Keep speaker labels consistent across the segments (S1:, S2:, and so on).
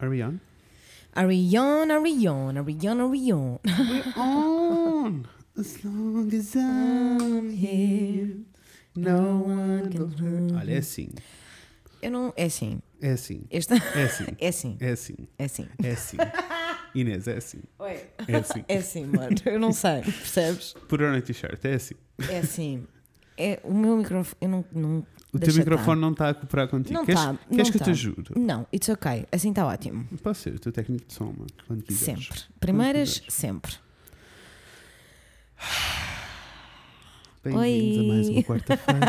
S1: Are we on?
S2: Ariane, Ariane, Ariane, Ariane.
S1: on as long as I'm here. No one can hurt. Olha, é assim.
S2: Eu não. É assim.
S1: É assim.
S2: Esta.
S1: É assim.
S2: É assim.
S1: É assim.
S2: É assim.
S1: É assim. Inês, é assim.
S2: Oi.
S1: É assim.
S2: É assim, mano. Eu não sei, percebes?
S1: Put on a t-shirt, é assim.
S2: É assim. É, o meu microfone. Eu não. não
S1: O
S2: deixa tá.
S1: teu microfone não está a cooperar contigo.
S2: Não
S1: queres
S2: tá,
S1: queres
S2: não
S1: que eu
S2: tá.
S1: te ajude?
S2: Estar. Não, it's ok. Assim está ótimo.
S1: Pode ser o teu técnico de som, mano, quando quiseres.
S2: Sempre. Primeiras,
S1: quiseres.
S2: sempre.
S1: Bem-vindos a mais
S2: Oi.
S1: uma quarta-feira.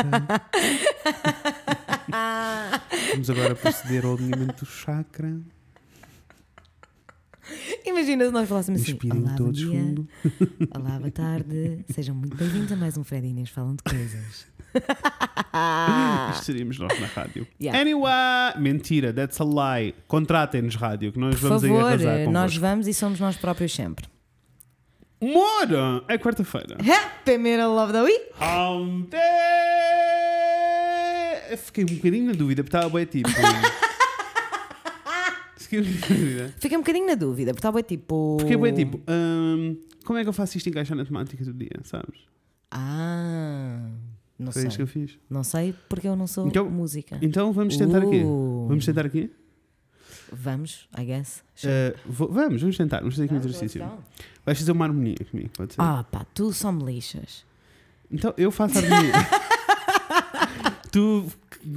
S1: Vamos agora proceder ao alinhamento do chakra.
S2: Imagina se nós falássemos assim.
S1: Inspirem
S2: Olá, bom
S1: todos
S2: dia.
S1: fundo.
S2: Olá, boa tarde. Sejam muito bem-vindos a mais um Fred e Inês Falam de Coisas.
S1: Isto seríamos nós na rádio.
S2: Ah. Yeah.
S1: Anyway, mentira, that's a lie. Contratem-nos rádio que nós
S2: Por
S1: vamos aí
S2: favor, eh,
S1: arrasar
S2: nós
S1: convosco.
S2: vamos e somos nós próprios sempre.
S1: Mora! É quarta-feira.
S2: Primeira Love da Week.
S1: Home Day! Eu Fiquei um bocadinho na dúvida, porque estava bem tipo. Fiquei um bocadinho na dúvida.
S2: Fiquei um bocadinho na dúvida, porque estava tipo.
S1: Fiquei bem tipo, hum, como é que eu faço isto encaixar na temática do dia, sabes?
S2: Ah, não
S1: Foi
S2: sei.
S1: isto que eu fiz.
S2: Não sei porque eu não sou
S1: Então-
S2: música.
S1: Então vamos tentar aqui.
S2: Uh.
S1: Vamos tentar aqui?
S2: Vamos, I guess. Então.
S1: Uh, vou- vamos, vamos tentar, vamos fazer aqui um exercício. Vais fazer uma harmonia comigo, pode ser?
S2: Ah, pá, tu só me lixas.
S1: Então eu faço a harmonia. tu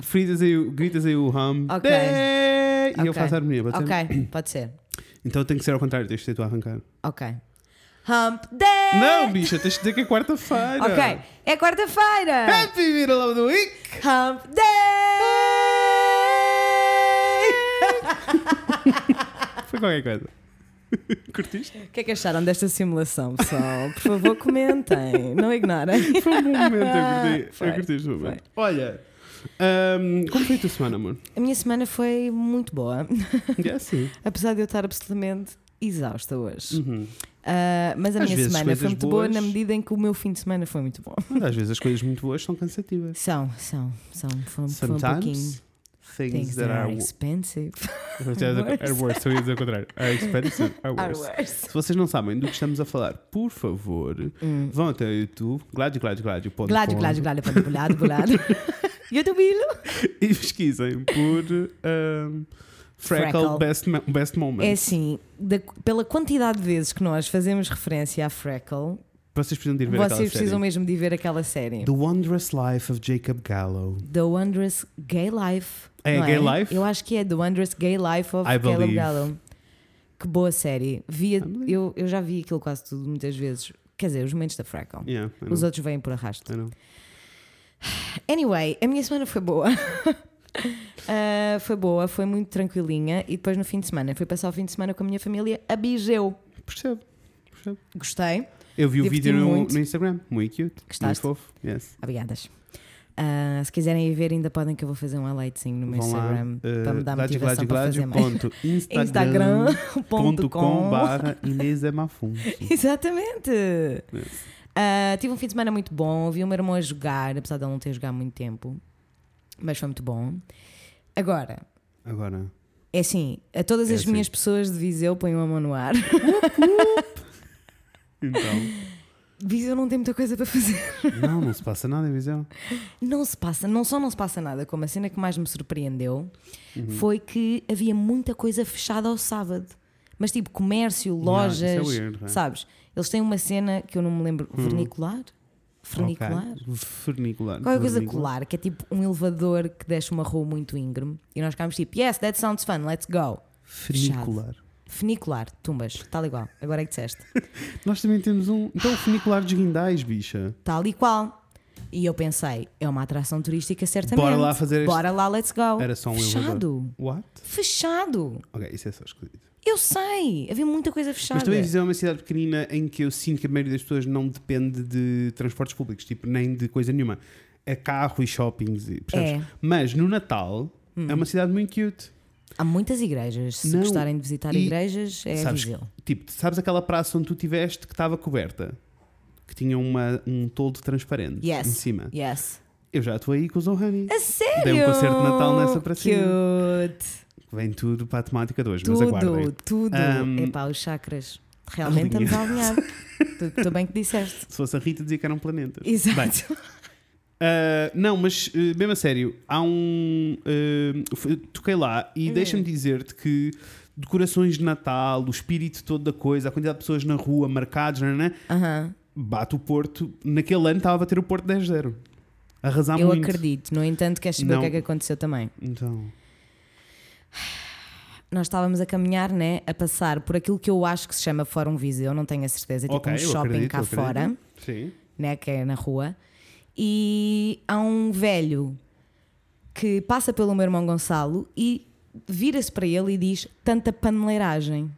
S1: fritas aí, o- gritas aí o hum.
S2: Ok.
S1: "Day", E eu
S2: Ok.
S1: faço a harmonia, pode ser?
S2: Ok, pode ser.
S1: Então tem que ser ao contrário, tens de ter tu a arrancar.
S2: Ok. Hump Day!
S1: Não, bicha, tens de dizer que é quarta-feira.
S2: Ok, é quarta-feira!
S1: Happy Middle of the Week!
S2: Hump Day!
S1: Foi qualquer coisa. Curtiste?
S2: O que é que acharam desta simulação, pessoal? Por favor, comentem, não ignorem.
S1: Foi um bom momento, eu curti.
S2: Foi,
S1: eu curti este momento. Olha, hum, como foi a tua semana, amor?
S2: A minha semana foi muito boa,
S1: É assim.
S2: apesar de eu estar absolutamente exausta hoje.
S1: Uhum.
S2: Ah, mas a
S1: Às
S2: minha
S1: vezes
S2: semana foi
S1: coisas
S2: muito boa
S1: boas-
S2: na medida em que o meu fim de semana foi muito bom.
S1: Mas às vezes as coisas muito boas são cansativas.
S2: São, são, são. Foi, foi um pouquinho.
S1: Sometimes things, that, are,
S2: expensive
S1: worse. Are worse. Eu ia dizer o contrário. Are expensive, are
S2: are
S1: worse.
S2: worse.
S1: Se vocês não sabem do que estamos a falar, por favor, vão até o YouTube, gladio, gladio, gladio, ponto
S2: Hum. Gládio,
S1: com,
S2: gládio, gládio, pano, bolado, bolado. YouTube.
S1: e pesquisem por um, Freckle,
S2: Freckle.
S1: Best, Mo- best Moment.
S2: É assim, da- pela quantidade de vezes que nós fazemos referência à Freckle,
S1: Vocês precisam de ir ver aquela
S2: vocês precisam
S1: série.
S2: mesmo de ver aquela série.
S1: The Wondrous Life of Jacob Gallo.
S2: The Wondrous Gay Life.
S1: É,
S2: não
S1: Gay Life?
S2: Eu acho que é The Wondrous Gay Life of
S1: I
S2: Caleb
S1: believe.
S2: Gallo. Que boa série. Via,
S1: believe.
S2: eu, eu já vi aquilo quase tudo muitas vezes. Quer dizer, os momentos da Freckle.
S1: Yeah, I know,
S2: Os outros vêm por arrasto.
S1: I know.
S2: Anyway, a minha semana foi boa. Ah, foi boa, foi muito tranquilinha. E depois no fim de semana, fui passar o fim de semana com a minha família a Bijeu.
S1: Percebo. percebo.
S2: Gostei.
S1: Eu vi o vídeo
S2: Diverti-me
S1: no,
S2: muito.
S1: no Instagram. Muito cute.
S2: Gostaste?
S1: Muito fofo. Yes.
S2: Obrigadas. Ah, se quiserem ir ver, ainda podem que eu vou fazer um highlightzinho no meu
S1: Vão lá.
S2: Instagram
S1: eh,
S2: para me dar
S1: gladio,
S2: motivação
S1: gladio,
S2: para fazer
S1: gladio,
S2: mais.
S1: ponto Instagram. ponto com
S2: Instagram.com
S1: barra É. Inês Amafundo.
S2: Exatamente. Ah, tive um fim de semana muito bom. Vi o meu irmão a jogar, apesar de ele não ter jogado há muito tempo. Mas foi muito bom. Agora,
S1: Agora.
S2: é assim: a todas
S1: É
S2: as
S1: assim.
S2: minhas pessoas de Viseu põem a mão no ar.
S1: Então.
S2: Viseu não tem muita coisa para fazer.
S1: Não, não se passa nada em Viseu.
S2: Não se passa, não só não se passa nada, como a cena que mais me surpreendeu
S1: Uhum.
S2: foi que havia muita coisa fechada ao sábado. Mas tipo, comércio, lojas,
S1: isso é weird, né?
S2: sabes? Eles têm uma cena que eu não me lembro, vernicular? Vernicular?
S1: Ok. Vernicular.
S2: Qualquer coisa
S1: Vernicular.
S2: colar, que é tipo um elevador que desce uma rua muito íngreme e nós ficámos tipo, yes, that sounds fun, let's go.
S1: Funicular.
S2: Funicular, tumbas, tal igual, agora é que disseste.
S1: Nós também temos um. Então, o funicular de guindais, bicha.
S2: Tal e qual. E eu pensei, é uma atração turística certamente.
S1: Bora lá fazer este-
S2: Bora lá, let's go.
S1: Era só um
S2: Fechado.
S1: elevador. What?
S2: Fechado.
S1: Ok, isso é só escolhido.
S2: Eu sei, havia muita coisa fechada.
S1: Mas também Viseu é uma cidade pequenina em que eu sinto que a maioria das pessoas não depende de transportes públicos, tipo, nem de coisa nenhuma. É carro e shoppings, e, percebes?
S2: É. Hum.
S1: Mas no Natal é uma cidade muito cute.
S2: Há muitas igrejas. Se
S1: Não,
S2: gostarem de visitar
S1: e-
S2: igrejas, é
S1: sabes,
S2: Viseu.
S1: tipo, sabes aquela praça onde tu tiveste que estava coberta? Que tinha uma, um toldo transparente
S2: Yes. É.
S1: em cima.
S2: Yes.
S1: Eu já estou aí com os Ohani.
S2: A sério?
S1: Dei um concerto de Natal nessa pracinha.
S2: Cute.
S1: que vem tudo para a temática de hoje, mas
S2: Tudo,
S1: aguardem.
S2: tudo.
S1: Um,
S2: Epá, os chakras. Realmente
S1: alinhado.
S2: estamos alinhados. Tu- tu bem que disseste.
S1: Se fosse a Rita, dizia que eram planetas.
S2: Exato.
S1: Bem, Uh, não, mas uh, mesmo a sério, há um. uh, f- toquei lá
S2: Uhum.
S1: e deixa-me dizer-te que decorações de Natal, o espírito todo da coisa, a quantidade de pessoas na rua, marcados, nananã,
S2: Aham.
S1: bate o Porto. Naquele ano estava a bater o Porto 10-0. Arrasar
S2: Eu
S1: muito.
S2: acredito. No entanto, queres saber
S1: Não.
S2: o que é que aconteceu também?
S1: Então,
S2: Nós estávamos a caminhar, né? A passar por aquilo que eu acho que se chama Fórum Viseu. Eu não tenho a certeza. É tipo
S1: ok,
S2: um
S1: eu
S2: shopping
S1: acredito,
S2: cá
S1: eu acredito.
S2: fora.
S1: Sim.
S2: né, que é na rua, e há um velho que passa pelo meu irmão Gonçalo e vira-se para ele e diz tanta paneleiragem.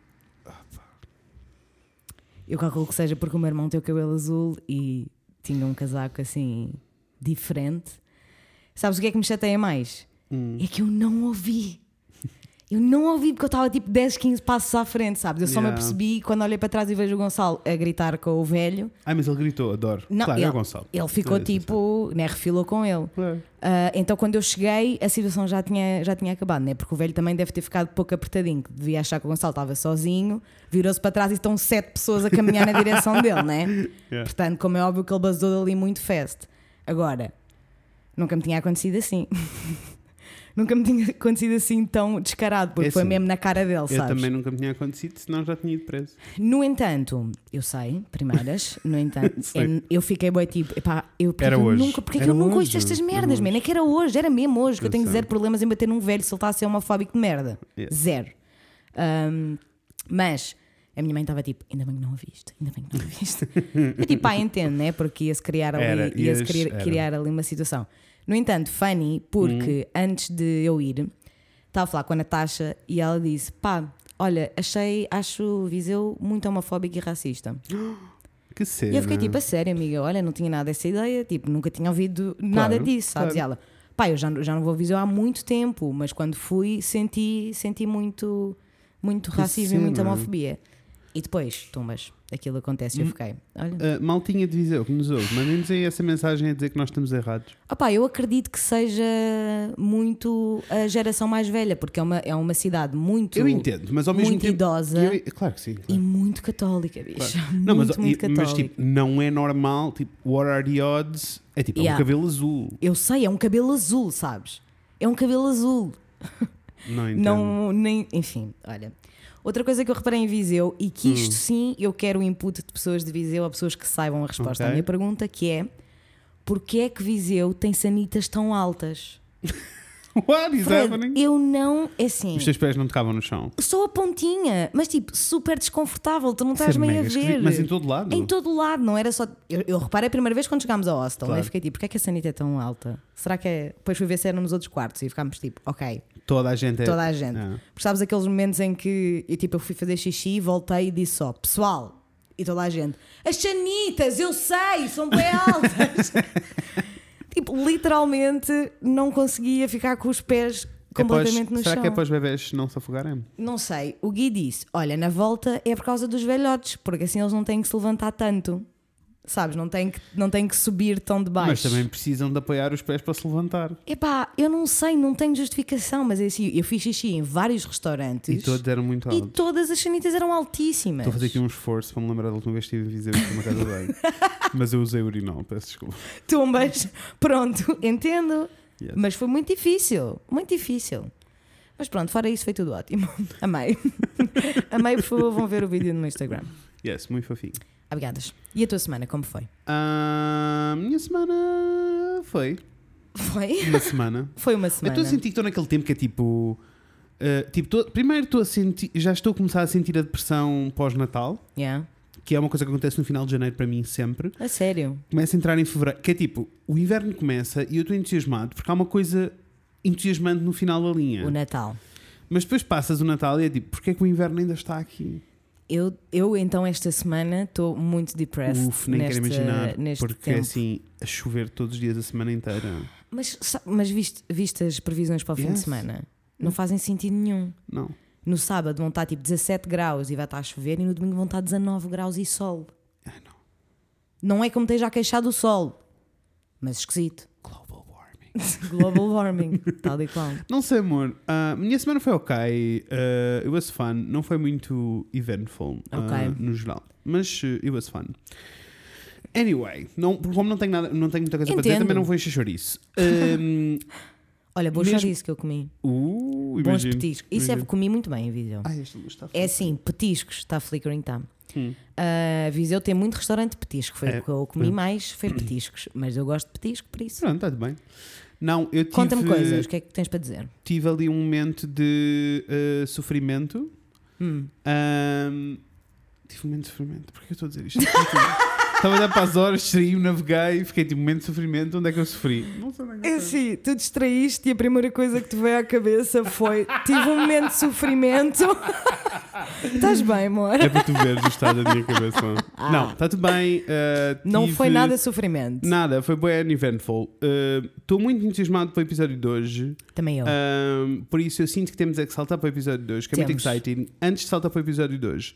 S2: Eu calculo que seja porque o meu irmão tem o cabelo azul e tinha um casaco assim diferente. Sabes o que é que me chateia mais? É que eu não ouvi. Eu não ouvi porque eu estava tipo 10, 15 passos à frente, sabes? Eu só me
S1: Yeah.
S2: apercebi quando olhei para trás e vejo o Gonçalo a gritar com o velho.
S1: Ah, mas ele gritou, adoro.
S2: Não,
S1: claro,
S2: ele,
S1: é o Gonçalo.
S2: ele ficou
S1: É, sim,
S2: tipo, né, refilou com ele.
S1: Claro.
S2: Ah, então, quando eu cheguei, a situação já tinha, já tinha acabado, né? Porque o velho também deve ter ficado pouco apertadinho, que devia achar que o Gonçalo estava sozinho, virou-se para trás e estão sete pessoas a caminhar na direção dele, né?
S1: Yeah.
S2: Portanto, como é óbvio que ele basou dali muito fast. Agora, nunca me tinha acontecido assim. nunca me tinha acontecido assim tão descarado, porque
S1: É
S2: foi
S1: assim,
S2: mesmo na cara dele,
S1: Eu
S2: sabes?
S1: também nunca me tinha acontecido, senão já tinha ido preso.
S2: No entanto, eu sei, primeiras, no entanto,
S1: Sei.
S2: eu fiquei bem tipo, epá, eu, porque
S1: Era
S2: é que eu
S1: hoje.
S2: nunca, porque é que
S1: Era
S2: eu nunca
S1: hoje,
S2: ouço estas
S1: era
S2: merdas,
S1: hoje.
S2: man? É que era hoje, era mesmo hoje, que eu,
S1: Eu
S2: tenho
S1: sei.
S2: zero problemas em bater num velho se ele está a ser homofóbico de merda.
S1: Yeah.
S2: Zero. Ahm, mas a minha mãe estava tipo, ainda bem que não a viste, ainda bem que não a viste. Eu tipo, pá, entendo, né? Porque ia-se criar ali,
S1: Era, ias-
S2: ia-se criar,
S1: era.
S2: criar ali uma situação. No entanto, funny, porque
S1: Hum.
S2: antes de eu ir, estava a falar com a Natasha e ela disse: pá, olha, achei, acho o Viseu muito homofóbico e racista.
S1: Que cena.
S2: E eu fiquei tipo, a sério, amiga, olha, não tinha nada dessa ideia, tipo, nunca tinha ouvido nada
S1: Claro,
S2: disso, sabes?
S1: claro.
S2: E ela, pá, eu já, já não vou a Viseu há muito tempo, mas quando fui senti, senti muito, muito
S1: Que
S2: racismo e muita
S1: cena.
S2: homofobia. E depois, tumbas, aquilo acontece e eu fiquei, olha.
S1: Uh, maltinha de Viseu que nos ouve, mandem-nos aí essa mensagem a dizer que nós estamos errados.
S2: Opá, ah, eu acredito que seja muito a geração mais velha, porque é uma, é uma cidade muito.
S1: Eu entendo, mas ao mesmo
S2: muito
S1: tempo.
S2: idosa.
S1: Eu- claro que sim.
S2: E
S1: claro.
S2: muito católica, bicho. Muito,
S1: não, mas,
S2: muito
S1: e-
S2: católica.
S1: mas, tipo, não é normal. Tipo, what are the odds? É tipo, é um
S2: Yeah.
S1: cabelo azul.
S2: Eu sei, é um cabelo azul, sabes? É um cabelo azul.
S1: Não entendo.
S2: Não, nem, enfim, olha. Outra coisa que eu reparei em Viseu, e
S1: Hum.
S2: que isto sim eu quero o input de pessoas de Viseu, a pessoas que saibam a resposta à
S1: Ok.
S2: minha pergunta, que é porquê é que Viseu tem sanitas tão altas?
S1: What is
S2: Fred,
S1: happening?
S2: eu não, é assim,
S1: Os teus pés não tocavam no chão.
S2: só a pontinha, mas tipo, super desconfortável, tu não
S1: Isso
S2: estás
S1: é
S2: bem
S1: mega
S2: a ver.
S1: esquisito, mas em todo lado.
S2: Em todo lado, não era só. Eu, eu reparei a primeira vez quando chegámos ao hostel,
S1: Claro.
S2: né? fiquei tipo, porquê é que a sanita é tão alta? Será que é. Depois fui ver se era nos outros quartos e ficámos tipo, ok,
S1: Toda a gente é.
S2: toda a gente.
S1: Ah.
S2: Porque sabes aqueles momentos em que eu, tipo, eu fui fazer xixi, voltei e disse só, pessoal, e toda a gente, as sanitas, eu sei, são bem altas. tipo, literalmente não conseguia ficar com os pés
S1: É para os-
S2: completamente no
S1: será
S2: chão.
S1: que é para os bebés não se afogarem?
S2: Não sei, o Gui disse: olha, na volta é por causa dos velhotes, porque assim eles não têm que se levantar tanto. Sabes, não têm que, não têm que subir tão de baixo.
S1: Mas também precisam de apoiar os pés para se levantar.
S2: Epá, eu não sei, não tenho justificação, mas é assim, eu fiz xixi em vários restaurantes
S1: E todos eram muito
S2: e
S1: altos.
S2: todas as sanitas eram altíssimas.
S1: Estou a fazer aqui um esforço para me lembrar da última vez que estive em Viseu e fui uma casa de banho. Mas eu usei urinol, peço desculpa.
S2: Tumbas, pronto, entendo.
S1: Yes.
S2: Mas foi muito difícil, muito difícil. Mas pronto, fora isso foi tudo ótimo. Amei. Amei, por favor, vão ver o vídeo no meu Instagram.
S1: Yes, muito fofinho.
S2: Obrigadas. E a tua semana, como foi?
S1: A Ah, minha semana foi.
S2: Foi?
S1: Uma semana.
S2: Foi uma
S1: Eu
S2: semana.
S1: estou a sentir que estou naquele tempo que é tipo. eh, tipo tô- primeiro estou a sentir. Já estou a começar a sentir a depressão pós-natal,
S2: Yeah.
S1: que é uma coisa que acontece no final de janeiro para mim sempre.
S2: A sério?
S1: Começa a entrar em fevereiro, que é tipo. O inverno começa e eu estou entusiasmado porque há uma coisa entusiasmante no final da linha.
S2: O Natal.
S1: Mas depois passas o Natal e é tipo, porque é que o inverno ainda está aqui?
S2: Eu, eu então esta semana estou muito depressed.
S1: Uf, nem
S2: nesta,
S1: quero imaginar.
S2: neste
S1: Porque é
S2: tempo.
S1: assim, a chover todos os dias a semana inteira.
S2: Mas, sa- mas viste, viste as previsões para o fim de
S1: Yes. Hum.
S2: semana? Não fazem sentido nenhum.
S1: Não.
S2: No sábado vão estar tipo 17 graus e vai estar a chover, e no domingo vão estar 19 graus e sol.
S1: Ah, não.
S2: Não é como esteja a queixar do sol, mas esquisito.
S1: Global warming.
S2: Global warming, tal e qual.
S1: Não sei, amor. A minha semana foi ok. Ah, it was fun. Não foi muito eventful ah,
S2: Ok.
S1: no geral. Mas ah, it was fun. Anyway, não, porque como não tenho, nada, não tenho muita coisa para dizer,
S2: Entendo.
S1: também não vou encher chouriço. Um,
S2: Olha, bom
S1: Mesmo-
S2: chouriço que eu comi.
S1: uh,
S2: Bons
S1: imagino. Ah.
S2: petiscos. Isso é, comi muito bem em Viseu.
S1: Ai, esta luz está
S2: É assim, petiscos, está flickering time.
S1: Hum.
S2: Ah, Viseu tem muito restaurante de petisco. Foi
S1: É.
S2: o que eu comi mais, foi petiscos. Mas eu gosto de petisco, por isso.
S1: Pronto, está tudo bem. Não, eu tive,
S2: Conta-me coisas, o que é que tens para dizer?
S1: tive ali um momento de ah, sofrimento.
S2: Hum.
S1: Ahm, tive um momento de sofrimento. Porquê que eu estou a dizer isto? Estava a dar para as horas, distraí-me, naveguei e fiquei tipo, momento de sofrimento, onde é que eu sofri? Não sei onde é que eu
S2: É
S1: sofri.
S2: assim, tu distraíste e a primeira coisa que te veio à cabeça foi: tive um momento de sofrimento. Estás bem, amor?
S1: É para tu veres o estado da minha cabeça. Não, está tudo bem. ah,
S2: Não
S1: tive-
S2: foi nada sofrimento.
S1: Nada, foi bem eventful. Ah, Estou muito entusiasmado para o episódio de hoje.
S2: Também
S1: Ah.
S2: eu.
S1: Ahm, por isso eu sinto que temos é que saltar para o episódio 2, que é muito
S2: Temos. Hum.
S1: exciting. Antes de saltar para o episódio 2,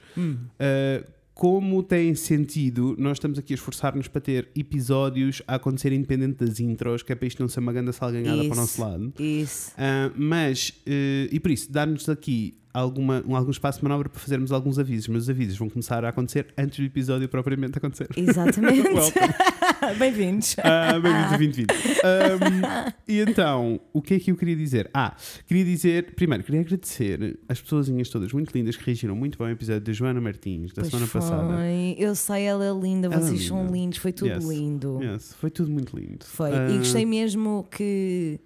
S1: como tem sentido, nós estamos aqui a esforçar-nos para ter episódios a acontecer independente das intros, que é para isto não ser uma ganda salganhada para o
S2: Isso.
S1: nosso lado.
S2: Isso.
S1: Ah, mas, eh, e por isso, dar-nos aqui alguma, um- algum espaço de manobra para fazermos alguns avisos, mas os avisos vão começar a acontecer antes do episódio propriamente acontecer.
S2: Exatamente.
S1: Welcome.
S2: Bem-vindos.
S1: Ah, bem-vindos a 2020. Ahm, e então, o que é que eu queria dizer? Ah, queria dizer, primeiro, queria agradecer as pessoazinhas todas muito lindas que reagiram muito bem ao episódio da Joana Martins da
S2: Pois
S1: semana
S2: foi.
S1: passada.
S2: Eu sei, ela é linda,
S1: Ela é
S2: vocês são
S1: linda.
S2: lindos, foi tudo
S1: Yes.
S2: lindo.
S1: Yes, foi tudo muito lindo.
S2: Foi.
S1: Ah,
S2: E gostei mesmo que.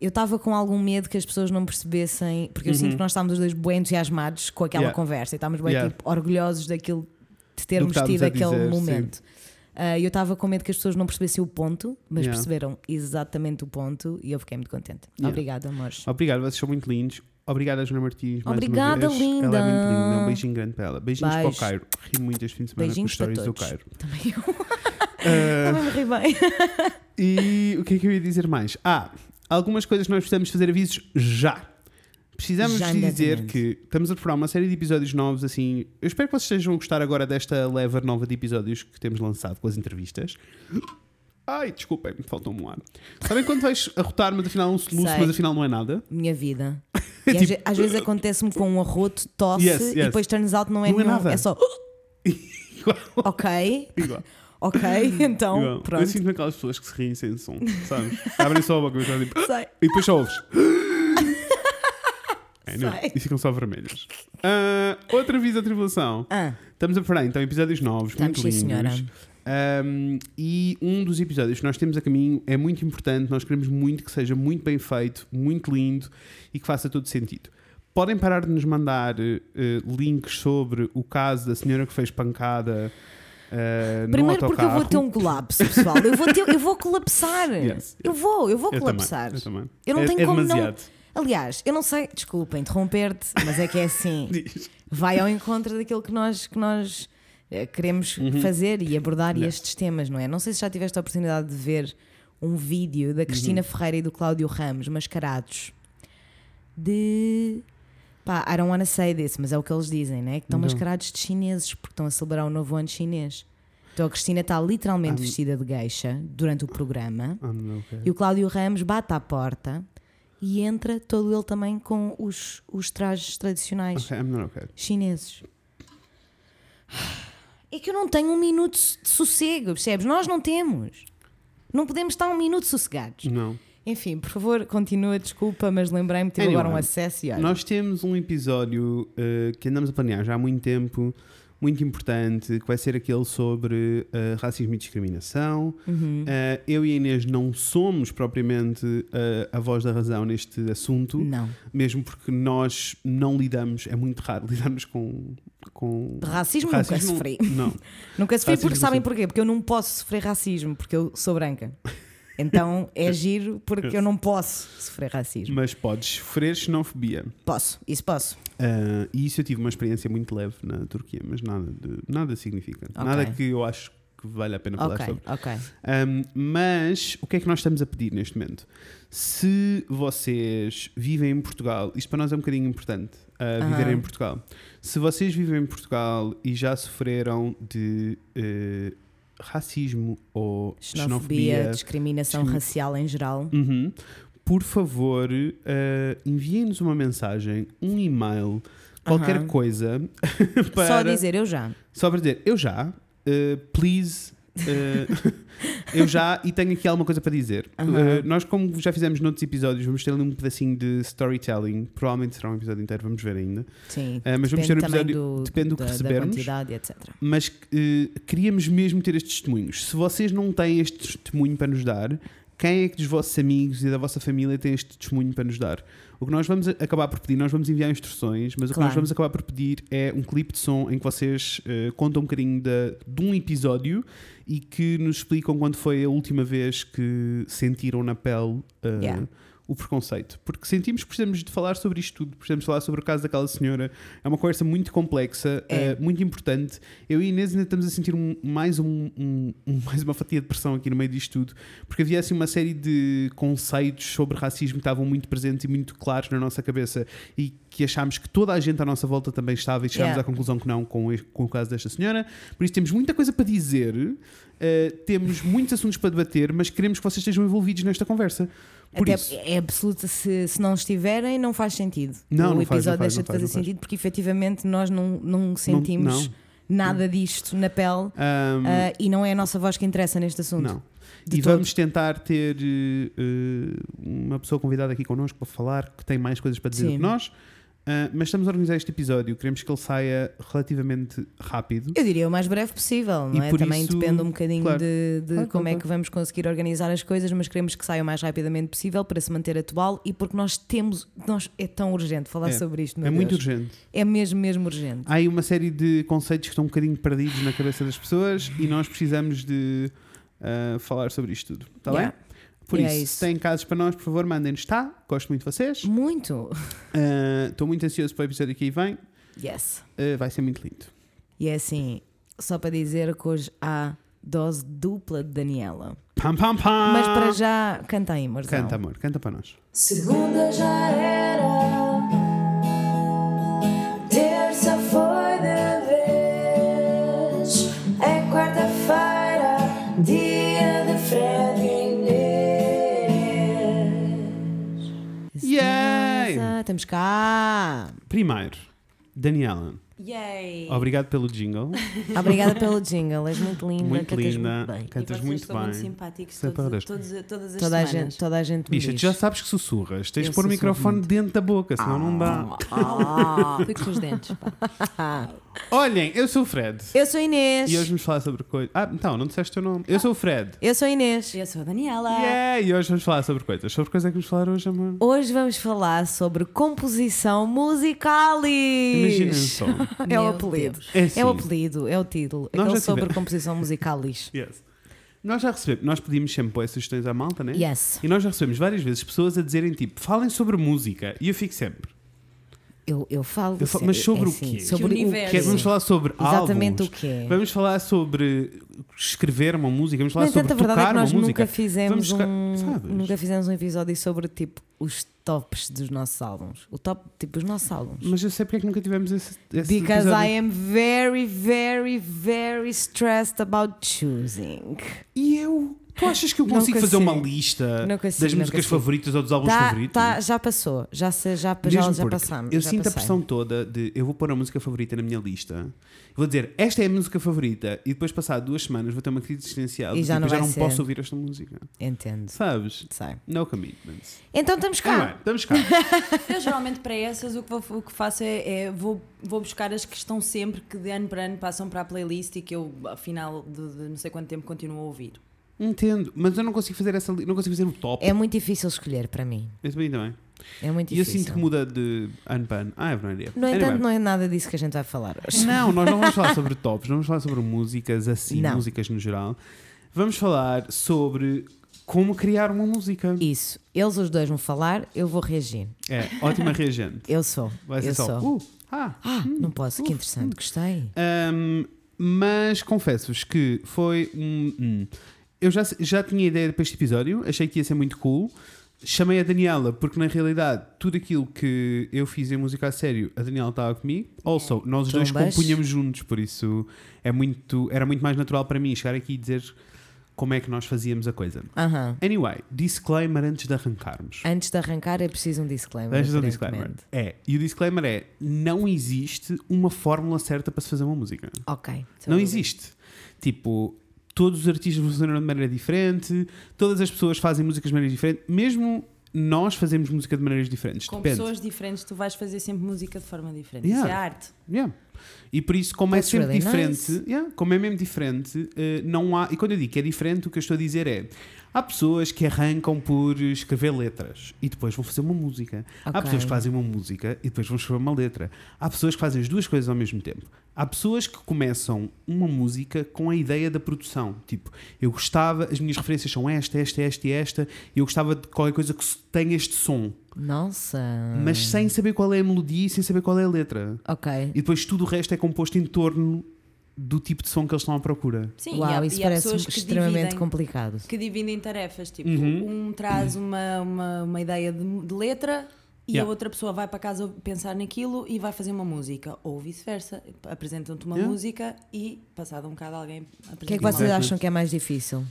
S2: Eu estava com algum medo que as pessoas não percebessem, porque eu sinto que nós estávamos os dois bem entusiasmados com aquela
S1: Uhum. Yeah.
S2: conversa e estávamos bem
S1: Yeah.
S2: tipo, orgulhosos daquilo, de termos
S1: estávamos
S2: tido
S1: a
S2: aquele
S1: dizer, sim.
S2: momento. Ah, eu estava com medo que as pessoas não percebessem o ponto, mas
S1: Yeah.
S2: perceberam exatamente o ponto e eu fiquei muito contente.
S1: Yeah. Oh.
S2: Obrigada, amores.
S1: Obrigado, vocês são muito lindos. Obrigada, Joana Martins. mais
S2: Obrigada,
S1: uma vez.
S2: linda.
S1: Ela é muito linda. Um beijinho grande para ela. Beijinhos para o
S2: Beijo.
S1: Cairo. Ri muito este fim de semana
S2: Beijinhos
S1: com
S2: para
S1: os stories do Cairo.
S2: todos. Também eu.
S1: Ah,
S2: Também me ri bem.
S1: E o que é que eu ia dizer mais? Ah, algumas coisas que nós precisamos fazer avisos já. Precisamos
S2: Já,
S1: de dizer
S2: imediatamente.
S1: que estamos a preparar uma série de episódios novos, assim. Eu espero que vocês estejam a gostar agora desta leva nova de episódios que temos lançado com as entrevistas. Ai, desculpem, me faltam um ar. Sabem quando vais arrotar, mas afinal é um soluço,
S2: Sei.
S1: mas afinal não é nada?
S2: Minha vida. E às, ve- às vezes acontece-me com um arroto, tosse
S1: Tipo Yes, yes.
S2: e depois turns out não é
S1: Não é
S2: nenhum.
S1: nada.
S2: É só.
S1: Igual,
S2: Ok,
S1: igual.
S2: ok, então
S1: igual. Eu
S2: pronto.
S1: sinto-me aquelas pessoas que se riem sem som, sabes? Abrem só a boca e fazem tipo,
S2: Sei.
S1: E depois só ouves. É, não,
S2: Sei.
S1: e ficam só vermelhos. Ah, outra aviso à tribulação.
S2: Ah,
S1: Estamos a preparar então episódios novos,
S2: Estamos,
S1: muito
S2: sim,
S1: lindos.
S2: senhora.
S1: Ahm, e um dos episódios que nós temos a caminho é muito importante, nós queremos muito que seja muito bem feito, muito lindo e que faça todo sentido. Podem parar de nos mandar eh, eh, links sobre o caso da senhora que fez pancada eh, no
S2: primeiro
S1: autocarro.
S2: porque eu vou ter um colapso, pessoal. Eu vou, ter- eu vou colapsar.
S1: Yes.
S2: Eu vou, eu vou
S1: Eu também,
S2: colapsar.
S1: eu também.
S2: Eu não
S1: É-
S2: tenho
S1: é
S2: como
S1: demasiado.
S2: não. Aliás, eu não sei, desculpa interromper-te, mas é que é assim.
S1: Diz.
S2: Vai ao encontro daquilo que nós, que nós eh, queremos
S1: Uhum.
S2: fazer e abordar
S1: Yes.
S2: estes temas, não é? Não sei se já tiveste a oportunidade de ver um vídeo da Cristina
S1: Uhum.
S2: Ferreira e do Cláudio Ramos mascarados de. Pá, I don't wanna say this, mas é o que eles dizem, né? Que estão
S1: Não.
S2: mascarados de chineses porque estão a celebrar o novo ano chinês. Então a Cristina está literalmente
S1: Ah,
S2: vestida de geisha durante o programa
S1: Ah, não, ok.
S2: e o Cláudio Ramos bate à porta e entra todo ele também com os, os trajes tradicionais
S1: Ok, I'm not okay.
S2: chineses. É que eu não tenho um minuto de sossego, percebes? Nós não temos. Não podemos estar um minuto sossegados.
S1: Não.
S2: Enfim, por favor, continua, desculpa, mas lembrei-me, tive
S1: Anyway,
S2: agora um acesso e olha.
S1: Nós temos um episódio eh, que andamos a planear já há muito tempo, muito importante, que vai ser aquele sobre eh, racismo e discriminação.
S2: Uhum.
S1: Eh, eu e a Inês não somos propriamente eh, a voz da razão neste assunto,
S2: Não.
S1: mesmo porque nós não lidamos, é muito raro lidarmos com. com
S2: De racismo, nunca sofri.
S1: Não.
S2: Nunca sofri
S1: Racismo
S2: porque sabem
S1: sim.
S2: porquê? Porque eu não posso sofrer racismo, porque eu sou branca. Então é giro porque eu não posso sofrer racismo.
S1: Mas podes sofrer xenofobia.
S2: Posso, isso posso.
S1: Ah, e isso eu tive uma experiência muito leve na Turquia, mas nada, de, nada significa.
S2: Ok.
S1: Nada que eu acho que vale a pena falar
S2: Ok,
S1: sobre.
S2: ok.
S1: Um, mas o que é que nós estamos a pedir neste momento? Se vocês vivem em Portugal, isto para nós é um bocadinho importante, uh,
S2: Aham.
S1: viver em Portugal. Se vocês vivem em Portugal e já sofreram de eh, racismo ou
S2: Xenofobia,
S1: xenofobia,
S2: discriminação
S1: discrimi-
S2: racial em geral.
S1: Uhum. Por favor, eh, enviem-nos uma mensagem, um e-mail, qualquer
S2: Aham.
S1: coisa. para...
S2: Só dizer, eu já.
S1: Só para dizer, eu já, eh, please. eh, eu já e tenho aqui alguma coisa para dizer.
S2: Aham.
S1: Eh, nós, como já fizemos noutros episódios, vamos ter ali um pedacinho de storytelling. Provavelmente será um episódio inteiro, vamos ver ainda.
S2: Sim.
S1: Eh, mas vamos
S2: depende
S1: ter um
S2: também
S1: episódio.
S2: do,
S1: depende do que
S2: da, da
S1: recebermos.
S2: quantidade, etc.
S1: Mas eh, queríamos mesmo ter estes testemunhos. Se vocês não têm este testemunho para nos dar, quem é que dos vossos amigos e da vossa família tem este testemunho para nos dar? O que nós vamos a- acabar por pedir, nós vamos enviar instruções, mas o que
S2: Claro.
S1: nós vamos acabar por pedir é um clipe de som em que vocês eh, contam um bocadinho da- de um episódio e que nos explicam quando foi a última vez que sentiram na pele eh,
S2: Yeah.
S1: o preconceito. Porque sentimos que precisamos de falar sobre isto tudo, precisamos falar sobre o caso daquela senhora. É uma conversa muito complexa,
S2: É.
S1: eh, muito importante. Eu e a Inês ainda estamos a sentir um- mais, um- um- um- mais uma fatia de pressão aqui no meio disto tudo, porque havia assim uma série de conceitos sobre racismo que estavam muito presentes e muito claros na nossa cabeça e que achámos que toda a gente à nossa volta também estava e chegámos
S2: Yeah.
S1: à conclusão que não com, e- com o caso desta senhora. Por isso temos muita coisa para dizer, eh, temos muitos assuntos para debater, mas queremos que vocês estejam envolvidos nesta conversa. Por
S2: Até
S1: isso.
S2: É absoluta, se, se não estiverem, não faz sentido.
S1: Não,
S2: o
S1: não faz, não
S2: episódio
S1: faz,
S2: deixa
S1: não faz,
S2: de fazer
S1: não faz.
S2: sentido porque efetivamente nós não, não sentimos
S1: não.
S2: nada disto na pele
S1: Ahm,
S2: ah, e não é a nossa voz que interessa neste assunto.
S1: Não.
S2: De
S1: e
S2: todo.
S1: vamos tentar ter eh, eh, uma pessoa convidada aqui connosco para falar que tem mais coisas para dizer
S2: Sim.
S1: do que nós. Ah, mas estamos a organizar este episódio, queremos que ele saia relativamente rápido.
S2: Eu diria o mais breve possível, não
S1: E
S2: é?
S1: por
S2: Também
S1: isso-
S2: depende um bocadinho
S1: claro.
S2: de, de
S1: Claro,
S2: como
S1: claro,
S2: é que vamos conseguir organizar as coisas, mas queremos que saia o mais rapidamente possível para se manter atual e porque nós temos. Nós, é tão urgente falar
S1: É.
S2: sobre isto,
S1: É
S2: meu
S1: muito
S2: Deus.
S1: urgente.
S2: É mesmo, mesmo urgente.
S1: Há aí uma série de conceitos que estão um bocadinho perdidos na cabeça das pessoas e nós precisamos de ah, falar sobre isto tudo. Está
S2: Yeah.
S1: bem? Por
S2: E é
S1: isso,
S2: isso. Hum.
S1: se têm casos para nós, por favor, mandem-nos, tá? Gosto muito de vocês.
S2: Muito!
S1: Ah, Estou muito ansioso para o episódio que aí vem.
S2: Yes!
S1: Ah, vai ser muito lindo.
S2: E é assim, só para dizer que hoje há dose dupla de Daniela.
S1: Pam, pam, pam!
S2: Mas para já, canta aí, Marzão.
S1: Ah. Canta, amor, canta para nós.
S3: Segunda já era, terça foi de vez, é quarta-feira, dia de Fred e Inês.
S1: Yay!
S2: Estamos cá!
S1: Primeiro, Daniela,
S3: Yay!
S1: obrigado pelo jingle.
S2: Obrigada pelo jingle, és muito linda,
S1: Muito
S2: cantas
S1: linda.
S2: muito bem.
S1: Cantas
S3: e vocês
S1: muito
S3: são muito
S1: bem. é
S3: simpáticos
S1: Sempre
S3: todos,
S1: horas.
S3: todos, todas as
S2: Toda a,
S3: semanas.
S2: gente, toda a gente me
S1: Bicha, tu
S2: diz.
S1: já sabes que sussurras. Tens
S2: Eu
S1: de pôr o
S2: sussurro
S1: microfone dentro da boca, senão não dá.
S3: Ah, cuide com os dentes. pá.
S1: Olhem, eu sou o Fred.
S2: Ah. Eu sou a Inês.
S1: E hoje vamos falar sobre coisas. Ah, então, não disseste o teu nome. Eu sou o Fred.
S2: Eu sou a Inês.
S3: Eu sou a
S2: Ah.
S3: Daniela.
S1: Yeah, e hoje vamos falar sobre coisas. Sobre coisas é que vamos falar hoje, amor.
S2: Hoje vamos falar sobre composição musicalis.
S1: Imaginem só.
S2: É o
S3: Meu
S2: apelido.
S3: Deus.
S1: É assim.
S2: É o apelido, é o título.
S1: Nós já
S2: Aquele
S1: tivemos-
S2: sobre composição musicalis.
S1: Yes. Nós já recebemos, nós pedimos sempre essas sugestões à malta, né?
S2: Yes.
S1: E nós já recebemos várias vezes pessoas a dizerem tipo, falem sobre música. E eu fico sempre.
S2: Eu, eu falo.
S1: Eu falo-
S2: é
S1: mas sobre o
S2: assim,
S1: quê?
S2: Sobre
S3: Que
S2: o
S3: universo?
S2: quê?
S1: Que é, vamos falar sobre
S2: Exatamente
S1: álbuns.
S2: o quê?
S1: Vamos falar sobre escrever uma música, vamos falar
S2: No entanto,
S1: sobre
S2: a verdade é
S1: tocar
S2: que nós
S1: uma música.
S2: nunca fizemos,
S1: Vamos buscar-
S2: um,
S1: sabes?
S2: nunca fizemos um episódio sobre tipo os tops dos nossos álbuns. O top, tipo, os nossos álbuns.
S1: Mas eu sei porque é que nunca tivemos esse, esse
S2: Because
S1: episódio.
S2: I am very, very, very stressed about choosing.
S1: E eu? Tu achas que eu
S2: Não
S1: consigo fazer uma
S2: consigo.
S1: lista
S2: Não consigo,
S1: das
S2: não
S1: músicas
S2: consigo.
S1: favoritas ou dos álbuns
S2: Tá-
S1: favoritos?
S2: tá, já passou, já, se- já, já,
S1: Mesmo
S2: já
S1: porque
S2: passamos.
S1: Eu
S2: já
S1: sinto a
S2: passei.
S1: pressão toda de eu vou pôr a música favorita na minha lista, vou dizer esta é a música favorita, e depois passar duas semanas vou ter uma crise existencial
S2: E
S1: de,
S2: já
S1: tipo,
S2: não
S1: eu já
S2: vai
S1: não
S2: ser.
S1: posso ouvir esta música.
S2: Entendo.
S1: Sabes?
S2: Sei.
S1: No commitments.
S2: Então estamos
S1: Anyway,
S2: cá.
S1: estamos cá.
S3: Eu geralmente para essas o que, vou- o que faço é, é vou, vou buscar as que estão sempre, que de ano para ano passam para a playlist e que eu, afinal de, de não sei quanto tempo, continuo a ouvir.
S1: Entendo, mas eu não consigo fazer essa li- não consigo fazer o top.
S2: É muito difícil escolher para mim.
S1: Eu também também.
S2: É muito
S1: E eu
S2: difícil.
S1: sinto que muda de ano para ano. Ah, é não idea.
S2: No entanto,
S1: Anyway.
S2: não é nada disso que a gente vai falar hoje.
S1: Não, nós não vamos falar sobre tops, não vamos falar sobre músicas assim,
S2: Não.
S1: músicas no geral. Vamos falar sobre como criar uma música.
S2: Isso. Eles os dois vão falar, eu vou reagir.
S1: É, ótima reagente.
S2: Eu sou.
S1: Vai ser
S2: eu
S1: só.
S2: sou.
S1: uh, ah.
S2: Ah, não posso, que interessante, gostei.
S1: Ahm, mas confesso-vos que foi um. hum. Eu já, já tinha ideia para este episódio, achei que ia ser muito cool. chamei a Daniela, porque na realidade tudo aquilo que eu fiz em música a sério, a Daniela estava comigo. Also, nós os dois
S2: Trombas.
S1: compunhamos juntos, por isso é muito, era muito mais natural para mim chegar aqui e dizer como é que nós fazíamos a coisa.
S2: Aham.
S1: Anyway, disclaimer antes de arrancarmos.
S2: Antes de arrancar é preciso um disclaimer.
S1: Deixa um disclaimer.
S2: aparentemente.
S1: É, e o disclaimer é: não existe uma fórmula certa para se fazer uma música.
S2: Ok.
S3: Sem
S1: Não
S3: dúvida.
S1: existe. Tipo, todos os artistas funcionam de maneira diferente, todas as pessoas fazem músicas de maneira diferente, mesmo nós fazemos música de maneiras diferentes.
S3: Com
S1: Depende.
S3: pessoas diferentes, tu vais fazer sempre música de forma diferente. Isso
S1: Yeah.
S3: é arte.
S1: Yeah. E por isso, como
S2: That's
S1: é sempre
S2: really
S1: diferente,
S2: nice.
S1: yeah, como é mesmo diferente, eh, não há. E quando eu digo que é diferente, o que eu estou a dizer é: há pessoas que arrancam por escrever letras e depois vão fazer uma música. Há
S2: Ok.
S1: pessoas que fazem uma música e depois vão escrever uma letra. Há pessoas que fazem as duas coisas ao mesmo tempo. Há pessoas que começam uma música com a ideia da produção. Tipo, eu gostava, as minhas referências são esta, esta, esta e esta, e eu gostava de qualquer coisa que tenha este som,
S2: Nossa. Hum.
S1: mas sem saber qual é a melodia e sem saber qual é a letra.
S2: Ok.
S1: E depois tudo o resto é composto em torno do tipo de som que eles estão à procura.
S3: Sim,
S2: Uau,
S3: e há,
S2: isso
S3: e há
S2: parece
S3: pessoas que
S2: extremamente
S3: dividem,
S2: complicado.
S3: que dividem tarefas. Tipo,
S1: Uhum.
S3: um traz uma, uma, uma ideia de, de letra e
S1: Yeah.
S3: a outra pessoa vai para casa pensar naquilo e vai fazer uma música. Ou vice-versa. Apresentam-te uma
S1: Yeah.
S3: música e, passado um bocado, alguém apresenta
S2: O que é que
S3: uma
S2: vocês
S1: Exatamente.
S2: acham que é mais difícil?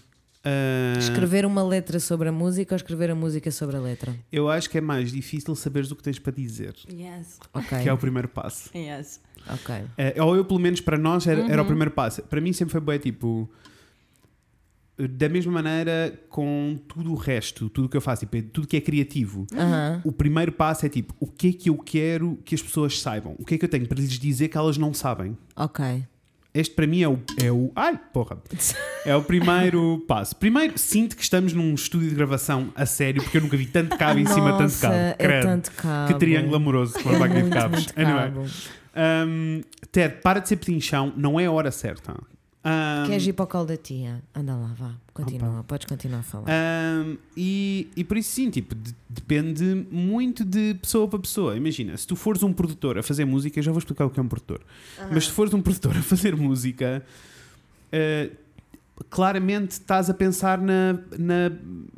S1: Ah,
S2: Escrever uma letra sobre a música ou escrever a música sobre a letra?
S1: eu acho que é mais difícil saberes o que tens para dizer,
S3: Yes.
S2: Ok.
S1: que é o primeiro passo.
S3: Yes.
S2: Ok.
S1: Ah, ou eu, pelo menos para nós, era, era o primeiro passo. Para mim sempre foi bem tipo. Da mesma maneira com tudo o resto, tudo o que eu faço, tipo, tudo que é criativo.
S3: Uhum.
S2: Aham.
S1: O primeiro passo é tipo, o que é que eu quero que as pessoas saibam? O que é que eu tenho para lhes dizer que elas não sabem?
S2: Ok.
S1: Este para mim é o, é o. Ai, porra! É o primeiro passo. Primeiro, sinto que estamos num estúdio de gravação a sério, porque eu nunca vi tanto cabo em cima, de tanto
S2: Nossa,
S1: cabo.
S2: É
S1: Credo.
S2: tanto cabo. é.
S1: Que triângulo amoroso com a máquina de cabos. é,
S2: Muito
S1: Anyway.
S2: cabo.
S1: Hum, Ted, para de ser petinchão, não é a hora certa. Hum,
S2: Queres ir para o colo da tia? Anda lá, vá. Continua, podes continuar a falar.
S1: hum, e, e por isso sim, tipo, de- depende muito de pessoa para pessoa. Imagina, se tu fores um produtor a fazer música, eu já vou explicar o que é um produtor. Mas se fores um produtor a fazer música, eh, claramente estás a pensar na, na,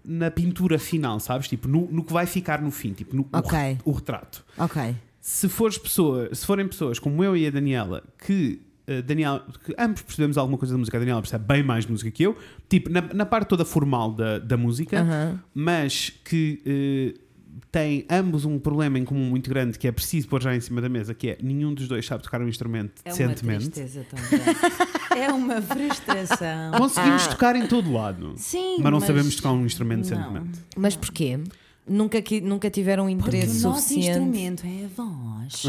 S1: na pintura final, sabes? Tipo, no, no que vai ficar no fim, tipo, no o
S2: Ok.
S1: re- o, retrato.
S2: Ok.
S1: Se, fores pessoa, se forem pessoas como eu e a Daniela, que, eh, Daniela, que ambos percebemos alguma coisa da música, a Daniela percebe bem mais de música que eu, tipo, na, na parte toda formal da, da música,
S2: Aham.
S1: mas que eh, têm ambos um problema em comum muito grande que é preciso pôr já em cima da mesa, que é nenhum dos dois sabe tocar um instrumento
S3: É uma
S1: decentemente.
S3: tristeza tão grande. é uma frustração.
S1: Conseguimos tocar em todo lado,
S3: Sim,
S1: mas não sabemos tocar um instrumento
S3: Não.
S1: decentemente.
S2: Mas porquê? Nunca, qui- nunca tiveram
S3: Porque o
S2: interesse
S3: nosso
S2: suficiente.
S3: instrumento é a voz.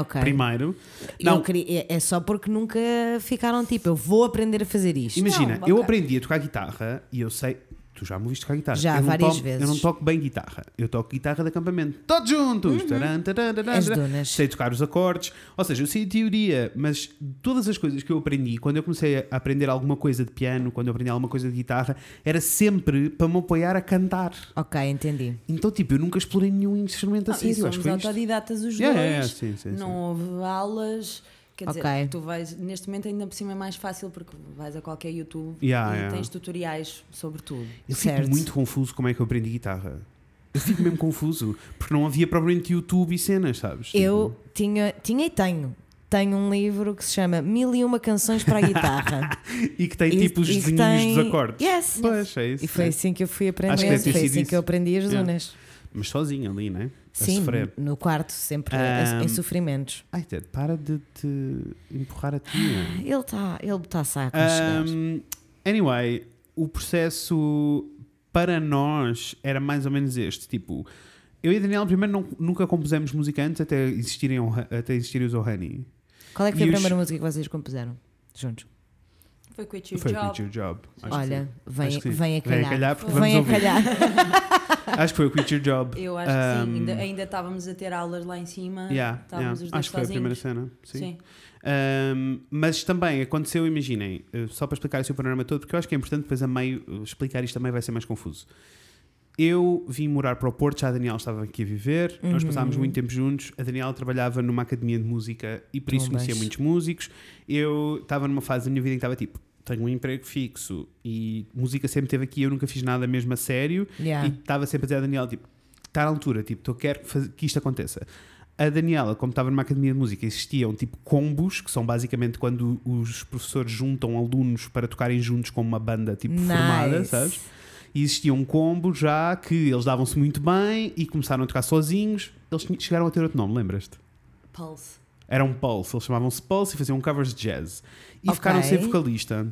S2: Ok.
S1: Primeiro,
S2: Eu
S1: não,
S2: queria- é- é só porque nunca ficaram tipo, eu vou aprender a fazer isto. é
S1: imagina,
S3: Não,
S1: eu
S3: ok.
S1: aprendi a tocar guitarra e eu sei. Tu já me ouviste tocar guitarra?
S2: Já,
S1: eu não
S2: várias
S1: toco-
S2: vezes.
S1: Eu não toco bem guitarra. Eu toco guitarra de acampamento. Todos juntos! Taran, taran, taran,
S2: Uhum. As
S1: taran.
S2: donas.
S1: Sei tocar os acordes. Ou seja, eu sei a teoria, mas todas as coisas que eu aprendi, quando eu comecei a aprender alguma coisa de piano, quando eu aprendi alguma coisa de guitarra, era sempre para me apoiar a cantar.
S2: Ok, entendi.
S1: Então, tipo, eu nunca explorei nenhum instrumento
S3: Não,
S1: assim.
S3: e
S1: Eu acho
S2: é
S3: somos
S1: que
S2: um
S1: foi isto.
S3: autodidatas os
S1: Yeah,
S3: dois.
S1: yeah, yeah, sim, sim,
S3: não
S1: sim.
S3: houve aulas. Quer dizer,
S2: Ok.
S3: tu vais, neste momento ainda por cima é mais fácil porque vais a qualquer YouTube
S1: Yeah,
S3: e
S1: yeah.
S3: tens tutoriais sobre tudo.
S1: Eu fico
S2: Certo.
S1: muito confuso como é que eu aprendi guitarra. Eu fico mesmo confuso, porque não havia propriamente YouTube e cenas, sabes? Tipo,
S2: Eu tinha, tinha e tenho. Tenho um livro que se chama Mil e Uma Canções para a Guitarra.
S1: Tipo, e que tem
S2: e-
S1: tipo os
S2: e que
S1: desenhos
S2: tem-
S1: dos acordes.
S2: Yes.
S1: Pois, é isso.
S2: E foi
S1: é.
S2: assim que eu fui aprender,
S1: Acho
S2: foi
S1: que deve ter sido
S2: assim
S1: isso.
S2: que eu aprendi as
S1: Yeah.
S2: zonas.
S1: Mas sozinho ali, né? A
S2: Sim,
S1: sofrer.
S2: no quarto, sempre
S1: Ah,
S2: em sofrimentos.
S1: Ai, Ted, para de te empurrar a tia.
S2: Ele está ele Ah, tá a aconchegar.
S1: Um, anyway, o processo para nós era mais ou menos este. Tipo, eu e a Daniela primeiro não- nunca compusemos música antes até existirem, o- até existirem os Ohani.
S2: Qual é que foi
S1: e
S2: a
S1: os-
S2: primeira música que vocês compuseram? Juntos.
S3: Foi Quit Your
S1: Foi o Quit
S3: Job.
S1: Your Job. acho que
S2: Olha,
S1: Acho
S2: vem,
S1: que sim.
S2: vem a calhar.
S1: Vem a calhar, porque
S2: Vem
S1: vamos
S2: a calhar.
S1: Acho que foi o Quit Your Job.
S3: Eu acho que
S1: Um,
S3: sim, ainda, ainda estávamos a ter aulas lá em cima.
S1: Yeah,
S3: estávamos
S1: yeah.
S3: os dois
S1: Acho que foi a primeira
S3: sozinhos.
S1: cena. Sim.
S3: Sim.
S1: Um, mas também aconteceu, imaginem, eh, só para explicar assim o panorama todo, porque eu acho que é importante depois a meio eh, explicar isto também vai ser mais confuso. Eu vim morar para o Porto, já a Daniela estava aqui a viver, nós passámos muito tempo juntos. A Daniela trabalhava numa academia de música e por isso
S2: Bombas.
S1: conhecia muitos músicos. Eu estava numa fase da minha vida em que estava tipo: tenho um emprego fixo e música sempre teve aqui, eu nunca fiz nada mesmo a sério
S2: Yeah.
S1: e estava sempre a dizer a Daniela, tipo, está à altura, tipo, eu quero que faz- que isto aconteça. A Daniela, como estava numa academia de música, existiam tipo combos, que são basicamente quando os professores juntam alunos para tocarem juntos como uma banda tipo formada,
S2: Nice.
S1: sabes? E existia um combo já que eles davam-se muito bem e começaram a tocar sozinhos. Eles tinham- chegaram a ter outro nome, lembras-te?
S3: Pulse.
S1: Era um Pulse, eles chamavam-se Pulse e faziam covers de jazz. E
S2: Ok.
S1: ficaram sem vocalista.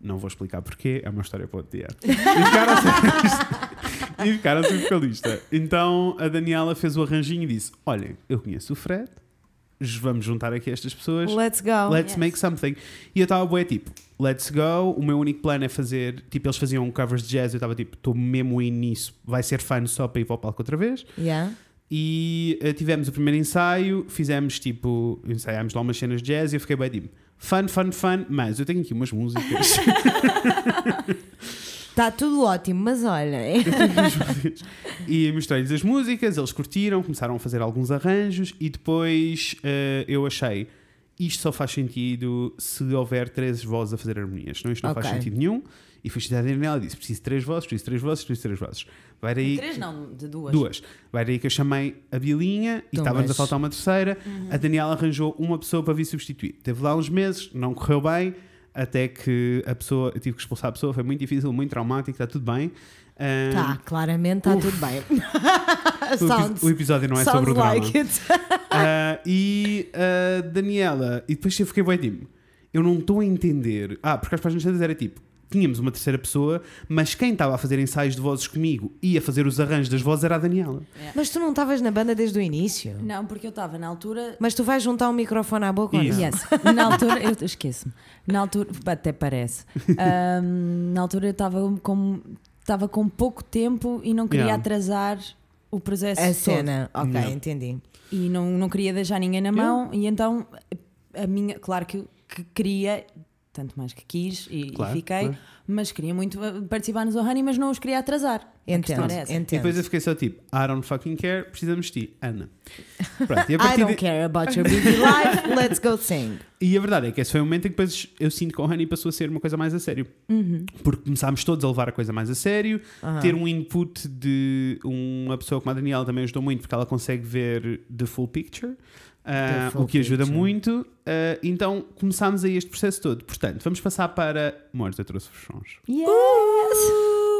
S1: Não vou explicar porquê, é uma história para outro dia. E ficaram sem, e ficaram sem vocalista. Então a Daniela fez o arranjinho e disse: Olhem, eu conheço o Fred, vamos juntar aqui estas pessoas.
S2: Let's go.
S1: Let's
S3: yes.
S1: make something. E eu estava bué tipo, let's go. O meu único plano é fazer. Tipo, eles faziam covers de jazz. Eu estava tipo, estou mesmo em nisso. Vai ser fã só para ir para o palco outra vez.
S2: Yeah.
S1: E eh, tivemos o primeiro ensaio. Fizemos tipo, ensaiámos lá umas cenas de jazz. E eu fiquei bem tipo, fun, fun, fun. Mas eu tenho aqui umas músicas.
S2: Está Tá tudo ótimo, mas olha. é
S1: e mostrei-lhes as músicas. Eles curtiram, começaram a fazer alguns arranjos. E depois eh, eu achei. Isto só faz sentido se houver três vozes a fazer harmonias, senão isto não faz
S2: Ok.
S1: sentido nenhum. E fui estudar a Daniela e disse: preciso de três vozes, preciso de três vozes, preciso de três vozes. Vai daí.
S3: Três não, de duas.
S1: Duas. Vai daí que eu chamei a Bilinha e
S2: Então, Uhum.
S1: estava-nos a
S2: mas-
S1: faltar uma terceira. A Daniela arranjou uma pessoa para vir substituir. Teve lá uns meses, não correu bem, até que a pessoa, eu tive que expulsar a pessoa, foi muito difícil, muito traumático, está tudo bem. Ahm,
S2: Tá, claramente está tudo bem.
S1: o, epi-
S2: Sounds-
S1: o episódio não é
S2: sounds
S1: sobre o drama.
S2: like it.
S1: Ah, e a Daniela, e depois eu fiquei bem tipo, eu não estou a entender. Ah, porque as páginas todas era tipo, tínhamos uma terceira pessoa, mas quem estava a fazer ensaios de vozes comigo e a fazer os arranjos das vozes era a Daniela.
S2: Mas tu não estavas na banda desde o início?
S3: Não, porque eu estava na altura.
S2: Mas tu vais juntar um microfone à boca ou
S1: Isso.
S2: não?
S3: Yes. Na altura, eu esqueço-me. Na altura, até parece. Ahm, na altura eu estava com, estava com pouco tempo e não queria
S1: Yeah.
S3: atrasar o processo
S2: A
S3: todo.
S2: cena, ok,
S1: Não.
S2: entendi.
S3: e não, não queria deixar ninguém na mão e então a minha, claro que, que queria tanto mais que quis e, e
S1: Claro,
S3: fiquei,
S1: claro.
S3: mas queria muito eh, participar nos Ohani, mas não os queria atrasar. A questão
S2: Entendo,
S3: era essa.
S1: E depois
S2: entendo.
S1: eu fiquei só tipo, I don't fucking care, precisamos de ti, Ana. Pronto, e, a
S2: I
S1: partir
S2: don't
S1: de-
S2: care about your busy life, let's go sing.
S1: e a verdade é que esse foi o momento em que depois eu sinto que o Honey passou a ser uma coisa mais a sério.
S2: Uhum.
S1: Porque começámos todos a levar a coisa mais a sério, ter um input de uma pessoa como a Daniela também ajudou muito, porque ela consegue ver the full picture, ah,
S2: full
S1: o que ajuda
S2: picture.
S1: muito. Ah, então começámos aí este processo todo. Portanto, vamos passar para. Mores, eu trouxe-vos sons.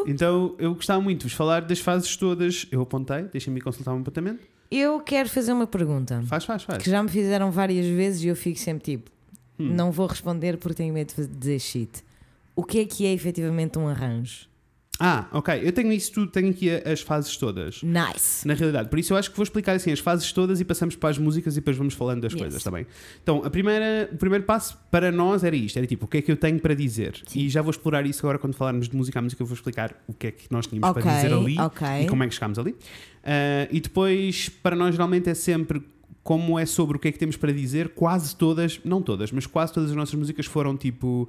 S1: Então eu gostava muito de vos falar das fases todas. Eu apontei, deixem-me consultar um apontamento.
S2: Eu quero fazer uma pergunta
S1: Faz, faz, faz.
S2: Uhum. que já me fizeram várias vezes e eu fico sempre tipo,
S1: Hum.
S2: não vou responder porque tenho medo de dizer shit. O que é que é efetivamente um arranjo?
S1: Ah, ok. Eu tenho isso tudo, tenho aqui a- as fases todas.
S2: Nice.
S1: Na realidade, por isso eu acho que vou explicar assim as fases todas e passamos para as músicas e depois vamos falando das
S3: Yes.
S1: coisas também. Então, a primeira, o primeiro passo para nós era isto: era tipo, o que é que eu tenho para dizer? E já vou explorar isso agora quando falarmos de música à música, eu vou explicar o que é que nós tínhamos
S2: Ok,
S1: para dizer ali
S2: ok.
S1: e como é que chegámos ali. Ah, e depois, para nós, geralmente é sempre como é sobre o que é que temos para dizer. Quase todas, não todas, mas quase todas as nossas músicas foram tipo.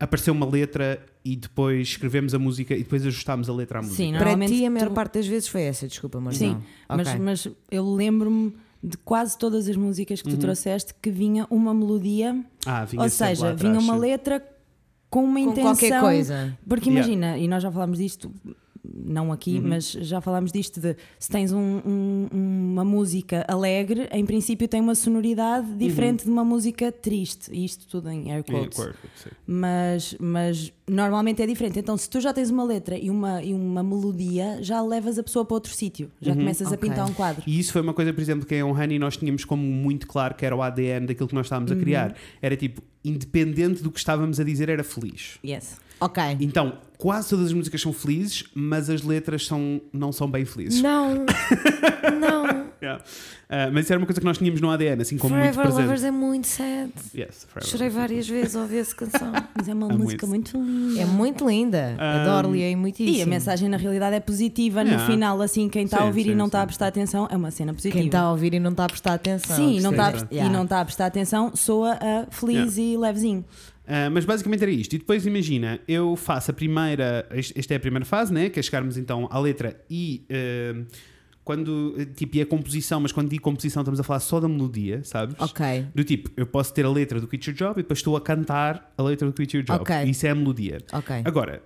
S1: Apareceu uma letra e depois escrevemos a música e depois ajustámos a letra à música.
S3: Sim, é?
S2: Para
S3: normalmente
S2: ti, a maior
S3: tu-
S2: parte das vezes foi essa, desculpa, mas
S3: Sim,
S2: não.
S3: mas,
S2: Ok.
S3: mas eu lembro-me de quase todas as músicas
S1: Uhum.
S3: que tu trouxeste que vinha uma melodia,
S1: Ah, vinha
S3: ou
S1: sempre lá
S3: seja,
S1: atrás,
S3: vinha uma
S1: sim.
S3: letra com uma
S2: Com
S3: intenção.
S2: qualquer coisa.
S3: Porque
S1: Yeah.
S3: imagina, e nós já falámos disto, não aqui, mas já falámos disto de se tens um- um- uma música alegre, em princípio tem uma sonoridade diferente de uma música triste. E isto tudo em air
S1: Yeah,
S3: quotes.
S1: quirk, sim.
S3: mas, mas normalmente é diferente. Então, se tu já tens uma letra e uma, e uma melodia, já levas a pessoa para outro sítio. Já começas
S2: Ok.
S3: a pintar um quadro.
S1: E isso foi uma coisa, por exemplo, que em Honey nós tínhamos como muito claro que era o ADN daquilo que nós estávamos
S3: Uhum.
S1: a criar. Era tipo, independente do que estávamos a dizer, era feliz.
S3: Yes.
S2: Ok.
S1: Então, quase todas as músicas são felizes, mas as letras são, não são bem felizes.
S2: Não, não.
S1: Yeah. Ah, mas isso era uma coisa que nós tínhamos no ADN, assim como muito
S2: Forever
S1: presente.
S2: Lovers é muito sad.
S1: Yes, Forever
S2: Chorei várias vezes ao ouvir essa canção.
S3: Mas é uma
S1: Amo
S3: música
S1: isso.
S3: muito linda.
S2: É muito linda.
S1: Ah,
S2: Adoro-lhe aí muitíssimo.
S3: E a mensagem na realidade é positiva
S1: Yeah.
S3: no final, assim, quem está a
S1: Sim,
S3: ouvir
S1: sim,
S3: e não
S1: sim. Ah,
S3: está a prestar atenção é uma cena positiva.
S2: Quem está a ouvir e não está a prestar atenção.
S3: Sim, não tá a-
S2: percebes?
S3: e não está a prestar atenção, soa a feliz e levezinho.
S1: Uh, mas basicamente era isto. E depois imagina, eu faço a primeira. est- Esta é a primeira fase, né? Que é chegarmos então à letra e. uh, quando, eh, tipo, e a composição, mas quando digo composição estamos a falar só da melodia, sabes?
S2: Ok.
S1: Do tipo, eu posso ter a letra do Quit Your Job e depois estou a cantar a letra do Quit Your Job.
S2: Ok.
S1: Isso é a melodia.
S2: Ok.
S1: Agora,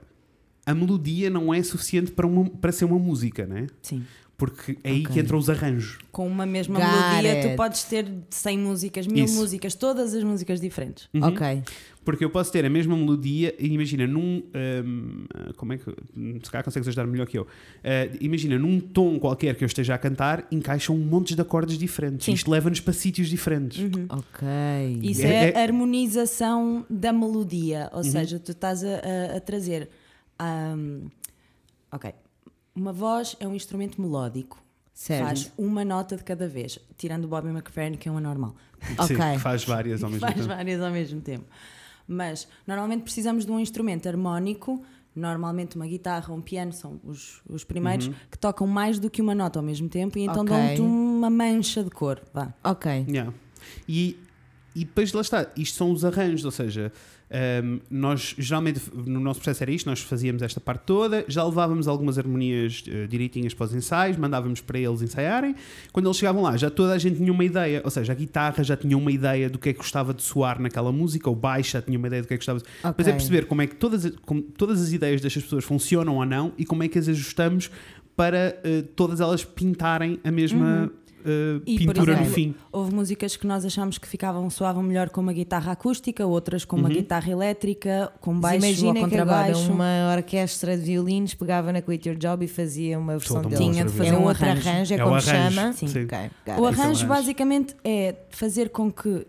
S1: a melodia não é suficiente para, uma- para ser uma música, né?
S3: Sim.
S1: Porque é aí
S2: Ok.
S1: que entram os arranjos.
S3: Com uma mesma
S2: Got
S3: melodia,
S2: it.
S3: tu podes ter 100 músicas, mil
S1: Isso.
S3: músicas, todas as músicas diferentes.
S2: Ok.
S1: Porque eu posso ter a mesma melodia, e imagina, num. hum, como é que. hum, Se calhar consegues ajudar melhor que eu. Eh, imagina, num tom qualquer que eu esteja a cantar, encaixam um monte de acordes diferentes.
S3: Sim. Uhum.
S1: Isto leva-nos para sítios diferentes.
S2: Ok.
S3: Isso
S1: É-
S3: é,
S1: é- Uhum.
S3: a harmonização da melodia, ou seja, tu estás a, a- a trazer. ahm, ok. Uma voz é um instrumento melódico.
S2: Certo.
S3: Faz uma nota de cada vez, tirando o Bobby McFerrin, que é um anormal.
S1: Sim,
S2: Ok.
S1: faz várias ao mesmo
S3: faz
S1: tempo.
S3: várias ao mesmo tempo. Mas normalmente precisamos de um instrumento harmónico, normalmente uma guitarra, um piano, são os, os primeiros, que tocam mais do que uma nota ao mesmo tempo e então
S2: Ok.
S3: dão-te uma mancha de cor. Vá.
S2: Ok.
S1: Yeah. E, e depois lá está, isto são os arranjos, ou seja, ehm, nós geralmente no nosso processo era isto, nós fazíamos esta parte toda, já levávamos algumas harmonias eh, direitinhas para os ensaios, mandávamos para eles ensaiarem. Quando eles chegavam lá, já toda a gente tinha uma ideia, ou seja, a guitarra já tinha uma ideia do que é que gostava de soar naquela música, o baixo já tinha uma ideia do que é que gostava de
S2: Ok.
S1: Mas é perceber como é que todas, a- como todas as ideias destas pessoas funcionam ou não e como é que as ajustamos para eh, todas elas pintarem a mesma eh,
S3: Uhum. E, por
S1: pintura no
S3: exemplo,
S1: fim.
S3: Houve músicas que nós achámos que ficavam, soavam melhor com uma guitarra acústica, outras com uma guitarra elétrica, com
S2: Mas
S3: baixo ou
S2: imagina que agora um
S3: contrabaixo.
S2: uma orquestra de violinos pegava na Quit Your Job e fazia uma versão
S1: Toda
S2: dele.
S1: uma
S3: Tinha de outra fazer
S2: é
S3: versão.
S2: um
S3: um
S2: outro
S3: arranjo.
S2: arranjo, é,
S1: É o
S2: como
S1: arranjo,
S2: chama.
S1: sim.
S2: Ok,
S1: Sim.
S2: got
S3: O
S2: it.
S1: Esse
S3: arranjo
S1: arranjo.
S3: basicamente é fazer com que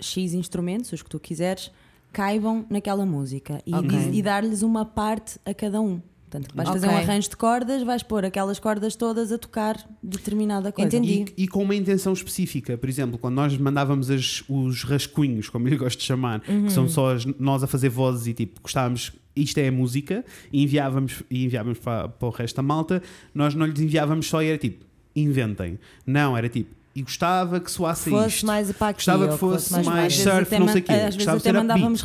S3: X instrumentos, os que tu quiseres, caibam naquela música e,
S2: Ok.
S3: e- e dar-lhes uma parte a cada um. Portanto, vais fazer
S2: Ok.
S3: um arranjo de cordas, vais pôr aquelas cordas todas a tocar determinada coisa.
S2: Entendi.
S1: E, e com uma intenção específica, por exemplo, quando nós mandávamos as- os rascunhos, como eu gosto de chamar,
S3: Uhum.
S1: que são só as- nós a fazer vozes e tipo, gostávamos, isto é a música, e enviávamos, e enviávamos para, para o resto da malta, nós não lhes enviávamos só e era tipo, inventem. Não, era tipo, e gostava que soasse
S2: Fosse
S1: isto.
S2: mais para aqui,
S1: Gostava
S2: ou
S1: que fosse mais,
S2: para
S3: Às
S2: ali.
S3: vezes
S1: surf,
S3: até
S1: não
S3: man-
S1: sei o quê.
S3: às vezes
S1: Gostava
S3: até
S1: de ter
S3: mandávamos
S1: upbeat,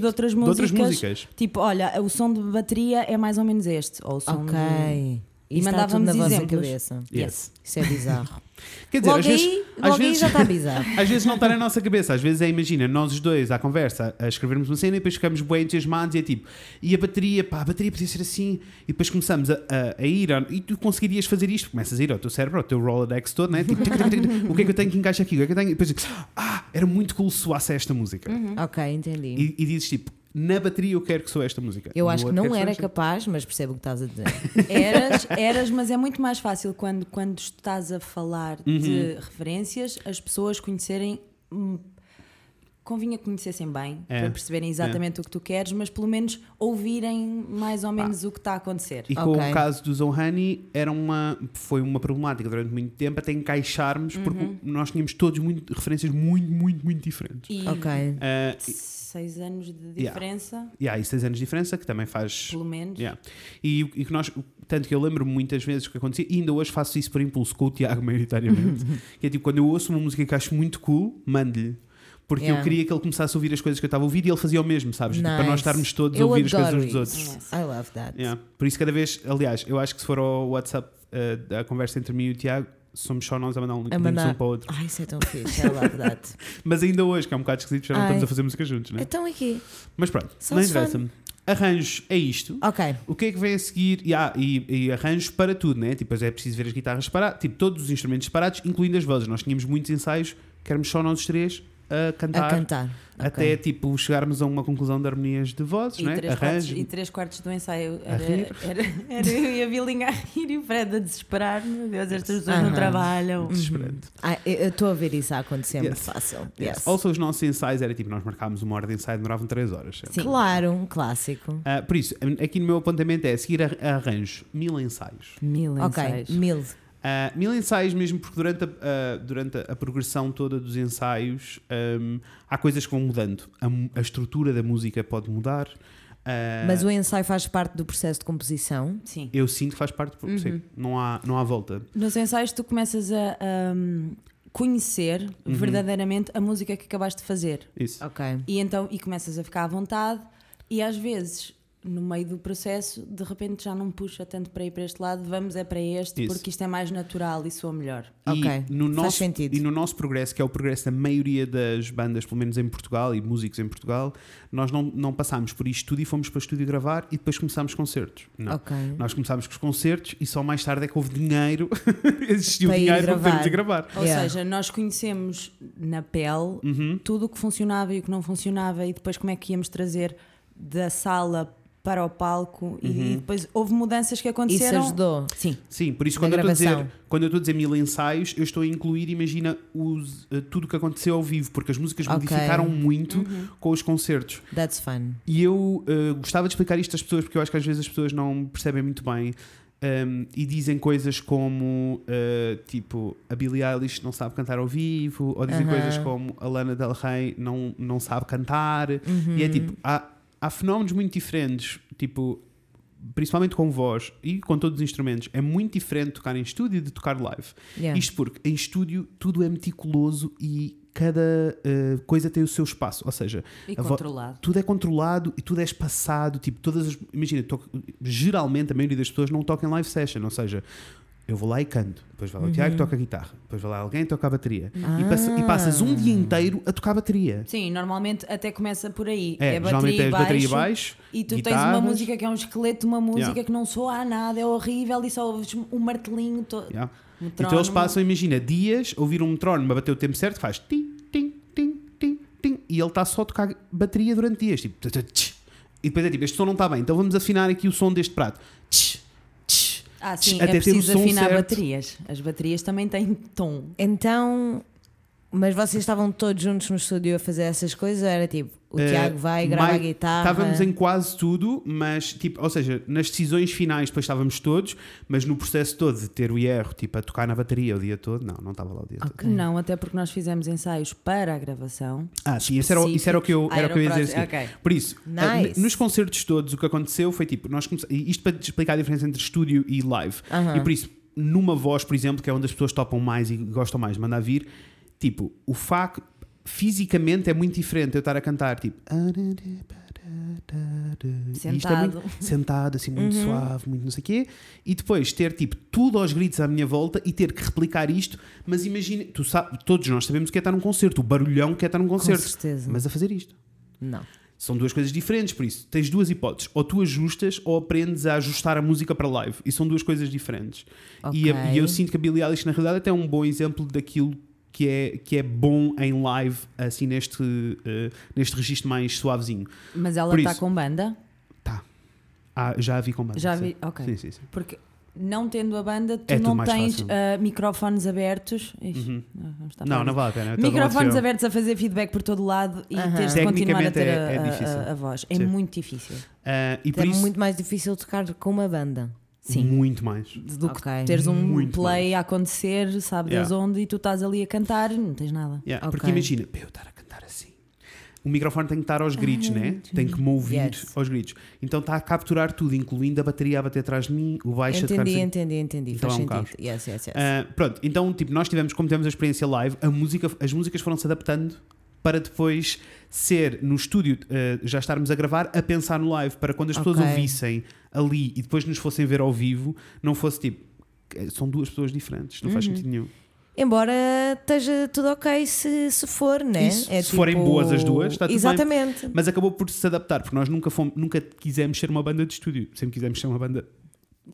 S1: downbeat,
S3: de outras
S1: um De outras
S3: músicas.
S1: músicas.
S3: Tipo, olha, o som de bateria é mais ou menos este. Ou o som
S2: Ok.
S3: de...
S2: E está tudo
S3: mandávamos
S2: na vossa
S3: exemplos.
S2: cabeça.
S1: Yes.
S2: Isso é bizarro.
S1: Quer dizer,
S2: logo
S1: às
S2: aí,
S1: vezes, às
S2: logo aí
S1: vezes-
S2: já está bizarro.
S1: Às vezes não está na nossa cabeça, às vezes é, imagina, nós os dois à conversa, a escrevermos uma cena e depois ficamos bem entusiasmados e é tipo, e a bateria, pá, a bateria podia ser assim, e depois começamos a, a- a ir, a- e tu conseguirias fazer isto, começas a ir ao teu cérebro, ao teu Rolodex todo, né? Tipo, tic, tic, tic, tic, o que é que eu tenho que encaixar aqui, o que é que eu tenho, e depois, ah, era muito cool se soasse esta música,
S2: ok, entendi.
S1: Uhum. e, e dizes tipo, na bateria eu quero que soe esta música.
S2: Eu
S1: No
S2: acho que
S1: outro é quero
S2: não
S1: soe
S2: era
S1: esta.
S2: capaz, mas percebo o que estás a dizer.
S3: Eras, eras, mas é muito mais fácil quando, quando estás a falar
S1: Uhum.
S3: de referências, as pessoas conhecerem. hum, Convinha que conhecessem bem,
S1: É,
S3: para perceberem exatamente o que tu queres, mas pelo menos ouvirem mais ou menos o que está a acontecer.
S1: E com
S2: Ok.
S1: o caso do Zonhani, era uma, foi uma problemática durante muito tempo até encaixarmos,
S2: Uhum.
S1: porque nós tínhamos todos muito, referências muito, muito, muito diferentes.
S3: E
S2: ok.
S1: Ah,
S3: seis anos de
S1: Yeah.
S3: diferença,
S1: e há aí seis anos de diferença, que também faz.
S3: pelo menos.
S1: Yeah. E, o- e que nós, tanto que eu lembro muitas vezes que acontecia, e ainda hoje faço isso por impulso com o Tiago, maioritariamente, que é tipo quando eu ouço uma música que acho muito cool, mando-lhe. Porque
S2: Yeah.
S1: eu queria que ele começasse a ouvir as coisas que eu estava a ouvir e ele fazia o mesmo, sabes? Tipo, Para
S2: Nice.
S1: nós estarmos todos
S2: Eu
S1: a ouvir as
S2: adoro
S1: coisas uns dos
S2: isso.
S1: outros.
S2: I love that.
S1: Yeah. Por isso, cada vez, aliás, eu acho que se for ao WhatsApp eh, da conversa entre mim e o Tiago, somos só nós a mandar um link
S2: A
S1: um
S2: mandar.
S1: para o outro.
S2: Ai, isso é tão fixe. I love that.
S1: Mas ainda hoje, que é um bocado esquisito, já não
S2: Ai.
S1: estamos a fazer música juntos, né?
S2: então aqui.
S1: Mas pronto,
S2: Só
S1: não
S2: se for-
S1: interessa-me. Arranjos é isto.
S2: Ok.
S1: O que é que vem a seguir? E, há- e- e arranjos para tudo, né? Tipo, é preciso ver as guitarras separadas, tipo, todos os instrumentos separados, incluindo as vozes. Nós tínhamos muitos ensaios, que éramos só nós os três a cantar,
S2: A cantar.
S1: até tipo chegarmos a uma conclusão de harmonias de vozes,
S3: E,
S1: né?
S3: três quartos,
S1: Arranjos.
S3: e três quartos do ensaio
S1: A
S3: era,
S1: rir.
S3: era, era eu e a Bilinha a rir e o Fred a desesperar. Meu Deus, estas pessoas
S2: Aham.
S3: não trabalham.
S1: Desesperante.
S2: Ah, eu eu estou a ver isso a acontecer muito
S1: Yes.
S2: fácil. Yes.
S1: Also, os nossos ensaios era tipo, nós marcámos uma hora de ensaio, demoravam 3 horas. sempre.
S2: Claro, um clássico.
S1: Ah, por isso, aqui no meu apontamento é seguir a- a arranjos, mil ensaios.
S3: Mil
S2: Ok, mil.
S1: Uh, mil ensaios mesmo, porque durante a, a- durante a progressão toda dos ensaios um, há coisas que vão mudando. A, mu- a estrutura da música pode mudar. uh,
S2: Mas o ensaio faz parte do processo de composição.
S3: Sim.
S1: Eu sinto que faz parte.
S2: Uhum.
S1: do Sim, não há, não há volta.
S3: Nos ensaios tu começas a um, conhecer
S1: Uhum.
S3: verdadeiramente a música que acabaste de fazer
S1: Isso.
S2: Ok.
S3: e então e começas a ficar à vontade e às vezes no meio do processo, de repente já não puxa tanto para ir para este lado, vamos é para este,
S1: Isso.
S3: porque isto é mais natural e soa melhor.
S1: E
S2: Ok,
S1: no
S2: faz
S1: nosso,
S2: sentido.
S1: E no nosso progresso, que é o progresso da maioria das bandas, pelo menos em Portugal, e músicos em Portugal, nós não, não passámos por isto tudo e fomos para o estúdio gravar e depois começámos concertos. Não.
S2: Ok.
S1: Nós começámos com os concertos e só mais tarde é que houve dinheiro, existiu
S2: Para ir
S1: dinheiro para
S2: gravar.
S1: podermos ir gravar.
S3: Ou
S2: Yeah.
S3: seja, nós conhecemos na pele
S1: Uhum.
S3: tudo o que funcionava e o que não funcionava e depois como é que íamos trazer da sala para o palco e,
S1: Uhum.
S3: e depois houve mudanças que
S2: Isso
S3: aconteceram.
S2: ajudou. Sim.
S1: Sim, por isso
S2: Da
S1: quando eu, estou a dizer,
S2: gravação.
S1: quando eu estou a dizer mil ensaios, eu estou a incluir, imagina, os, eh, tudo o que aconteceu ao vivo, porque as músicas
S2: Ok.
S1: modificaram muito com os concertos.
S2: That's fun.
S1: E eu eh, gostava de explicar isto às pessoas, porque eu acho que às vezes as pessoas não percebem muito bem ehm, e dizem coisas como eh, tipo a Billie Eilish não sabe cantar ao vivo, ou dizem
S2: Aham.
S1: coisas como a Lana Del Rey não, não sabe cantar. E é
S2: Hum.
S1: tipo, há, há fenómenos muito diferentes, tipo, principalmente com voz e com todos os instrumentos. É muito diferente tocar em estúdio de tocar live.
S2: Yeah.
S1: Isto porque em estúdio tudo é meticuloso e cada eh, coisa tem o seu espaço. Ou seja,
S3: E
S1: a vo-
S3: controlado.
S1: tudo é controlado e tudo é espaçado. Tipo, todas as. Imagina, to- geralmente a maioria das pessoas não toca em live session, ou seja. Eu vou lá e canto, depois vai lá o
S3: Uhum.
S1: Tiago e toca a guitarra, depois vai lá alguém e toca a bateria.
S3: Ah.
S1: E, passa- e passas um dia inteiro a tocar a bateria.
S3: Sim, normalmente até começa por aí.
S1: É, geralmente
S3: bateria
S1: é
S3: e
S1: bateria e
S3: baixo.
S1: baixo,
S3: E tu tens
S1: guitarras.
S3: uma música que é um esqueleto de uma música
S1: Yeah.
S3: que não soa a nada, é horrível e só ouves um martelinho um todo.
S1: Yeah. Então
S3: Metrónomo.
S1: eles passam, imagina, dias a ouvir um metrónomo a bater o tempo certo, que faz tim, tim, tim, tim, tim, e ele está só a tocar bateria durante dias, tipo, tch, tch. e depois é tipo, este som não está bem, então vamos afinar aqui o som deste prato. Tch, tch,
S3: Ah, sim,
S1: Até
S3: é
S1: ter o
S3: preciso
S1: som
S3: afinar
S1: certo.
S3: baterias. As baterias também têm tom.
S2: Então, mas vocês estavam todos juntos no estúdio a fazer essas coisas? Ou era tipo, o
S1: Eh,
S2: Tiago vai, grava a
S1: mai-
S2: guitarra?
S1: Estávamos em quase tudo, mas tipo, ou seja, nas decisões finais depois estávamos todos, mas no processo todo de ter o erro, tipo, a tocar na bateria o dia todo, não, não estava lá o dia todo.
S2: Ok.
S3: Não, até porque nós fizemos ensaios para a gravação.
S1: Ah, sim, isso era, o- isso era o que eu,
S3: Ah,
S1: era o que eu ia dizer. a
S3: próximo,
S1: seguir.
S3: ok.
S1: Por isso, ah,
S2: Nice.
S1: n- nos concertos todos, o que aconteceu foi tipo, nós come- e isto para te explicar a diferença entre estúdio e live.
S2: Aham.
S1: E por isso, numa voz, por exemplo, que é onde as pessoas topam mais e gostam mais de mandar vir, tipo, o facto fisicamente é muito diferente eu estar a cantar tipo. E isto é muito-
S3: Sentado.
S1: sentado, assim, muito
S2: Uhum.
S1: suave, muito não sei o quê, e depois ter tipo tudo aos gritos à minha volta e ter que replicar isto. Mas imagina, tu sabe, todos nós sabemos o que é estar num concerto, o barulhão que é estar num concerto,
S2: certeza.
S1: mas a fazer isto.
S2: Não.
S1: São duas coisas diferentes, por isso tens duas hipóteses. Ou tu ajustas ou aprendes a ajustar a música para live. E são duas coisas diferentes. E, a-
S2: Ok.
S1: e eu sinto que a Billie Eilish, na realidade, até é um bom exemplo daquilo que é, que é bom em live, assim, neste, eh, neste registro mais suavezinho.
S3: Mas ela
S1: Por
S3: está
S1: isso.
S3: com banda?
S1: Tá. Ah, já a vi com banda.
S3: Já
S1: sim.
S3: vi- ok.
S1: Sim, sim, sim.
S3: Porque não tendo a banda, tu
S1: É tudo
S3: não
S1: mais
S3: tens
S1: fácil. Uhum.
S3: ah, microfones abertos. Ixi, ah, vamos estar
S1: Não,
S3: para-
S1: não vale a pena. Então,
S3: Microfones
S1: aconteceu.
S3: abertos a fazer feedback por todo lado e
S2: Aham.
S3: teres de continuar a ter a,
S1: Tecnicamente é- é
S3: a-
S1: difícil.
S3: a- a voz. É
S1: Sim.
S3: muito difícil.
S1: Ah, e por
S2: Era
S1: isso,
S2: muito mais difícil tocar com uma banda.
S3: Sim.
S1: muito mais.
S3: Do que
S2: Ok.
S3: teres um
S1: Muito
S3: play a acontecer, sabe
S1: Yeah.
S3: Deus onde, e tu estás ali a cantar, não tens nada.
S1: Yeah,
S2: Ok.
S1: Porque imagina, para eu estar a cantar assim, o microfone tem que estar aos gritos, né? Tem que me ouvir
S2: Ah, Yes.
S1: aos gritos. Então está a capturar tudo, incluindo a bateria a bater atrás de mim, o baixo a tocar
S2: entendi,
S1: assim.
S2: entendi, entendi.
S1: Então
S2: Faz
S1: é um
S2: sentido.
S1: caos.
S2: Yes, yes, yes.
S1: Ah, pronto, então tipo, nós tivemos, como tivemos a experiência live, a música, as músicas foram se adaptando para depois ser no estúdio, ah, já estarmos a gravar, a pensar no live, para quando as pessoas
S2: Ok.
S1: ouvissem ali e depois nos fossem ver ao vivo, não fosse tipo, "Eh, são duas pessoas diferentes, não
S2: Uhum.
S1: faz sentido nenhum.
S2: Embora esteja tudo ok se, se for, né?
S1: Isso, se forem boas as duas, está tudo bem.
S2: Exatamente.
S1: Mas acabou por se adaptar, porque nós nunca, fomos, nunca quisemos ser uma banda de estúdio, sempre quisemos ser uma banda.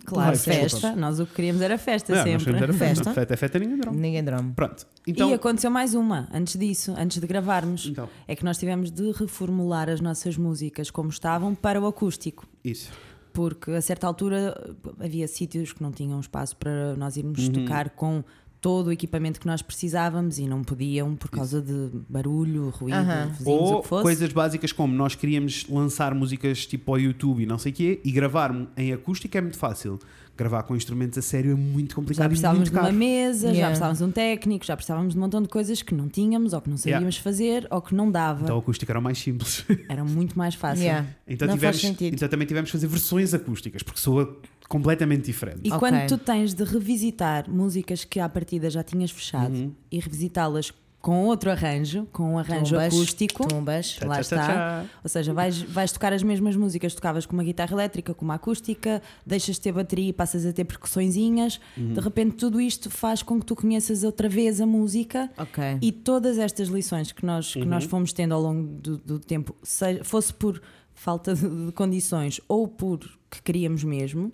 S3: Claro,
S1: Live,
S3: festa.
S1: desculpa.
S3: Nós o que queríamos era festa
S1: Não, nós
S3: sempre.
S1: queremos era
S2: Festa.
S1: festa. Festa, é festa ninguém não.
S2: Ninguém drama.
S1: Pronto, então.
S3: e aconteceu mais uma, antes disso, antes de gravarmos.
S1: Então.
S3: É que nós tivemos de reformular as nossas músicas como estavam para o acústico.
S1: Isso.
S3: Porque a certa altura havia sítios que não tinham espaço para nós irmos
S1: Uhum.
S3: tocar com todo o equipamento que nós precisávamos e não podiam por causa de barulho, ruído,
S2: Aham.
S3: vizinhos, o
S1: Ou
S3: que fosse.
S1: coisas básicas como nós queríamos lançar músicas tipo ao YouTube e não sei o quê, e gravar em acústica é muito fácil. Gravar com instrumentos a sério é muito
S3: Já
S1: complicado e
S3: precisávamos
S1: muito
S3: de uma
S1: caro.
S3: mesa, já
S2: Yeah.
S3: precisávamos de um técnico, já precisávamos de um montão de coisas que não tínhamos ou que não sabíamos fazer ou que não dava.
S1: Então a acústica era o mais simples.
S3: Era muito mais fácil.
S2: Yeah.
S1: Então,
S2: não
S1: tivemos,
S2: faz sentido.
S1: então também tivemos de fazer versões acústicas, porque soa completamente diferente.
S2: Ok.
S3: E
S1: Uhum.
S3: quando tu tens de revisitar músicas que à partida já tinhas fechado e revisitá-las com outro arranjo, com
S1: então,
S3: um arranjo
S2: Tumbas,
S3: acústico.
S1: Tá
S2: Tumbas.
S3: Lá está. Ou seja, vais, vais tocar as mesmas músicas, tocavas com uma guitarra elétrica, com uma acústica, deixas de ter bateria e passas a ter percussõezinhas. De repente, tudo isto faz com que tu conheças outra vez a música.
S2: Ok.
S3: E todas estas lições que nós, que nós fomos tendo ao longo do, do tempo, se- fosse por falta de, de condições ou por que queríamos mesmo,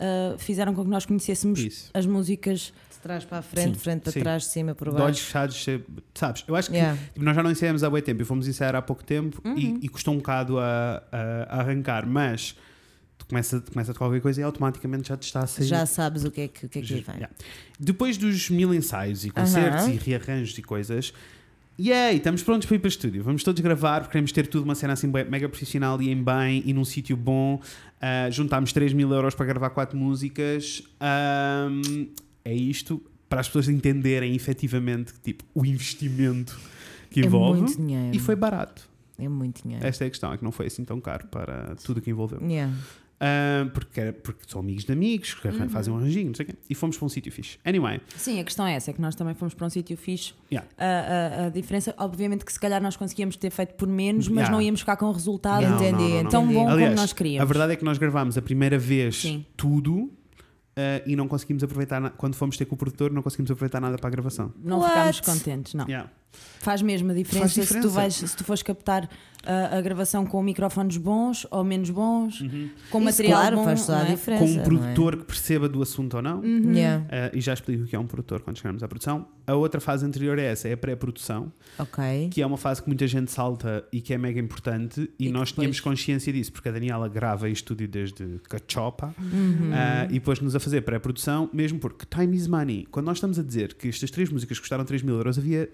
S3: ah, fizeram com que nós conhecêssemos
S1: Isso.
S3: as músicas.
S2: De trás para a frente, de frente para
S1: Sim.
S2: trás, de cima para
S1: De olhos
S2: baixo.
S1: fechados, se- sabes? Eu acho que
S2: Yeah. Uhum.
S1: tipo, nós já não ensaiamos há bem tempo e fomos ensaiar há pouco tempo e, e custou um bocado a, a- a arrancar, mas tu começa, começa a tocar qualquer coisa e automaticamente já te está a sair.
S2: Já sabes o que é que, o que, é que vem.
S1: Yeah. Depois dos mil ensaios e concertos
S2: Aham.
S1: e rearranjos e coisas, yay, estamos prontos para ir para o estúdio. Vamos todos gravar, porque queremos ter tudo uma cena assim bué- mega profissional e em bem e num sítio bom. Ah, juntámos 3 mil euros para gravar quatro músicas. Ahm, é isto para as pessoas entenderem efetivamente que, tipo, o investimento que
S2: É
S1: envolve.
S2: muito dinheiro.
S1: E foi barato.
S2: É muito dinheiro.
S1: Esta é a questão, é que não foi assim tão caro para tudo o que envolveu.
S2: Yeah.
S1: Ah, porque, era- porque são amigos de amigos, que
S2: Uhum.
S1: arran- fazem um arranjinho, não sei o quê. E fomos para um sítio fixe. Anyway,
S3: Sim, a questão é essa, é que nós também fomos para um sítio fixe.
S1: Yeah.
S3: A, a- a diferença, obviamente, que se calhar nós conseguíamos ter feito por menos, mas
S1: Yeah.
S3: não íamos ficar com o resultado
S1: Não,
S2: entendi,
S1: não, não, não.
S2: entendi.
S3: tão bom
S1: Aliás,
S3: como nós queríamos.
S1: A verdade é que nós gravámos a primeira vez
S3: Sim.
S1: tudo eh, e não conseguimos aproveitar. na- Quando fomos ter com o produtor, não conseguimos aproveitar nada para a gravação.
S3: Não
S2: What?
S3: ficámos contentes, não.
S1: Yeah.
S3: Faz mesmo a diferença,
S1: Faz
S3: Se, tu
S1: diferença.
S3: vais, se tu fores captar ah, a gravação com microfones bons ou menos bons, com
S2: Isso,
S3: material
S2: claro,
S3: bom,
S2: faz toda a
S3: não é? Uhum.
S2: diferença.
S1: Com um
S2: não é?
S1: produtor que perceba do assunto ou não.
S2: Yeah.
S1: Eh, e já explico o que é um produtor quando chegarmos à produção. A outra fase anterior é essa, é a pré-produção,
S2: Ok.
S1: que é uma fase que muita gente salta e que é mega importante. E,
S3: E que
S1: nós tínhamos
S3: depois-
S1: consciência disso, porque a Daniela grava em estúdio desde Cachopa
S3: Uhum.
S2: Uhum.
S1: eh, e pôs-nos a fazer pré-produção, mesmo porque time is money. Quando nós estamos a dizer que estas três músicas custaram 3 mil euros, havia.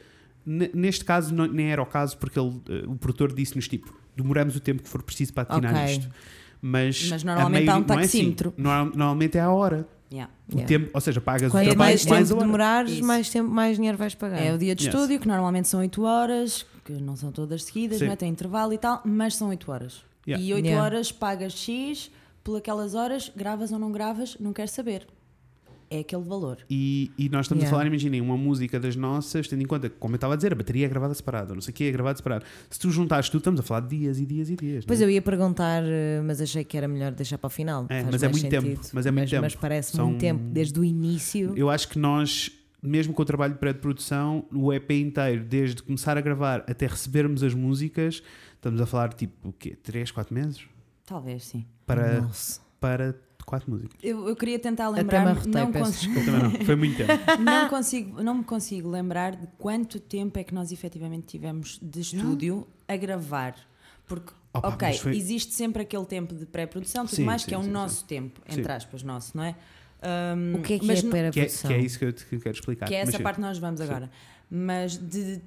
S1: ne- Neste caso, não- nem era o caso, porque ele, eh, o produtor disse-nos tipo: demoramos o tempo que for preciso para atinar
S2: Ok.
S1: isto. Mas,
S3: Mas
S1: a
S3: normalmente há um
S1: não é assim.
S3: taxímetro.
S1: Normal- normalmente é a hora.
S3: Yeah.
S1: O
S2: Yeah.
S1: tempo, ou seja, pagas o
S2: Quanto
S1: trabalho
S2: mais
S1: mais,
S2: tempo
S1: a hora.
S2: demorares,
S3: Isso.
S2: mais, tempo, mais dinheiro vais pagar.
S3: É o dia de
S1: Yes.
S3: estúdio, que normalmente são 8 horas, que não são todas seguidas,
S1: Sim.
S3: não é? tem intervalo e tal, mas são 8 horas.
S1: Yeah.
S3: E 8
S2: Yeah.
S3: horas pagas X, por aquelas horas, gravas ou não gravas, não queres saber. É aquele valor.
S1: E, e nós estamos
S2: Yeah.
S1: a falar, imaginem, uma música das nossas, tendo em conta que, como eu estava a dizer, a bateria é gravada separada, não sei o que é gravado separado. Se tu juntares tudo, estamos a falar de dias e dias e dias.
S2: Pois
S1: né?
S2: eu ia perguntar, eh, mas achei que era melhor deixar para o final.
S1: É,
S2: Faz
S1: mas é
S2: mais
S1: muito tempo,
S2: sentido.
S1: mas é muito tempo.
S2: Mas parece
S1: São-
S2: muito tempo, desde o início.
S1: Eu acho que nós, mesmo com o trabalho de pré-produção, o EP inteiro, desde começar a gravar até recebermos as músicas, estamos a falar tipo o quê? 3, 4 meses?
S3: Talvez sim.
S1: Para,
S2: Nossa.
S1: para 4 músicas.
S3: Eu, eu queria tentar
S2: Até me
S3: lembrar,
S2: arrotei,
S3: não,
S2: peço
S3: cons-
S1: Eu também não, foi muito tempo.
S3: não consigo, não me consigo lembrar de quanto tempo é que nós efetivamente tivemos de estúdio a gravar. Porque,
S1: Opa,
S3: ok,
S1: mas foi-
S3: existe sempre aquele tempo de pré-produção, tudo
S1: Sim,
S3: mais,
S1: sim,
S3: que é o
S1: sim,
S3: nosso tempo, entre
S1: Sim.
S3: aspas, nosso, não é? Ahm,
S2: O que é que
S3: mas
S2: é
S3: não-
S2: para a
S1: que, é,
S2: produção?
S1: que é isso que eu te que eu quero explicar.
S3: Que é
S1: Mas
S3: essa
S1: sim.
S3: parte que nós vamos agora. Mas de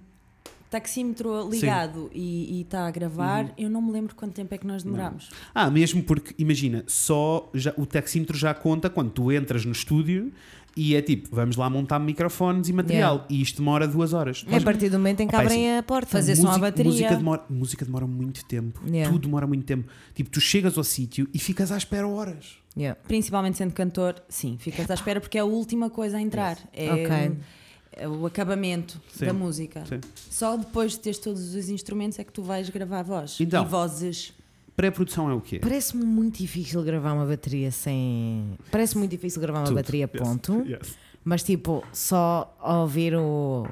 S3: taxímetro ligado e está a gravar,
S1: Uhum.
S3: eu não me lembro quanto tempo é que nós demorámos.
S1: Ah, mesmo porque, imagina, só já, o taxímetro já conta quando tu entras no estúdio e é tipo, vamos lá montar microfones e material. E isto demora duas horas.
S2: É a partir do momento em que
S1: Opa, assim,
S2: abrem a porta.
S3: fazer só a
S1: música,
S3: bateria.
S1: Música demora, música demora muito tempo.
S2: Yeah.
S1: Tudo demora muito tempo. Tipo, tu chegas ao sítio e ficas à espera horas.
S2: Yeah.
S3: Principalmente sendo cantor, sim, ficas à espera porque é a última coisa a entrar. É,
S2: Ok.
S3: é o acabamento
S1: Sim.
S3: da música.
S1: Sim.
S3: Só depois de teres todos os instrumentos é que tu vais gravar a voz.
S1: Então.
S3: e vozes.
S1: Pré-produção é o quê?
S2: Parece-me muito difícil gravar uma bateria sem. Parece muito difícil gravar uma
S1: Tudo.
S2: bateria,
S1: Yes.
S2: ponto.
S1: Yes.
S2: Mas tipo, só ouvir o.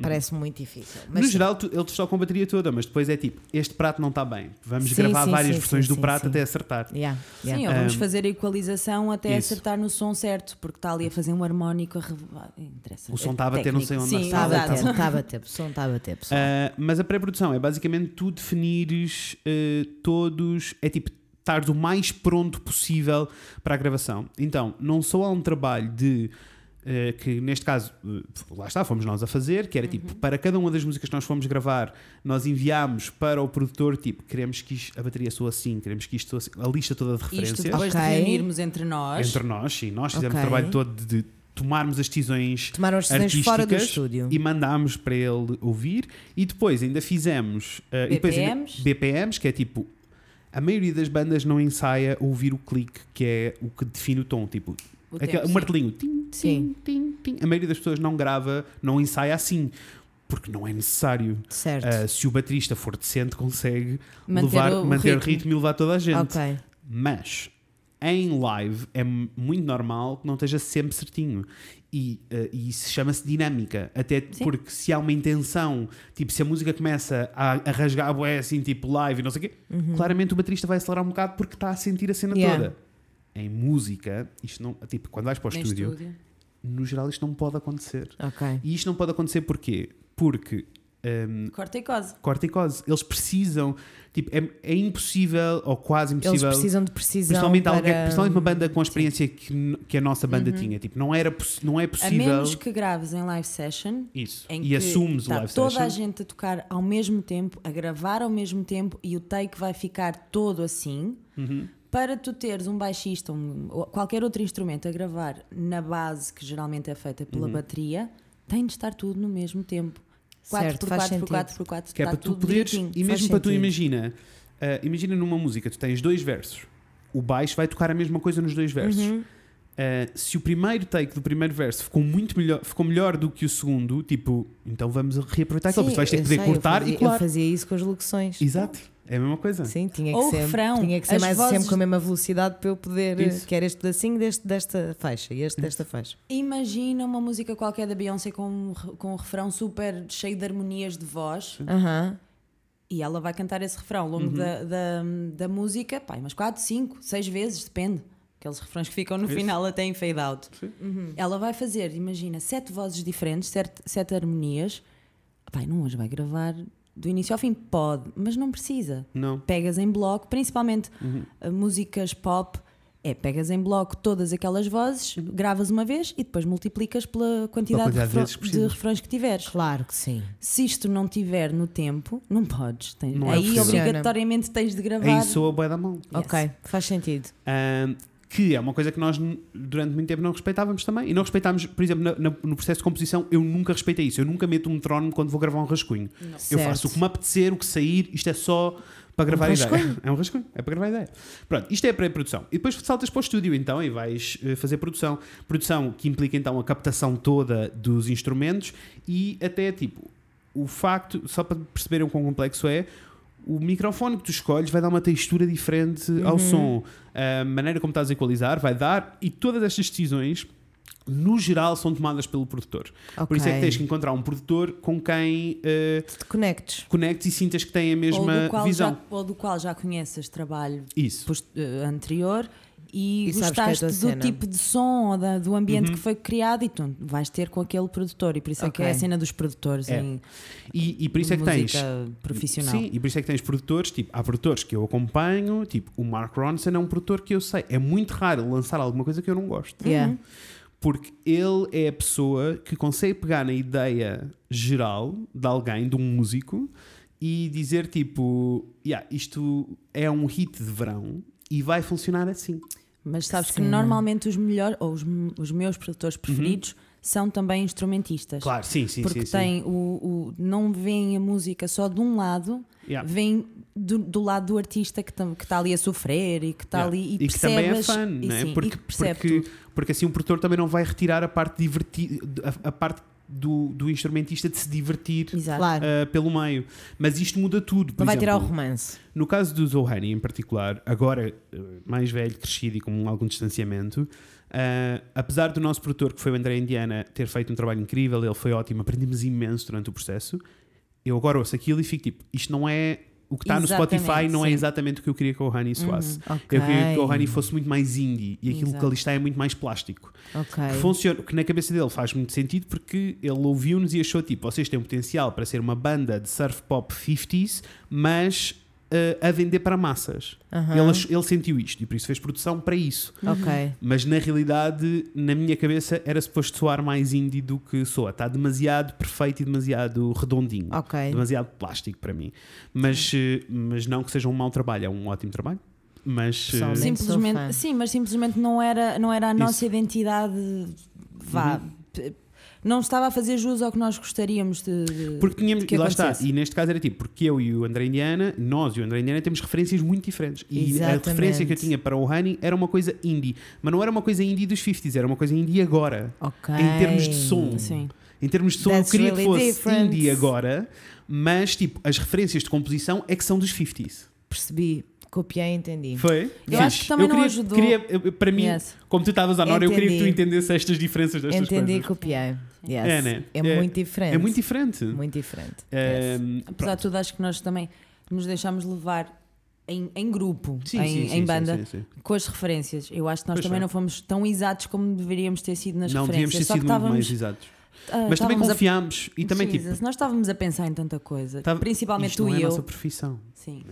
S2: Parece-me muito difícil. Mas
S1: no geral, tu, eles estão com a bateria toda, mas depois é tipo, este prato não está bem. Vamos
S2: Sim,
S1: gravar
S2: sim,
S1: várias
S2: sim,
S1: versões
S2: sim,
S1: do
S2: sim,
S1: prato
S2: sim.
S1: até acertar.
S2: Yeah, yeah.
S3: Sim, ou vamos
S1: Um,
S3: fazer a equalização até
S1: isso.
S3: acertar no som certo, porque está ali a fazer um harmónico a revelar. Interessa.
S1: O som
S3: é
S1: está a bater, não sei
S3: técnico.
S1: onde
S3: Sim,
S2: Estava Tá a
S3: exato.
S2: bater, estava a bater, som estava a bater, pessoal.
S1: Ah, mas a pré-produção é basicamente tu definires eh, todos, é tipo estar o mais pronto possível para a gravação. Então, não só há um trabalho de eh, que neste caso, eh, lá está, fomos nós a fazer, que era tipo, para cada uma das músicas que nós fomos gravar, nós enviámos para o produtor, tipo, queremos que isto- a bateria soa assim, queremos que isto soa assim, a lista toda de
S3: Isto
S1: referências
S3: depois
S2: Ok.
S3: de reunirmos entre nós.
S1: entre nós, sim, nós fizemos
S2: Ok.
S1: o trabalho todo de, de tomarmos as decisões
S2: Tomaram as decisões
S1: artísticas
S2: fora do estúdio.
S1: e mandámos para ele ouvir e depois ainda fizemos eh, e depois ainda-
S3: BPMs?
S1: BPMs, que é tipo a maioria das bandas não ensaia ouvir o clique que é o que define o tom, tipo
S4: O
S1: Aquele,
S4: tempo,
S1: um
S4: sim.
S1: martelinho. Tim,
S2: Sim.
S1: tim, tim. A maioria das pessoas não grava, não ensaia assim, porque não é necessário.
S2: Certo.
S1: Ah, se o baterista for decente, consegue
S4: Manter
S1: levar,
S4: o
S1: manter
S4: ritmo.
S1: o ritmo e levar toda a gente.
S2: ok.
S1: Mas em live é m- muito normal que não esteja sempre certinho. E, eh, e isso chama-se dinâmica. Até porque se há uma intenção, tipo, se a música começa a, a rasgar a boé assim, tipo live e não sei o quê, claramente o baterista vai acelerar um bocado porque está a sentir a cena
S2: Uhum. Yeah.
S1: toda. Em música, isto não. Tipo, quando vais para o
S4: Nem
S1: estúdio, no geral isto não pode acontecer.
S2: Ok.
S1: E isto não pode acontecer porquê? Porque. ehm,
S3: Corta e cose.
S1: corticose. Eles precisam, tipo, é, é impossível ou quase
S2: Eles
S1: impossível.
S2: precisam de precisão.
S1: Principalmente,
S2: para... Uhum.
S1: alguém, principalmente uma banda com a experiência que, n- que a nossa banda tinha. Tipo, não, era, poss- não é
S3: A
S1: possível.
S3: menos que graves em live session,
S1: Isso.
S3: em
S1: E
S3: que
S1: assumes o
S2: tá
S3: está
S1: live
S3: toda
S1: session.
S3: a gente a tocar ao mesmo tempo, a gravar ao mesmo tempo e o take vai ficar todo assim.
S1: Uhum.
S3: Para tu teres um baixista um- ou qualquer outro instrumento a gravar na base que geralmente é feita pela
S1: Uhum.
S3: bateria, tem de estar tudo no mesmo tempo.
S2: Certo, faz
S3: 4x4
S2: sentido.
S3: por 4x4
S1: Que é
S3: está
S1: para tu
S3: tudo
S1: poderes.
S3: direitinho.
S1: E mesmo
S2: tá faz
S1: para tu,
S2: sentido.
S1: imagina. ah, imagina numa música, tu tens dois versos. O baixo vai tocar a mesma coisa nos dois versos.
S2: Uhum.
S1: Ah, se o primeiro take do primeiro verso ficou muito melhor, ficou melhor do que o segundo, tipo, então vamos reaproveitar aquilo. porque
S2: Sim,
S1: tu vais ter que
S2: eu
S1: poder
S2: sei, eu
S1: cortar
S2: fazia-
S1: e colar.
S2: Eu fazia isso com as locuções.
S1: Exato, é a mesma coisa.
S2: Sim, tinha que
S3: Ou o
S2: ser,
S3: refrão,
S2: tinha que ser
S3: as
S2: mais
S3: vozes-
S2: sempre com a mesma velocidade para eu poder.
S1: Isso.
S2: Quer este pedacinho deste, desta faixa e este desta faixa.
S3: Imagina uma música qualquer da Beyoncé com, um re- com um refrão super cheio de harmonias de voz
S2: Aham.
S3: e ela vai cantar esse refrão ao longo
S1: Uhum.
S3: da, da, da música, pá, umas 4, 5, 6 vezes, depende. Aqueles refrões que ficam no final até em fade out.
S1: Sim.
S3: Ela vai fazer, imagina, sete vozes diferentes, sete, sete harmonias. Pai, não hoje vai gravar do início ao fim. Pode, mas não precisa.
S1: Não.
S3: Pegas em bloco, principalmente
S1: Uhum.
S3: uh, músicas pop, é pegas em bloco todas aquelas vozes, gravas uma vez e depois multiplicas pela quantidade, de
S1: Uhum. quantidade de
S3: refrão-
S1: vezes que
S3: de,
S1: precisas.
S3: refrões que tiveres.
S2: Claro que sim.
S3: Se isto não tiver no tempo, não podes. Tens-
S1: Não é
S3: aí
S1: possível.
S3: obrigatoriamente tens de gravar.
S1: Aí É soa bué da mão.
S3: Yes.
S2: Ok, faz sentido.
S1: Ahm, que é uma coisa que nós n- durante muito tempo não respeitávamos também. E não respeitámos, por exemplo, na- na- no processo de composição, eu nunca respeitei isso. Eu nunca meto um metrónomo quando vou gravar um rascunho. Eu
S2: Certo.
S1: faço o que me apetecer, o que sair, isto é só para gravar a ideia.
S2: rascunho?
S1: É um rascunho, é para gravar a ideia. Pronto, isto é a pré-produção. E depois saltas para o estúdio então e vais eh, fazer produção. Produção que implica então a captação toda dos instrumentos e até tipo, o facto, só para perceberem o quão complexo é, o microfone que tu escolhes vai dar uma textura diferente
S2: Uhum.
S1: ao som. A maneira como estás a equalizar vai dar e todas estas decisões no geral são tomadas pelo produtor. Por isso é que
S2: Ok.
S1: tens que encontrar um produtor com quem eh,
S2: Te conectes.
S1: conectes e sintas que tem a
S3: ou, do
S1: mesma
S3: qual
S1: visão.
S3: Já, ou do qual já conheces trabalho
S1: Isso.
S3: post- eh, anterior e,
S2: E sabes que é a
S3: gostaste
S2: tua
S3: do
S2: cena.
S3: tipo de som ou da- do ambiente
S1: Uhum.
S3: que foi criado e tu vais ter com aquele produtor e por isso é que é a
S2: Ok.
S3: cena dos produtores
S1: É.
S3: em
S1: E, e por isso é que
S3: música
S1: tens.
S3: profissional.
S1: Sim, e por isso é que tens produtores, tipo, há produtores que eu acompanho, tipo, o Mark Ronson é um produtor que eu sei. É muito raro lançar alguma coisa que eu não gosto.
S3: Uhum.
S2: Yeah.
S1: Porque ele é a pessoa que consegue pegar na ideia geral de alguém, de um músico, e dizer tipo, yeah, isto é um hit de verão e vai funcionar assim.
S3: Mas sabes que
S2: Sim.
S3: normalmente os melhores ou os, os meus produtores
S1: Uhum.
S3: preferidos são também instrumentistas.
S1: Claro, sim, sim,
S3: porque
S1: sim. sim.
S3: têm O, o- não veem a música só de um lado,
S1: Yeah.
S3: veem do, do lado do artista que está ali a sofrer e que está
S1: Yeah.
S3: Tá ali e,
S1: que
S3: percebe
S1: também é
S3: as-
S1: fã,
S3: e
S1: não é?
S3: sim, e
S1: Porque,
S3: que percebe
S1: porque,
S3: tudo.
S1: porque assim o produtor também não vai retirar a parte divertida, a, a parte do, do instrumentista de se divertir
S3: Exato.
S2: Claro.
S1: ah, pelo meio. Mas isto muda tudo. Por
S2: Não vai tirar o
S1: exemplo,
S2: romance.
S1: no caso do Zohani em particular, agora eh, mais velho, crescido e com algum distanciamento, ah, apesar do nosso produtor, que foi o André Indiana, ter feito um trabalho incrível, ele foi ótimo, aprendemos imenso durante o processo. Eu agora ouço aquilo e fico tipo, isto não é. O que está no
S3: Exatamente,
S1: Spotify não é
S3: sim. Uhum.
S1: exatamente o que eu queria que o Honey isso faça.
S2: Uhum. Ok.
S1: Eu queria que o Honey fosse muito mais indie e aquilo que
S3: Exato.
S1: ali está é muito mais plástico.
S2: Ok.
S1: Que funciona, que na cabeça dele faz muito sentido porque ele ouviu-nos e achou tipo, vocês têm um potencial para ser uma banda de surf pop 50s, mas eh, a vender para massas.
S2: Aham.
S1: Ele, ach- ele sentiu isto e por isso fez produção para isso.
S3: Uhum.
S2: Ok.
S1: Mas na realidade, na minha cabeça, era suposto soar mais indie do que soa. Está demasiado perfeito e demasiado redondinho.
S2: Ok.
S1: Demasiado plástico para mim. Mas, eh, mas não que seja um mau trabalho, é um ótimo trabalho. Mas eh,
S2: Pessoalmente. Sim. Sou fã.
S3: Simplesmente, sim, mas simplesmente não era, não era a
S1: Isso. Uhum.
S3: nossa identidade vá. p- não estava a fazer jus ao que nós gostaríamos de. de-
S1: Porque tínhamos,
S3: que
S1: e lá está,
S3: acontecesse.
S1: e neste caso era tipo, porque eu e o André Indiana, nós e o André Indiana temos referências muito diferentes. E
S2: Exatamente.
S1: a referência que eu tinha para o Honey era uma coisa indie, mas não era uma coisa indie dos 50s, era uma coisa indie agora.
S2: Ok.
S1: Em termos de som.
S3: Sim.
S1: Em termos de som,
S2: That's
S1: eu queria
S2: really
S1: que fosse
S2: different.
S1: indie agora, mas tipo, as referências de composição é que são dos 50s.
S2: Percebi, copiei, entendi.
S1: Foi?
S3: Eu
S1: Fixe.
S3: acho que também não
S1: queria,
S3: ajudou.
S1: queria- eu- para mim,
S3: Yes.
S1: como tu estavas à Nora, eu queria que tu
S2: Entendi.
S1: entendesse estas diferenças destas
S2: entendi,
S1: coisas.
S2: copiei. Yes.
S1: É, né?
S2: É,
S1: É-
S2: muito diferente.
S1: É muito diferente.
S2: Muito diferente.
S1: É,
S3: Apesar de tudo, acho que nós também nos deixámos levar em, em grupo,
S1: Sim,
S3: em,
S1: sim, sim,
S3: em
S1: sim,
S3: banda,
S1: sim, sim.
S3: com as referências. Eu acho que nós
S1: Pois
S3: também
S1: é.
S3: não fomos tão exatos como deveríamos ter sido nas
S1: Não, devíamos
S3: referências.
S1: ter
S3: Só que
S1: sido muito mais
S3: estávamos,
S1: exatos. Mas
S3: ah,
S1: também
S3: estávamos a-
S1: confiámos e também
S3: Jesus,
S1: tipo.
S3: Nós estávamos a pensar em tanta coisa,
S1: tava-
S3: principalmente
S1: isto
S3: tu
S1: não
S3: e
S1: é a
S3: eu.
S1: nossa profissão.
S3: Sim.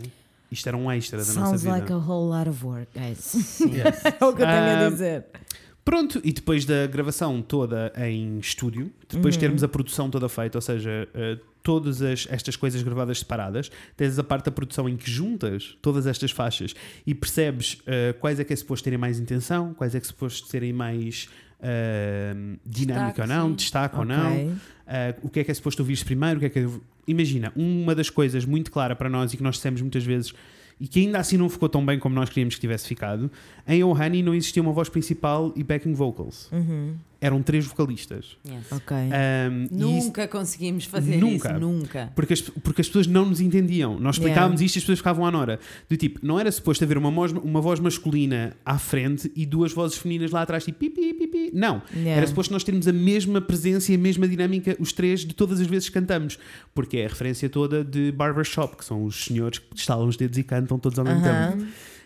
S1: Isto era um extra da
S2: Sounds
S1: nossa
S2: like
S1: vida.
S2: a whole lot of work, guys.
S1: Yes.
S2: é o que eu tenho a
S1: Ah,
S2: dizer.
S1: Pronto, e depois da gravação toda em estúdio, depois
S3: Uhum.
S1: termos a produção toda feita, ou seja, eh, todas as- estas coisas gravadas separadas, tens a parte da produção em que juntas todas estas faixas e percebes eh, quais é que é suposto terem mais intenção, quais é que é suposto terem mais eh, dinâmica
S3: Destaque,
S1: ou não,
S3: sim.
S1: destaque ou
S2: Ok.
S1: não. Uh, o que é que é suposto ouvir primeiro, o que é que é- Imagina, uma das coisas muito clara para nós e que nós dissemos muitas vezes e que ainda assim não ficou tão bem como nós queríamos que tivesse ficado, em Oh Honey não existia uma voz principal e backing vocals. Eram três vocalistas.
S3: Yes.
S2: Uhum. Ok.
S1: Um, e isso-
S3: Nunca conseguimos fazer
S1: Nunca.
S3: isso, nunca.
S1: porque as, porque as pessoas não nos entendiam. Nós explicávamos
S2: Yeah.
S1: isto e as pessoas ficavam à nora. Do tipo, não era suposto haver uma voz, uma voz masculina à frente e duas vozes femininas lá atrás, tipo pipi, pipi. Não.
S2: Yeah.
S1: Era suposto nós termos a mesma presença e a mesma dinâmica, os três, de todas as vezes que cantamos. Porque é a referência toda de Barbershop, que são os senhores que estalam os dedos e cantam todos ao mesmo
S2: Aham.
S1: tempo.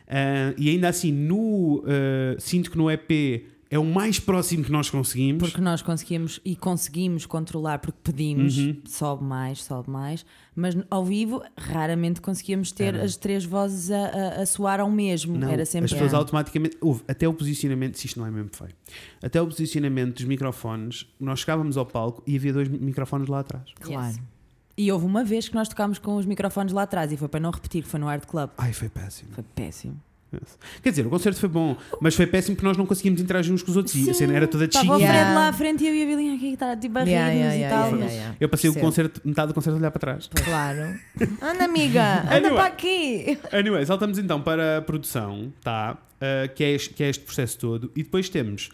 S1: Ah, e ainda assim, no, ah, sinto que no EP é o mais próximo que nós conseguimos.
S3: Porque nós conseguimos e conseguimos controlar, porque pedimos,
S1: Uhum.
S3: sobe mais, sobe mais, mas ao vivo raramente conseguíamos ter as três vozes a, a- a soar ao mesmo.
S1: Não,
S3: Era sempre
S1: as pessoas
S2: É.
S1: automaticamente. Houve, até o posicionamento, se isto não é mesmo feio, até o posicionamento dos microfones, nós chegávamos ao palco e havia dois microfones lá atrás.
S2: Claro.
S3: E houve uma vez que nós tocámos com os microfones lá atrás e foi para não repetir, foi no Art Club.
S1: Ai, foi péssimo.
S3: Foi péssimo.
S1: Quer dizer, o concerto foi bom, mas foi péssimo porque nós não conseguíamos interagir uns com os outros e a cena era toda
S3: Estava o
S1: chique.
S3: Fred
S2: Yeah.
S3: lá à frente e eu e a Vilinha aqui tá, tipo, a
S2: Yeah,
S3: rir-nos
S2: yeah,
S3: e
S2: yeah,
S3: tal.
S2: yeah,
S3: mas-
S2: yeah.
S1: Eu passei o
S2: Percebo.
S1: concerto, metade do concerto a olhar para trás.
S2: Claro. Anda, amiga, anda
S1: Anyway.
S2: para aqui.
S1: Anyway, saltamos então para a produção, tá? Uh, que, é este, que é este processo todo. E depois temos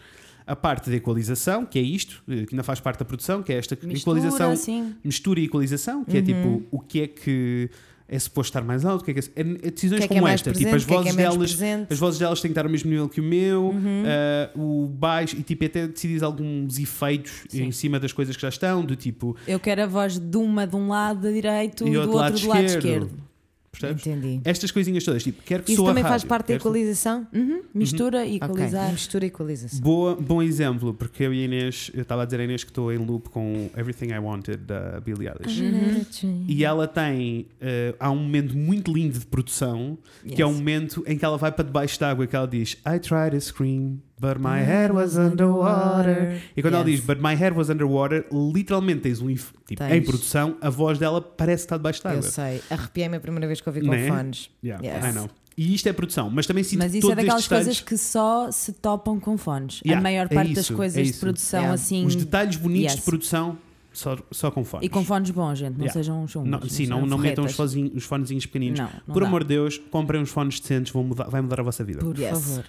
S1: a parte da equalização, que é isto, eh, que ainda faz parte da produção, que é esta
S3: Mistura, assim.
S1: equalização.
S3: sim.
S1: Mistura e equalização,
S2: Uhum.
S1: que é tipo o que é que é suposto estar mais alto, o que é que é, é- é
S2: O
S1: decisões
S2: que é que é
S1: como
S2: mais
S1: esta,
S2: presente,
S1: tipo as
S2: o que é que é
S1: vozes
S2: menos
S1: delas,
S2: presente? Uhum.
S1: as vozes delas têm que estar ao mesmo nível que o meu, eh, o baixo e tipo até decides alguns efeitos em cima das coisas que já estão, do tipo
S3: Eu quero a voz de uma de um lado da direito
S1: e
S3: do
S1: outro
S3: outro
S1: lado
S3: do
S1: esquerdo.
S3: lado esquerdo.
S1: Percebes?
S2: Entendi.
S1: Estas coisinhas todas, tipo, quero que
S2: Isso
S1: soa a
S2: também faz
S1: rádio,
S2: parte da
S1: quero que-
S2: equalização?
S3: Uhum.
S1: Uhum.
S3: Mistura e
S2: Ok.
S3: equalizar.
S2: Mistura e equalização.
S1: Boa, bom exemplo, porque eu e a Inês, eu estava a dizer a Inês que estou em loop com Everything I Wanted da Billie Eilish.
S2: Uhum.
S1: E ela tem. eh, há um momento muito lindo de produção, que é um momento em que ela vai para debaixo d'água e que ela diz I tried to scream, but my head was underwater. E quando ela
S2: Yes.
S1: diz But my head was underwater, literalmente tens um. inf- Tipo,
S2: Tens.
S1: em produção, a voz dela parece que está debaixo d'água.
S2: Eu sei. Arrepiei-me a primeira vez que ouvi com
S1: Né?
S2: fones.
S1: Yeah,
S2: Yes.
S1: I know. E isto é produção, mas também sinto
S3: Mas
S1: que
S3: isso é
S1: todos
S3: daquelas
S1: estes detalhes,
S3: coisas que só se topam com fones.
S1: Yeah,
S3: a maior
S1: é
S3: parte das
S1: isso,
S3: coisas
S1: é
S3: de
S1: isso.
S3: produção
S2: Yeah.
S3: assim.
S1: os detalhes bonitos de
S3: Yes.
S1: produção, só, só com fones.
S3: E com fones bons, gente, não
S1: Yeah.
S3: sejam chumbos.
S1: Não, sim,
S3: sejam
S1: não, não metam os,
S3: forretas.
S1: fozinho- os fonezinhos pequeninos.
S3: Não, não
S1: Por
S3: dá.
S1: amor de Deus, comprem uns fones decentes, vão mudar, vai mudar a vossa vida.
S3: Por
S2: Yes.
S3: favor.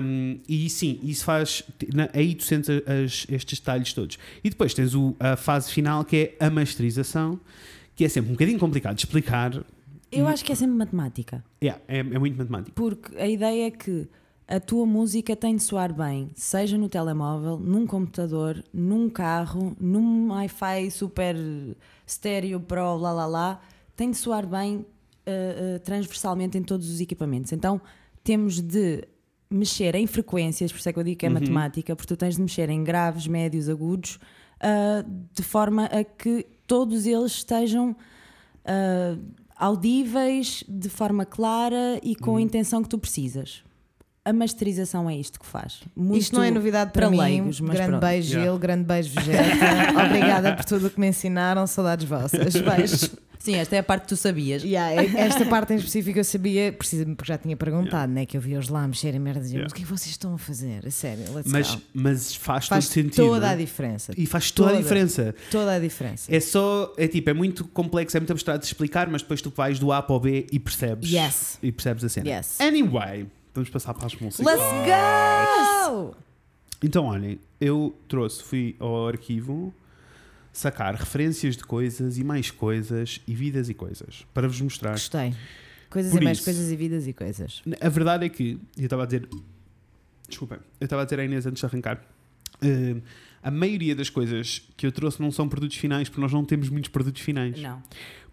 S1: Um, e sim, isso faz. na- Aí tu sentes as- estes detalhes todos. E depois tens o- a fase final que é a masterização, que é sempre um bocadinho complicado de explicar.
S3: Eu acho que é sempre matemática.
S1: Yeah, é, é muito matemático.
S3: Porque a ideia é que a tua música tem de soar bem, seja no telemóvel, num computador, num carro, num hi-fi super estéreo pro lá lá lá, tem de soar bem eh, eh, transversalmente em todos os equipamentos. Então temos de mexer em frequências, por isso é que eu digo que é matemática, porque tu tens de mexer em graves, médios, agudos, ah, de forma a que todos eles estejam ah, audíveis de forma clara e com a intenção que tu precisas. A masterização é isto que faz. Muito
S2: Isto não é novidade para, mim.
S3: leigos, mas
S2: grande
S3: pronto.
S2: beijo,
S1: Yeah.
S2: Gil. Grande beijo, Vegeta. Obrigada por tudo o que me ensinaram. Saudades vossas. Beijos.
S3: Sim, esta é a parte que tu sabias.
S2: Yeah, e- esta parte em específico eu sabia, precisamente porque já tinha perguntado, né? Que eu vi-os lá mexerem merdas. e eu,
S1: Yeah.
S2: Mas o que é que vocês estão a fazer? A sério, let's
S1: Mas,
S2: go.
S1: mas faz,
S2: Faz
S1: todo sentido. né?
S2: toda a diferença.
S1: e faz toda,
S2: toda.
S1: a diferença.
S2: Toda a diferença.
S1: É só, é tipo, é muito complexo, é muito abstrato de explicar, mas depois tu vais do A para o B e percebes.
S2: Yes.
S1: E percebes a cena.
S2: Yes.
S1: Anyway, vamos passar para as músicas.
S3: Let's go!
S1: Então, olhem, eu trouxe, fui ao arquivo sacar referências de coisas e mais coisas e vidas e coisas para vos mostrar.
S2: Gostei. Coisas
S1: Por
S2: e mais
S1: isso.
S2: coisas e vidas e coisas.
S1: A verdade é que, eu estava a dizer, desculpem, eu estava a dizer à Inês antes de arrancar, eh, a maioria das coisas que eu trouxe não são produtos finais, porque nós não temos muitos produtos finais.
S3: Não.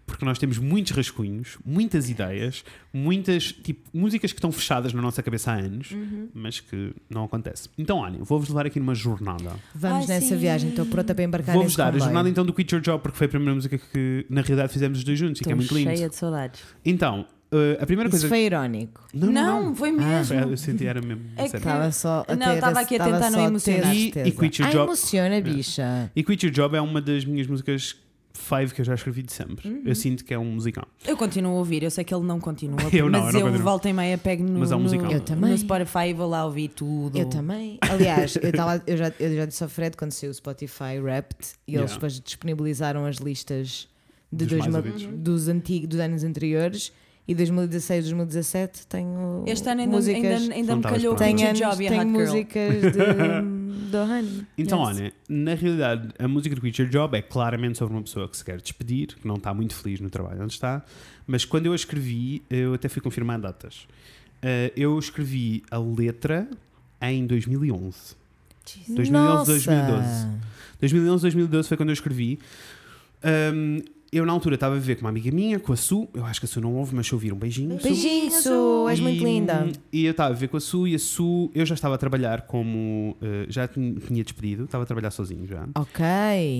S1: Porque nós temos muitos rascunhos, muitas ideias, muitas, tipo, músicas que estão fechadas na nossa cabeça há anos,
S2: Uhum.
S1: mas que não acontece. Então, olhem, vou-vos levar aqui numa jornada.
S2: Vamos
S3: Ai,
S2: nessa
S3: sim.
S2: viagem, estou pronta para embarcar
S1: Vou-vos
S2: nesse
S1: dar a
S2: comboio.
S1: jornada então do Quit Your Job, porque foi a primeira música que na realidade fizemos os dois juntos e que é muito lindo.
S3: cheia de saudades.
S1: Então, eh, a primeira
S2: Isso
S1: coisa.
S2: foi irónico.
S3: Não, Ah, foi mesmo.
S1: Foi- Ah, eu senti, era mesmo.
S3: É
S1: sério.
S2: Estava só a
S3: Não,
S2: ter
S3: estava aqui a
S2: estava
S3: tentar não
S2: só ter
S1: E-
S3: emocionar.
S1: e
S2: certeza.
S1: quit your
S2: Ai,
S1: job.
S2: emociona, bicha.
S1: E Quit Your Job é uma das minhas músicas five que eu já escrevi de sempre. Eu sinto que é um musical.
S3: Eu continuo a ouvir, eu sei que ele não continua,
S1: Eu não, eu
S3: mas
S1: não
S3: eu,
S1: continuo.
S3: volta e meia pego no,
S1: Mas há um
S3: no-
S1: musical. Eu
S2: também.
S3: no Spotify e vou lá ouvir tudo.
S2: Eu também. Aliás, eu, tava, eu, já, eu já disse ao Fred quando saiu o Spotify Wrapped e eles
S1: Yeah.
S2: depois disponibilizaram as listas de
S1: Dos
S2: dois
S1: mais
S2: ma-
S1: ouvidos.
S2: dos, antigos, dos anos anteriores e 2016 2017 tenho
S3: Este ano ainda,
S2: músicas.
S3: ainda, ainda
S1: Não
S3: me
S1: tava
S3: calhou o
S1: esperando.
S2: tenho
S3: Get
S2: anos-
S3: Your Job e a
S2: tenho
S3: Hot Girl.
S2: músicas de, do Honey.
S1: Então,
S2: Yes.
S1: olha, na realidade, a música do Quit Your Job é claramente sobre uma pessoa que se quer despedir, que não está muito feliz no trabalho onde está, mas quando eu a escrevi, eu até fui confirmar datas. Eh, eu escrevi a letra em 2011. 2011, 2012. 2011, 2012 foi quando eu escrevi. Ahm, eu, na altura, estava a viver com uma amiga minha, com a Su. Eu acho que a Su não ouve, mas se ouvir um beijinho. Su.
S2: Beijinho, Su, és muito
S1: E-
S2: linda.
S1: E eu estava a viver com a Su e a Su, eu já estava a trabalhar como. eh, já tin- tinha despedido, estava a trabalhar sozinho já.
S2: Ok.
S1: É.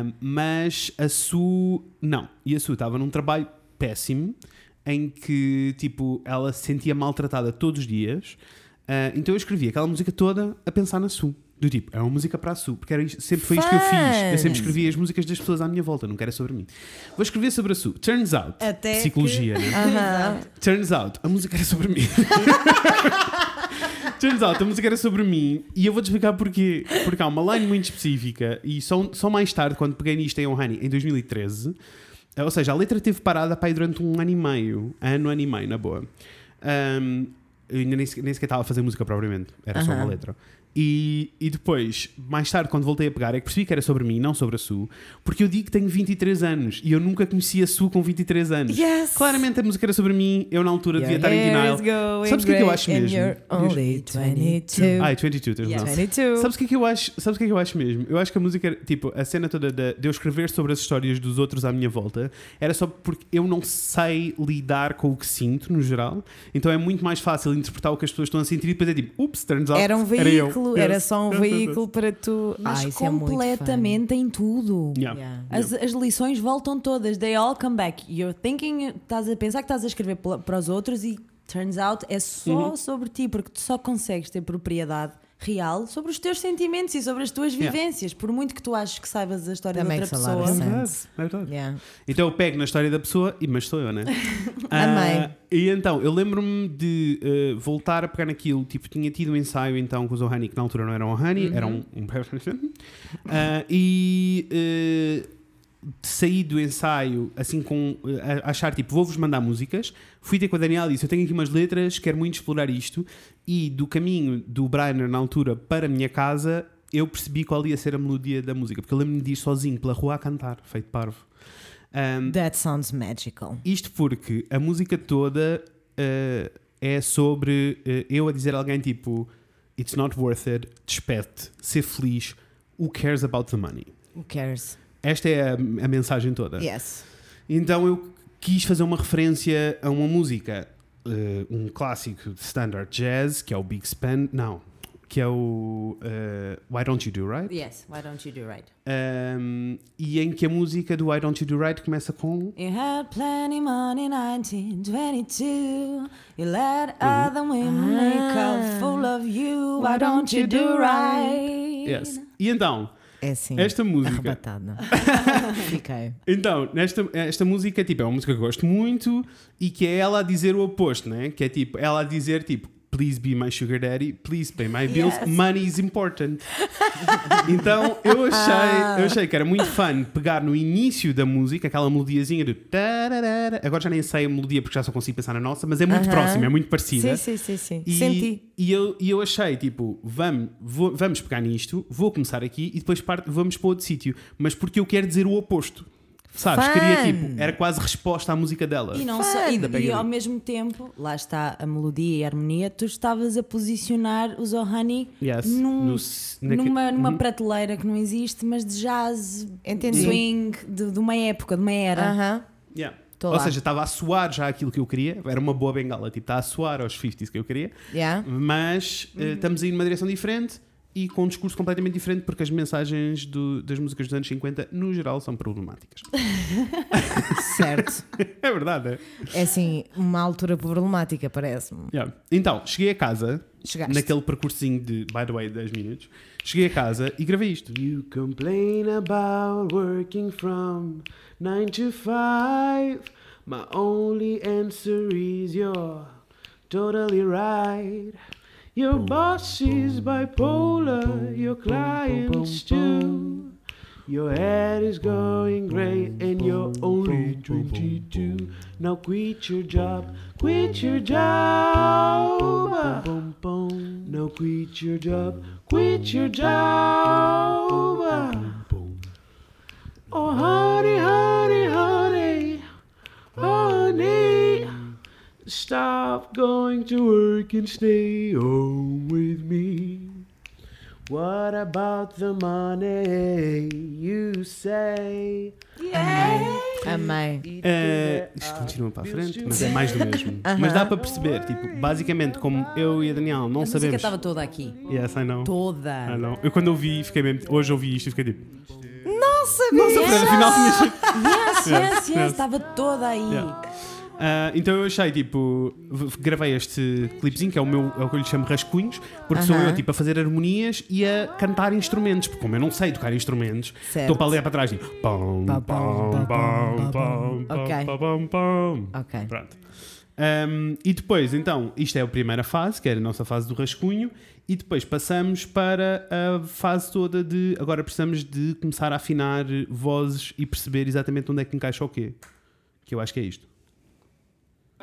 S1: Ahm, Ah, mas a Su. Não, e a Su estava num trabalho péssimo em que, tipo, ela se sentia maltratada todos os dias. Ah, então eu escrevi aquela música toda a pensar na Su. Do tipo, é uma música para a Su, porque era isto- sempre foi isto que eu fiz. Eu sempre escrevi as músicas das pessoas à minha volta, nunca era sobre mim. Vou escrever sobre a Su. Turns out.
S3: Até
S1: psicologia, né?
S2: Aham.
S1: Turns out, a música era sobre mim. Turns out, a música era sobre mim e eu vou-te explicar porquê. Porque há uma line muito específica e só, só mais tarde, quando peguei nisto em Honey, em 2013, eh, ou seja, a letra teve parada para aí durante um ano e meio, ano, ano e meio, na boa. Ahm, eu ainda nem, sequer- nem sequer estava a fazer música propriamente, era só uma
S2: Aham.
S1: letra. E, e depois, mais tarde, quando voltei a pegar, é que percebi que era sobre mim, não sobre a Su, porque eu digo que tenho 23 anos e eu nunca conheci a Su com 23 anos.
S2: Yes.
S1: Claramente a música era sobre mim, eu na altura devia estar em denial. Sabes o que é que eu acho mesmo?
S3: Diz.
S1: Ai, 22, tens
S3: Yeah.
S1: razão.
S2: 22.
S1: Sabes o que é que eu acho? Sabes o que é que eu acho mesmo? Eu acho que a música, era- tipo, a cena toda da- de eu escrever sobre as histórias dos outros à minha volta, era só porque eu não sei lidar com o que sinto, no geral. Então é muito mais fácil interpretar o que as pessoas estão a sentir e depois é tipo, ups, turns out.
S2: Era um
S1: era eu.
S2: veículo,
S1: Yes.
S2: era só
S1: Yes,
S2: um
S1: yes, yes.
S2: veículo para tu.
S3: Mas
S2: Ah, isso é muito fun.
S3: completamente em
S2: um
S3: tudo.
S1: Yeah.
S2: Yeah.
S1: Yeah.
S3: As, as lições voltam todas, they all come back. You're thinking, estás a pensar que estás a escrever pela- para os outros e turns out é só
S1: Uhum.
S3: sobre ti, porque tu só consegues ter propriedade real sobre os teus sentimentos e sobre as tuas
S1: Yeah.
S3: vivências, por muito que tu aches que saibas a história
S2: That
S3: de outra
S2: makes a lot of
S3: pessoa.
S1: É
S2: um sense.
S1: verdade, é verdade.
S2: Yeah.
S1: Então eu pego na história da pessoa e mas sou eu, né? Ah,
S2: Amei.
S1: E então, eu lembro-me de eh, voltar a pegar naquilo, tipo, tinha tido um ensaio então com os Ohani, que na altura não eram Ohani, eram um Ah, e eh, saí do ensaio assim com eh, a achar tipo, vou-vos mandar músicas. Fui ter com a Daniela e disse: Eu tenho aqui umas letras, quero muito explorar isto. E do caminho do Brainer na altura para a minha casa, eu percebi qual ia ser a melodia da música, porque eu lembro-me de ir sozinho pela rua a cantar, feito parvo. Ahm,
S2: That sounds magical.
S1: isto porque a música toda eh, é sobre eh, eu a dizer a alguém tipo It's not worth it, despede-te, ser feliz, who cares about the money?
S2: Who cares?
S1: Esta é a, a mensagem toda.
S2: Yes.
S1: Então eu quis fazer uma referência a uma música, eh, um clássico de standard jazz, que é o Big Span, não, que é o eh, Why Don't You Do Right?
S3: Yes, why don't you do right?
S1: Ahm, e em que a música do Why Don't You Do Right começa com
S3: You had plenty money 1922. You let other women make a fool of you. Ah. Why don't you do right?
S1: Yes. E então,
S2: É assim.
S1: esta música
S2: Arrebatado. Fiquei.
S1: Então, nesta, esta música tipo, é uma música que eu gosto muito e que é ela a dizer o oposto, né? que é tipo, ela a dizer tipo, please be my sugar daddy, please pay my bills,
S3: Yes.
S1: money is important. então eu
S2: Ah.
S1: achei, eu achei que era muito fun pegar no início da música aquela melodiazinha do tararara. agora já nem sei a melodia porque já só consigo pensar na nossa, mas é muito
S2: Aham.
S1: próxima, é muito parecida.
S2: Sim, sim, sim, sim.
S1: E,
S2: Senti.
S1: E eu, e eu achei, tipo, vamos, vou- vamos pegar nisto, vou começar aqui e depois parte, vamos para outro sítio. Mas porque eu quero dizer o oposto. Sabes?
S2: Fun!
S1: Queria, tipo, era quase resposta à música dela.
S3: E, não
S2: Fun.
S3: só, e,
S1: Da Peggy
S3: e ao
S1: Lee.
S3: mesmo tempo, lá está a melodia e a harmonia, tu estavas a posicionar o Zohani
S1: Yes.
S3: num-
S1: No s- naque-
S3: numa, numa
S1: Uhum.
S3: prateleira que não existe, mas de jazz,
S2: Entendi.
S3: swing, de, de uma época, de uma era.
S2: Aham.
S1: Yeah.
S2: Tô
S1: Ou
S2: lá.
S1: seja, estava a soar já aquilo que eu queria. Era uma boa bengala, tipo, está a soar aos 50s que eu queria.
S2: Yeah.
S1: Mas eh,
S3: Uhum.
S1: estamos a ir numa direção diferente e com um discurso completamente diferente porque as mensagens do- das músicas dos anos 50, no geral, são problemáticas.
S2: Certo.
S1: é verdade, é?
S2: É assim, uma altura problemática, parece-me.
S1: Yeah. Então, cheguei a casa,
S2: Chegaste.
S1: naquele percursinho de, by the way, 10 minutos, cheguei a casa e gravei isto. You complain about working from 9 to 5. My only answer is you're totally right. Your boss is bipolar, your clients too. Your head is going grey and you're only 22. Now quit your job, quit your job. Now quit your job, quit your job. Oh, honey, honey, honey, honey. Stop going to work and stay home with me. What about the money you say?
S2: Amei.
S1: É,
S3: Ah,
S1: isto continua para a frente, mas é mais do mesmo. Mas dá para perceber, tipo, basicamente, como eu e a Daniel não
S3: A música
S1: sabemos.
S3: estava toda aqui.
S1: Yes, I know. I
S3: Toda.
S1: know. Eu quando ouvi, fiquei mesmo. Hoje ouvi isto e fiquei tipo.
S2: Nossa,
S1: Nossa, Fran, afinal tinha sido-"
S3: Yes, yes,
S1: Yes.
S3: yes, estava toda aí.
S1: Yeah. Ah, então eu achei, tipo, v- v- gravei este clipezinho, que é o, meu, é o que eu lhe chamo rascunhos, porque sou
S2: Aham.
S1: eu, tipo, a fazer harmonias e a cantar instrumentos, porque como eu não sei tocar instrumentos,
S2: Certo.
S1: estou para ler para trás, tipo, pom,
S2: Pá,
S1: pom,
S2: pom, pá,
S1: pom,
S2: pom,
S1: pom,
S2: pá, pom.
S1: pom,
S2: Ok.
S1: pá, pom, pom.
S2: Ok.
S1: Pronto. Um, e depois, então, isto é a primeira fase, que era a nossa fase do rascunho, e depois passamos para a fase toda de agora precisamos de começar a afinar vozes e perceber exatamente onde é que encaixa o quê. Que eu acho que é isto.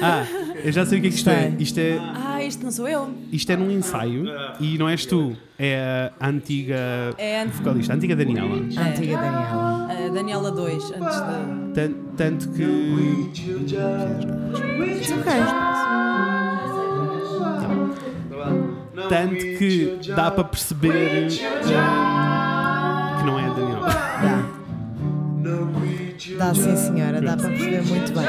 S1: Ah, eu já sei o que é que isto é. Isto é,
S3: Ah, este não sou eu.
S1: isto é num ensaio e não és tu, é a antiga
S3: É antes
S1: vocalista, a antiga Daniela.
S2: Antiga Daniela.
S3: a Daniela 2, antes de.
S1: Tan- Tanto que. Tanto que dá para perceber eh, que não é a Daniela.
S2: Dá. Dá Tá, sim, senhora. Dá para perceber muito bem.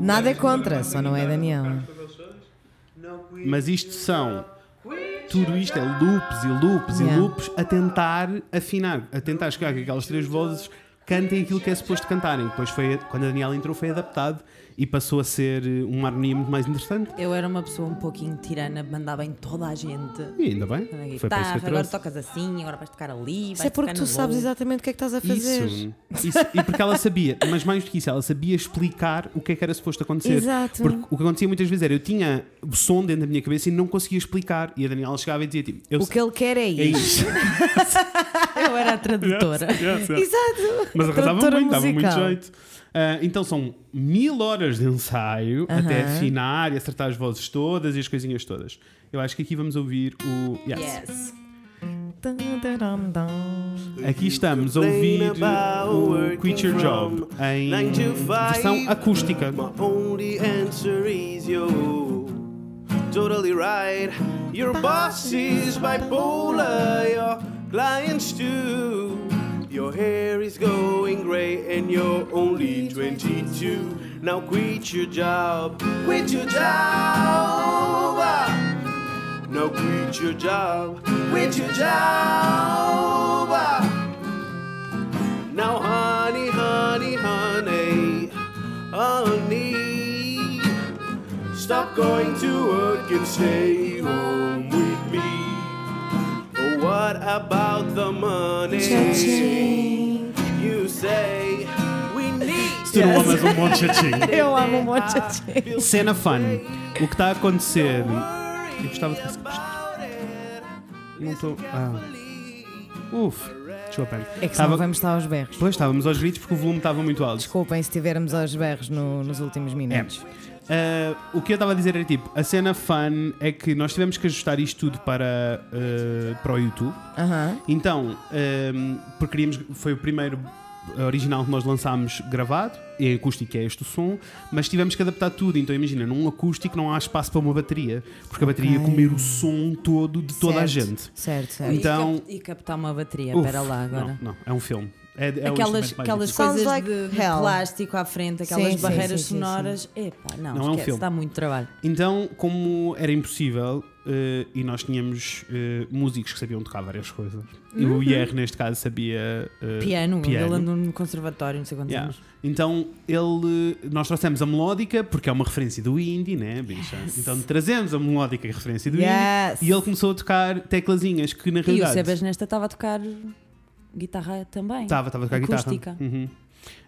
S2: Nada é contra, só não é Daniela.
S1: Mas isto são. Tudo isto é loops e loops
S2: Yeah.
S1: e loops a tentar afinar, a tentar chegar que aquelas três vozes cantem aquilo que é suposto cantarem. Depois foi, quando a Daniela entrou, foi adaptado e passou a ser eh, uma harmonia muito mais interessante.
S3: Eu era uma pessoa um pouquinho tirana, mandava em toda a gente.
S1: E ainda bem, foi
S3: Na
S1: para isso
S3: guitarra,
S1: que eu
S3: agora
S1: trouxe.
S3: tocas assim, agora vais tocar ali.
S2: Isso
S3: vais
S2: é porque
S3: tocar
S2: tu
S3: no
S2: sabes
S3: voo.
S2: exatamente o que é que estás a fazer.
S1: Isso, isso. E porque ela sabia, mas mais do que isso, ela sabia explicar o que é que era suposto acontecer.
S2: Exato.
S1: Porque o que acontecia muitas vezes era eu tinha o som dentro da minha cabeça e não conseguia explicar. E a Daniela chegava e dizia tipo, eu
S2: O que ele quer é
S1: é
S2: isto.
S1: isto.
S3: Eu era a tradutora.
S2: Exato.
S1: Mas arrasava
S2: Tradutora
S1: muito, dava muito
S2: musical.
S1: jeito. Ah, então são mil horas de ensaio até
S2: Aham.
S1: afinar e acertar as vozes todas e as coisinhas todas. Eu acho que aqui vamos ouvir o. Yes.
S3: Yes.
S2: Dum, dum, dum.
S1: Aqui estamos a ouvir o Quit Your Job em versão acústica.
S4: My only answer is you. Totally right. Your boss is bipolar. Your clients too. Your hair is going gray and you're only 22. Now quit your job. Quit your job. Now quit your job. Quit your job. Now, honey, honey, honey, honey, stop going to work and stay home with me. Oh, what about the money. You say we need
S1: Se tu não amas um monte de ching.
S2: Eu amo um monte de gente.
S1: Cena fun. O que está a acontecer. Eu gostava de conseguir.
S4: about it.
S1: Não estou. Ah. Uf. Desculpa.
S2: É que
S1: Estava-
S2: senão vamos estar aos berros.
S1: Pois estávamos aos gritos porque o volume estava muito alto.
S2: Desculpem se estivermos aos berros no- nos
S1: É.
S2: últimos minutos.
S1: Ah, o que eu estava a dizer era tipo, a cena fun é que nós tivemos que ajustar isto tudo para, ah, para o YouTube.
S2: Aham.
S1: Então, ahm, porque queríamos, foi o primeiro original que nós lançámos gravado, em acústico é este o som, mas tivemos que adaptar tudo. Então, imagina, num acústico não há espaço para uma bateria, porque a bateria ia
S2: Ok.
S1: comer o som todo de toda
S2: Certo,
S1: a gente.
S2: Certo, certo.
S1: Então-
S3: E, cap- e captar uma bateria,
S1: Uf,
S3: espera lá agora.
S1: Não, não, é um filme. É, é um
S3: aquelas
S1: instrumento mais
S3: aquelas
S1: difícil.
S3: coisas
S2: Sounds like
S3: de, de
S2: hell.
S3: plástico à frente, aquelas
S2: Sim, sim,
S3: barreiras
S2: sim, sim,
S3: sonoras. Epá, não,
S1: Não, é um
S3: esquece,
S1: filme.
S3: dá muito trabalho.
S1: Então, como era impossível eh, e nós tínhamos eh, músicos que sabiam tocar várias coisas, e o IR neste caso sabia eh,
S3: Uhum. Piano,
S1: piano.
S3: ele andou no conservatório, não sei quantos
S1: Yeah.
S3: anos.
S1: Então ele, nós trouxemos a melódica porque é uma referência do indie, né, bicha? Então trazemos a melódica e a referência do
S2: Yes.
S1: indie e ele começou a tocar teclazinhas que na
S3: E é o
S1: realidade
S3: Sebas Nesta estava a tocar guitarra também.
S1: estava estava a tocar
S3: É. Acústica.
S1: guitarra, Uhum.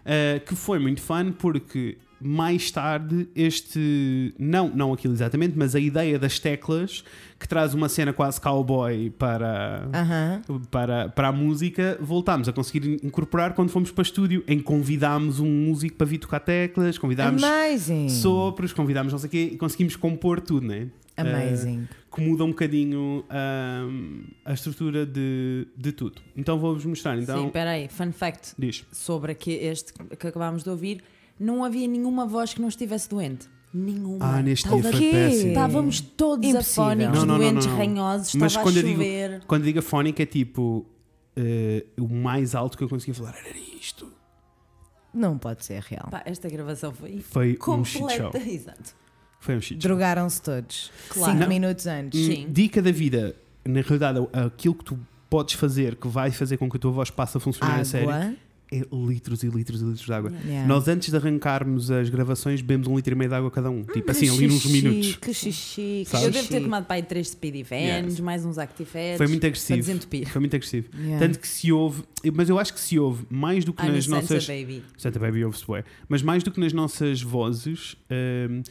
S1: Uh, que foi muito fun porque mais tarde este não não aquilo exatamente, mas a ideia das teclas que traz uma cena quase cowboy para
S2: Aham.
S1: para, para a música, voltámos a conseguir incorporar quando fomos para estúdio, em que convidámos um músico para vir tocar teclas, convidámos
S2: Amazing.
S1: sopros, convidámos não sei o quê, e conseguimos compor tudo, né?
S2: Amazing.
S1: Eh, que muda um bocadinho ahm, a estrutura de, de tudo. Então vou-vos mostrar, então,
S3: Sim, peraí, fun fact
S1: diz.
S3: sobre que este que acabámos de ouvir, não havia nenhuma voz que não estivesse doente. Nenhuma.
S1: Ah, neste dia
S3: Estava-
S1: foi
S2: quê?
S1: péssimo.
S3: Estávamos todos
S2: Impossível.
S3: afónicos,
S1: Não, não, não,
S3: doentes,
S1: não, não.
S3: ranhosos,
S1: Mas
S3: estava a
S1: quando eu digo-
S3: chover.
S1: Quando digo fónica é tipo, eh, o mais alto que eu conseguia falar era isto.
S2: Não pode ser real.
S3: Pá, esta gravação foi,
S1: Foi um shit show.
S3: completa. Exato.
S1: Foi um shit show.
S2: Drogaram-se todos.
S3: Claro.
S2: Cinco
S1: Não. Hum,
S2: minutos antes.
S3: Sim.
S1: Dica da vida, na realidade, aquilo que tu podes fazer que vai fazer com que a tua voz passe a funcionar a sério
S2: Água.
S1: é litros e litros e litros de água.
S2: Yeah.
S1: Nós, antes de arrancarmos as gravações, bebemos um litro e meio de água cada um. Tipo assim, ali nos minutos.
S2: Que xixi, que
S1: Sabes?
S3: Eu devo ter tomado para aí 3 Speedy Vans,
S1: Yes.
S3: mais uns Actifeds.
S1: Foi muito
S3: Para
S1: agressivo.
S3: desentupir.
S1: Foi muito agressivo.
S2: Yeah.
S1: Tanto que é se ouve, mas eu acho que se ouve mais do que
S3: I'm a
S1: nas
S3: Sansa
S1: nossas.
S3: Baby.
S1: Santa Baby ouve-se bué. Mas mais do que nas nossas vozes, hum,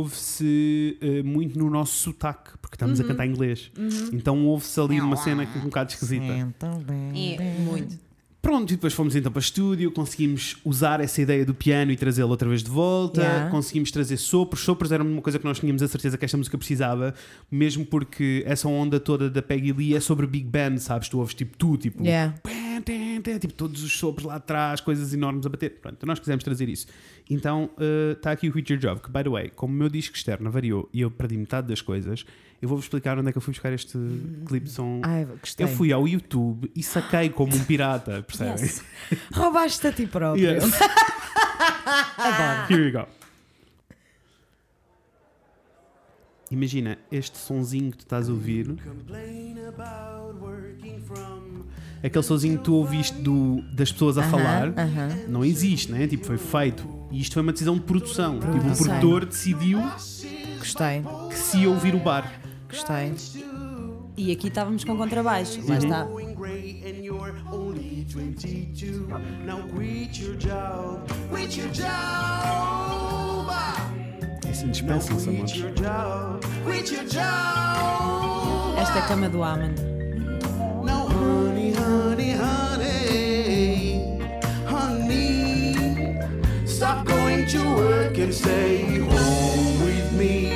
S1: ouve-se hum, muito no nosso sotaque, porque estamos a cantar inglês.
S3: Uhum.
S1: Então ouve-se ali uma cena que é um bocado esquisita.
S2: Então bem.
S3: É, muito.
S1: Pronto, e depois fomos então para estúdio, conseguimos usar essa ideia do piano e trazê-lo outra vez de volta,
S2: Yeah.
S1: conseguimos trazer sopros, sopros era uma coisa que nós tínhamos a certeza que esta música precisava, mesmo porque essa onda toda da Peggy Lee é sobre Big Band, sabes? Tu ouves tipo tu, tipo,
S2: Yeah.
S1: pam, tam, tam, tipo todos os sopros lá atrás, coisas enormes a bater. Pronto, então nós quisemos trazer isso. Então está aqui o Quit Your Job, que by the way, como o meu disco externo variou e eu perdi metade das coisas, eu vou-vos explicar onde é que eu fui buscar este clipe de som.
S2: Ai, gostei.
S1: Eu fui ao YouTube e saquei como um pirata, percebem?
S3: Yes.
S2: Roubaste a ti próprio.
S1: Yes. Here you go. Imagina este sonzinho que tu estás a ouvir,
S4: complain about working from
S1: aquele sonzinho que tu ouviste do, das pessoas a falar,
S2: aham.
S1: não existe, né? Tipo, foi feito. E isto foi uma decisão de produção. Tipo, o
S2: Produção.
S1: produtor decidiu
S2: Gostei,
S1: que se ia ouvir o bar.
S2: gostei.
S3: E aqui estávamos com contrabaixo,
S1: Uhum.
S3: lá está.
S4: going great and you're only 22. Now quit your job. Quit your job.
S1: É assim, dispensam-se,
S4: Quit
S1: amores.
S4: your job. Quit your job.
S3: Esta é cama do Aman.
S4: No, honey, honey, honey, honey. Stop going to work and stay home with me.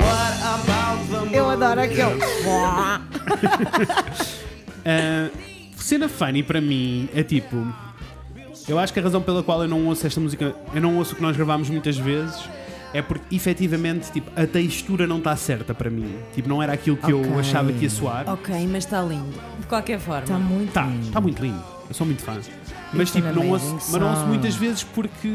S4: What about the
S2: Eu adoro aquele.
S1: Ah, cena funny para mim é tipo. Eu acho que a razão pela qual eu não ouço esta música, eu não ouço o que nós gravámos muitas vezes, é porque efetivamente tipo, a textura não está certa para mim. Tipo, não era aquilo que
S2: Ok.
S1: eu achava que ia soar.
S3: Ok, mas está lindo. De qualquer forma.
S2: Está muito.
S1: Tá,
S3: Hum.
S1: está muito lindo. Eu sou muito fã. Mas
S2: It's an
S1: tipo, não ouço,
S2: amazing
S1: mas não ouço
S2: song.
S1: muitas vezes porque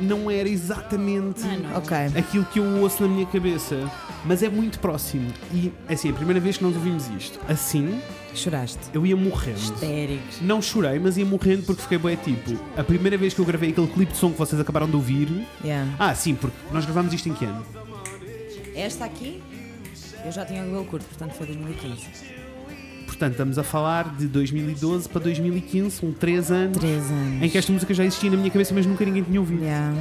S1: não era exatamente
S3: Ah, não.
S2: Ok.
S1: aquilo que eu ouço na minha cabeça. Mas é muito próximo. E assim, a primeira vez que nós ouvimos isto, assim,
S2: Choraste.
S1: eu ia morrendo.
S3: Histéricos.
S1: Não chorei, mas ia morrendo porque fiquei bem tipo. A primeira vez que eu gravei aquele clipe de som que vocês acabaram de ouvir.
S2: Yeah.
S1: Ah, sim, porque nós gravámos isto em que ano?
S3: Esta aqui, eu já tinha o cabelo curto, portanto foi 2015.
S1: Portanto, estamos a falar de 2012 para 2015, são 3 anos,
S2: Três anos.
S1: em que é esta música já existia na minha cabeça, mas nunca ninguém tinha ouvido.
S2: Yeah.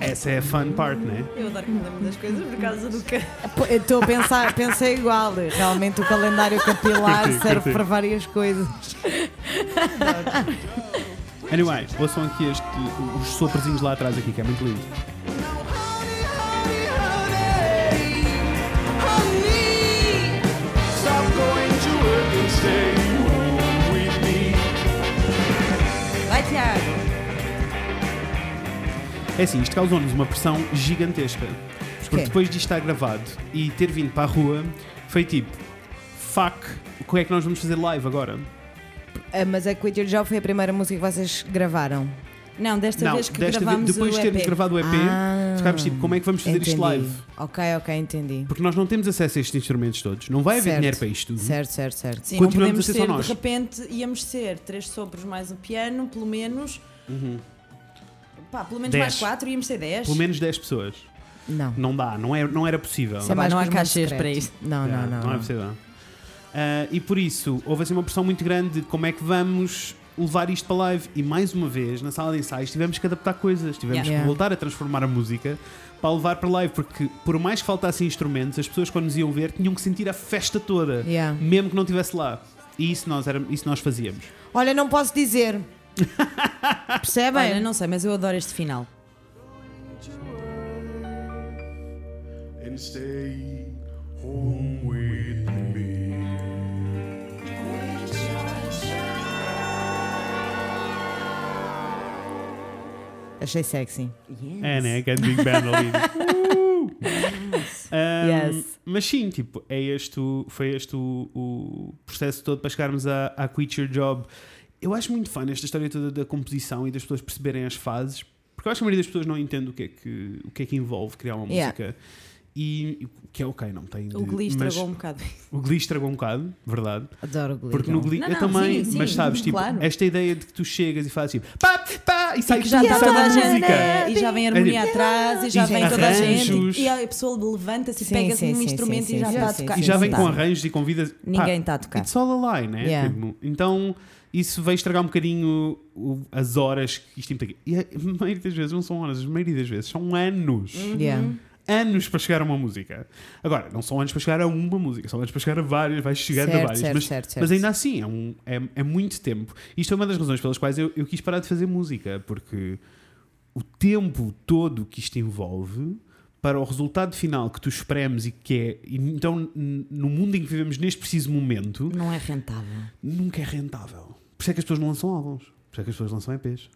S1: Essa é a fun part, não é?
S3: Eu adoro que me lembro das coisas por causa do que.
S2: Pô, Eu estou a pensar, pensei igual. Realmente o calendário capilar
S1: Curti,
S2: serve
S1: curti.
S2: para várias coisas.
S1: Anyway, ouçam aqui este, os soprezinhos lá atrás aqui, que é muito lindo.
S2: Vai, Tiago!
S1: É assim, isto causou-nos uma pressão gigantesca. Porque depois de estar gravado e ter vindo para a rua, foi tipo, fuck, o que é que nós vamos fazer live agora?
S2: Ah, mas a Quit Your Job foi a primeira música que vocês gravaram.
S3: Não, desta
S1: Não,
S3: vez que
S1: desta vez,
S3: gravámos
S1: depois
S3: o
S1: de
S3: EP.
S1: termos gravado o EP,
S2: Ah,
S1: ficámos tipo, como é que vamos fazer isto
S2: entendi.
S1: live?
S2: Ok, ok, entendi.
S1: Porque nós não temos acesso a estes instrumentos todos. Não vai haver
S2: Certo.
S1: dinheiro para isto tudo.
S2: Certo, certo, certo.
S3: Sim, não
S1: Continuamos
S3: podemos
S1: a ser
S3: ser,
S1: só nós.
S3: de repente íamos ser três sopros mais o piano, pelo menos. Pá, pelo menos
S1: Uhum. Dez.
S3: mais quatro, íamos ser dez.
S1: Pelo menos 10 pessoas.
S2: Não.
S1: Não dá, não, é, não era possível.
S2: Isso é
S3: Também
S2: mais
S3: não há
S2: coisa muito
S3: caixas
S2: secreta.
S3: para isso.
S2: Não, não, não.
S1: é
S2: não.
S1: possível. Ah, e por isso, houve assim uma pressão muito grande de como é que vamos levar isto para live. E mais uma vez, na sala de ensaios, tivemos que adaptar coisas. Tivemos
S2: Yeah.
S1: que
S2: Yeah.
S1: voltar a transformar a música para levar para live. Porque por mais que faltassem instrumentos, as pessoas quando nos iam ver tinham que sentir a festa toda.
S2: Yeah.
S1: Mesmo que não estivesse lá. E isso nós, era, isso nós fazíamos.
S2: Olha, não posso dizer. Percebem?
S3: Olha, não sei, mas eu adoro este final.
S4: and stay home with me.
S2: Achei sexy.
S1: É, né? Grande Big Band ali. Um,
S2: Yes.
S1: Mas sim, tipo, é este o- foi este o, o processo todo para chegarmos à, à Quit Your Job. Eu acho muito fã esta história toda da composição e das pessoas perceberem as fases, porque eu acho que a maioria das pessoas não entende o que é que, o que, é que envolve criar uma
S2: Yeah.
S1: música. E o que é ok, não tem. de-
S3: O Glee
S1: mas
S3: estragou um bocado.
S1: O Glee estragou um bocado, verdade.
S2: Adoro o Glee.
S1: Porque no Glee,
S3: Não,
S1: eu
S3: não,
S1: também,
S3: sim, sim,
S1: mas sabes, tipo,
S3: claro.
S1: esta ideia de que tu chegas e fazes tipo pá, pá, e sai
S3: E que Tipo, já tá
S1: tudo, sai
S3: está toda a gente.
S1: música.
S3: E já vem a harmonia
S1: É tipo-
S3: atrás, e já
S1: E
S3: vem toda a
S1: arranjos.
S3: gente. E a pessoa levanta-se e
S2: Sim,
S3: pega-se
S2: sim,
S3: num
S2: sim,
S3: instrumento
S2: sim,
S3: e já
S2: sim,
S3: está a
S2: sim,
S3: tocar.
S1: E já vem
S3: Tá.
S1: com arranjos e convida. pá,
S3: Ninguém está a tocar.
S1: It's all a lie, né?
S2: Yeah.
S1: Tipo, então, isso veio estragar um bocadinho o- as horas que isto implica. E a maioria das vezes não são horas, a maioria das vezes são anos.
S2: Yeah.
S1: Anos para chegar a uma música. Agora, não são anos para chegar a uma música, são anos para chegar a várias, vais chegando a
S2: Certo,
S1: várias.
S2: certo,
S1: mas,
S2: certo, certo.
S1: mas ainda assim, é, um- é- é muito tempo. Isto é uma das razões pelas quais eu, eu quis parar de fazer música, porque o tempo todo que isto envolve para o resultado final que tu espremes e que é. e Então, n- no mundo em que vivemos neste preciso momento,
S3: Não é rentável.
S1: nunca é rentável. Por isso é que as pessoas não lançam álbuns, por isso é que as pessoas lançam EPs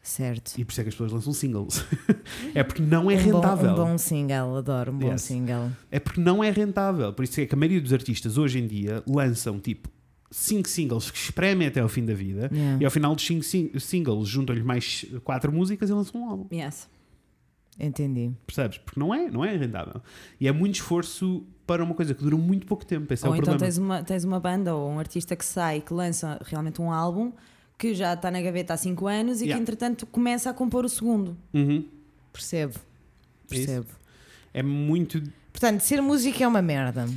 S2: Certo.
S1: e por isso é que as pessoas lançam singles. é porque não é
S2: um bom,
S1: rentável.
S2: um bom single, adoro um bom
S1: Yes.
S2: single.
S1: É porque não é rentável. Por isso é que a maioria dos artistas hoje em dia lançam tipo 5 singles que espremem até ao fim da vida
S2: Yeah.
S1: e ao final dos 5 singles juntam-lhes mais 4 músicas e lançam um álbum.
S3: Yes.
S2: Entendi.
S1: Percebes? Porque não é, não é rentável. E é muito esforço para uma coisa que dura muito pouco tempo. Esse
S3: ou
S1: é o
S3: então
S1: problema.
S3: tens uma, tens uma banda ou um artista que sai, que lança realmente um álbum que já está na gaveta há 5 anos e
S1: Yeah.
S3: que entretanto começa a compor o segundo.
S1: Uhum.
S2: Percebo.
S1: É isso.
S2: Percebo.
S1: É muito
S2: Portanto, ser música é uma merda.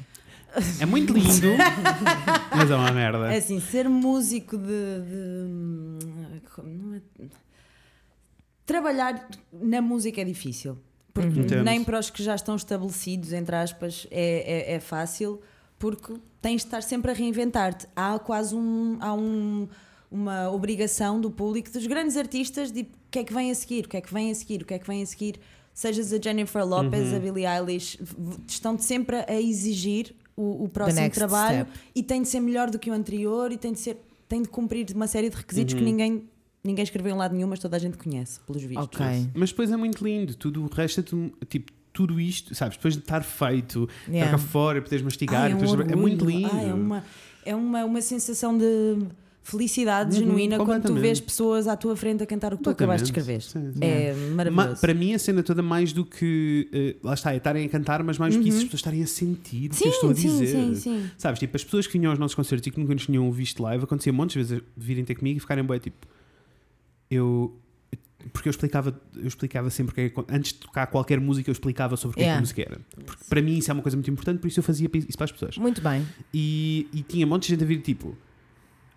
S1: é muito lindo, mas é uma merda.
S3: É assim, ser músico de. de- hum, como- não é- Trabalhar na música é difícil. Porque
S1: Entendo.
S3: nem para os que já estão estabelecidos, entre aspas, é, é, é fácil, porque tens de estar sempre a reinventar-te. Há quase um. Há um uma obrigação do público, dos grandes artistas, de o que é que vem a seguir, o que é que vem a seguir, o que é que vem a seguir. Sejas a Jennifer Lopez, a Billie Eilish, v- estão-te sempre a exigir o, o próximo
S2: next
S3: trabalho
S2: step.
S3: e tem de ser melhor do que o anterior e tem de ser tem de cumprir uma série de requisitos
S1: Uhum.
S3: que ninguém ninguém escreveu em lado nenhum mas toda a gente conhece pelos vistos
S2: Ok.
S1: Mas depois é muito lindo, tudo o resto é tu- tipo, tudo isto, sabes? Depois de estar feito,
S2: Yeah.
S1: estar cá fora e poderes mastigar,
S3: Ai,
S1: e
S3: é, um
S1: depois- é
S3: orgulho.
S1: muito lindo.
S3: Ai, é uma é uma, uma sensação de felicidade
S1: Uhum,
S3: genuína quando tu
S1: completamente.
S3: vês pessoas à tua frente a cantar o que tu acabaste de escrever
S1: Completamente. Sim, sim.
S3: é
S1: Ma-
S3: maravilhoso
S1: para mim, a cena toda, mais do que. eh, lá está, é estarem a cantar, mas mais do que isso, as pessoas estarem a sentir o que
S3: Uhum. Sim,
S1: eu estou a
S3: sim,
S1: dizer.
S3: sim, sim.
S1: Sabes, tipo, as pessoas que vinham aos nossos concertos e que nunca nos tinham visto live, acontecia montes de vezes virem ter comigo e ficarem bem, tipo. Eu Porque eu explicava, eu explicava sempre que era- antes de tocar qualquer música, eu explicava sobre o que é que a
S2: Yeah.
S1: música era. Porque para mim isso é uma coisa muito importante, por isso eu fazia isso para as pessoas.
S2: Muito bem.
S1: E, e tinha um monte de gente a vir tipo.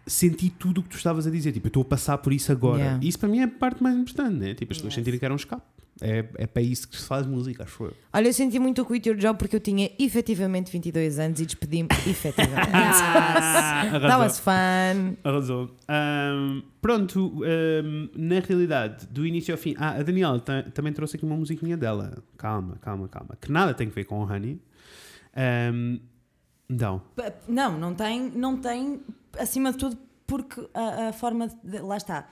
S1: Senti tudo o que tu estavas a dizer, tipo, eu estou a passar por isso agora.
S2: Yeah.
S1: E isso para mim é a parte mais importante, né? Tipo, as pessoas
S3: Yes.
S1: sentirem que era um escape. É, é para isso que se faz música, acho eu.
S2: Olha, eu senti muito o Quit Your Job porque eu tinha efetivamente 22 anos e despedi-me efetivamente. That was fun.
S1: Arrasou. Ahm, pronto, ahm, na realidade, do início ao fim. Ah, a Daniela ta- também trouxe aqui uma musiquinha dela. Calma, calma, calma. Que nada tem a ver com o Honey. Ahm, não.
S3: Pa- Não, não tem, não tem, acima de tudo, porque a, a forma de, lá está,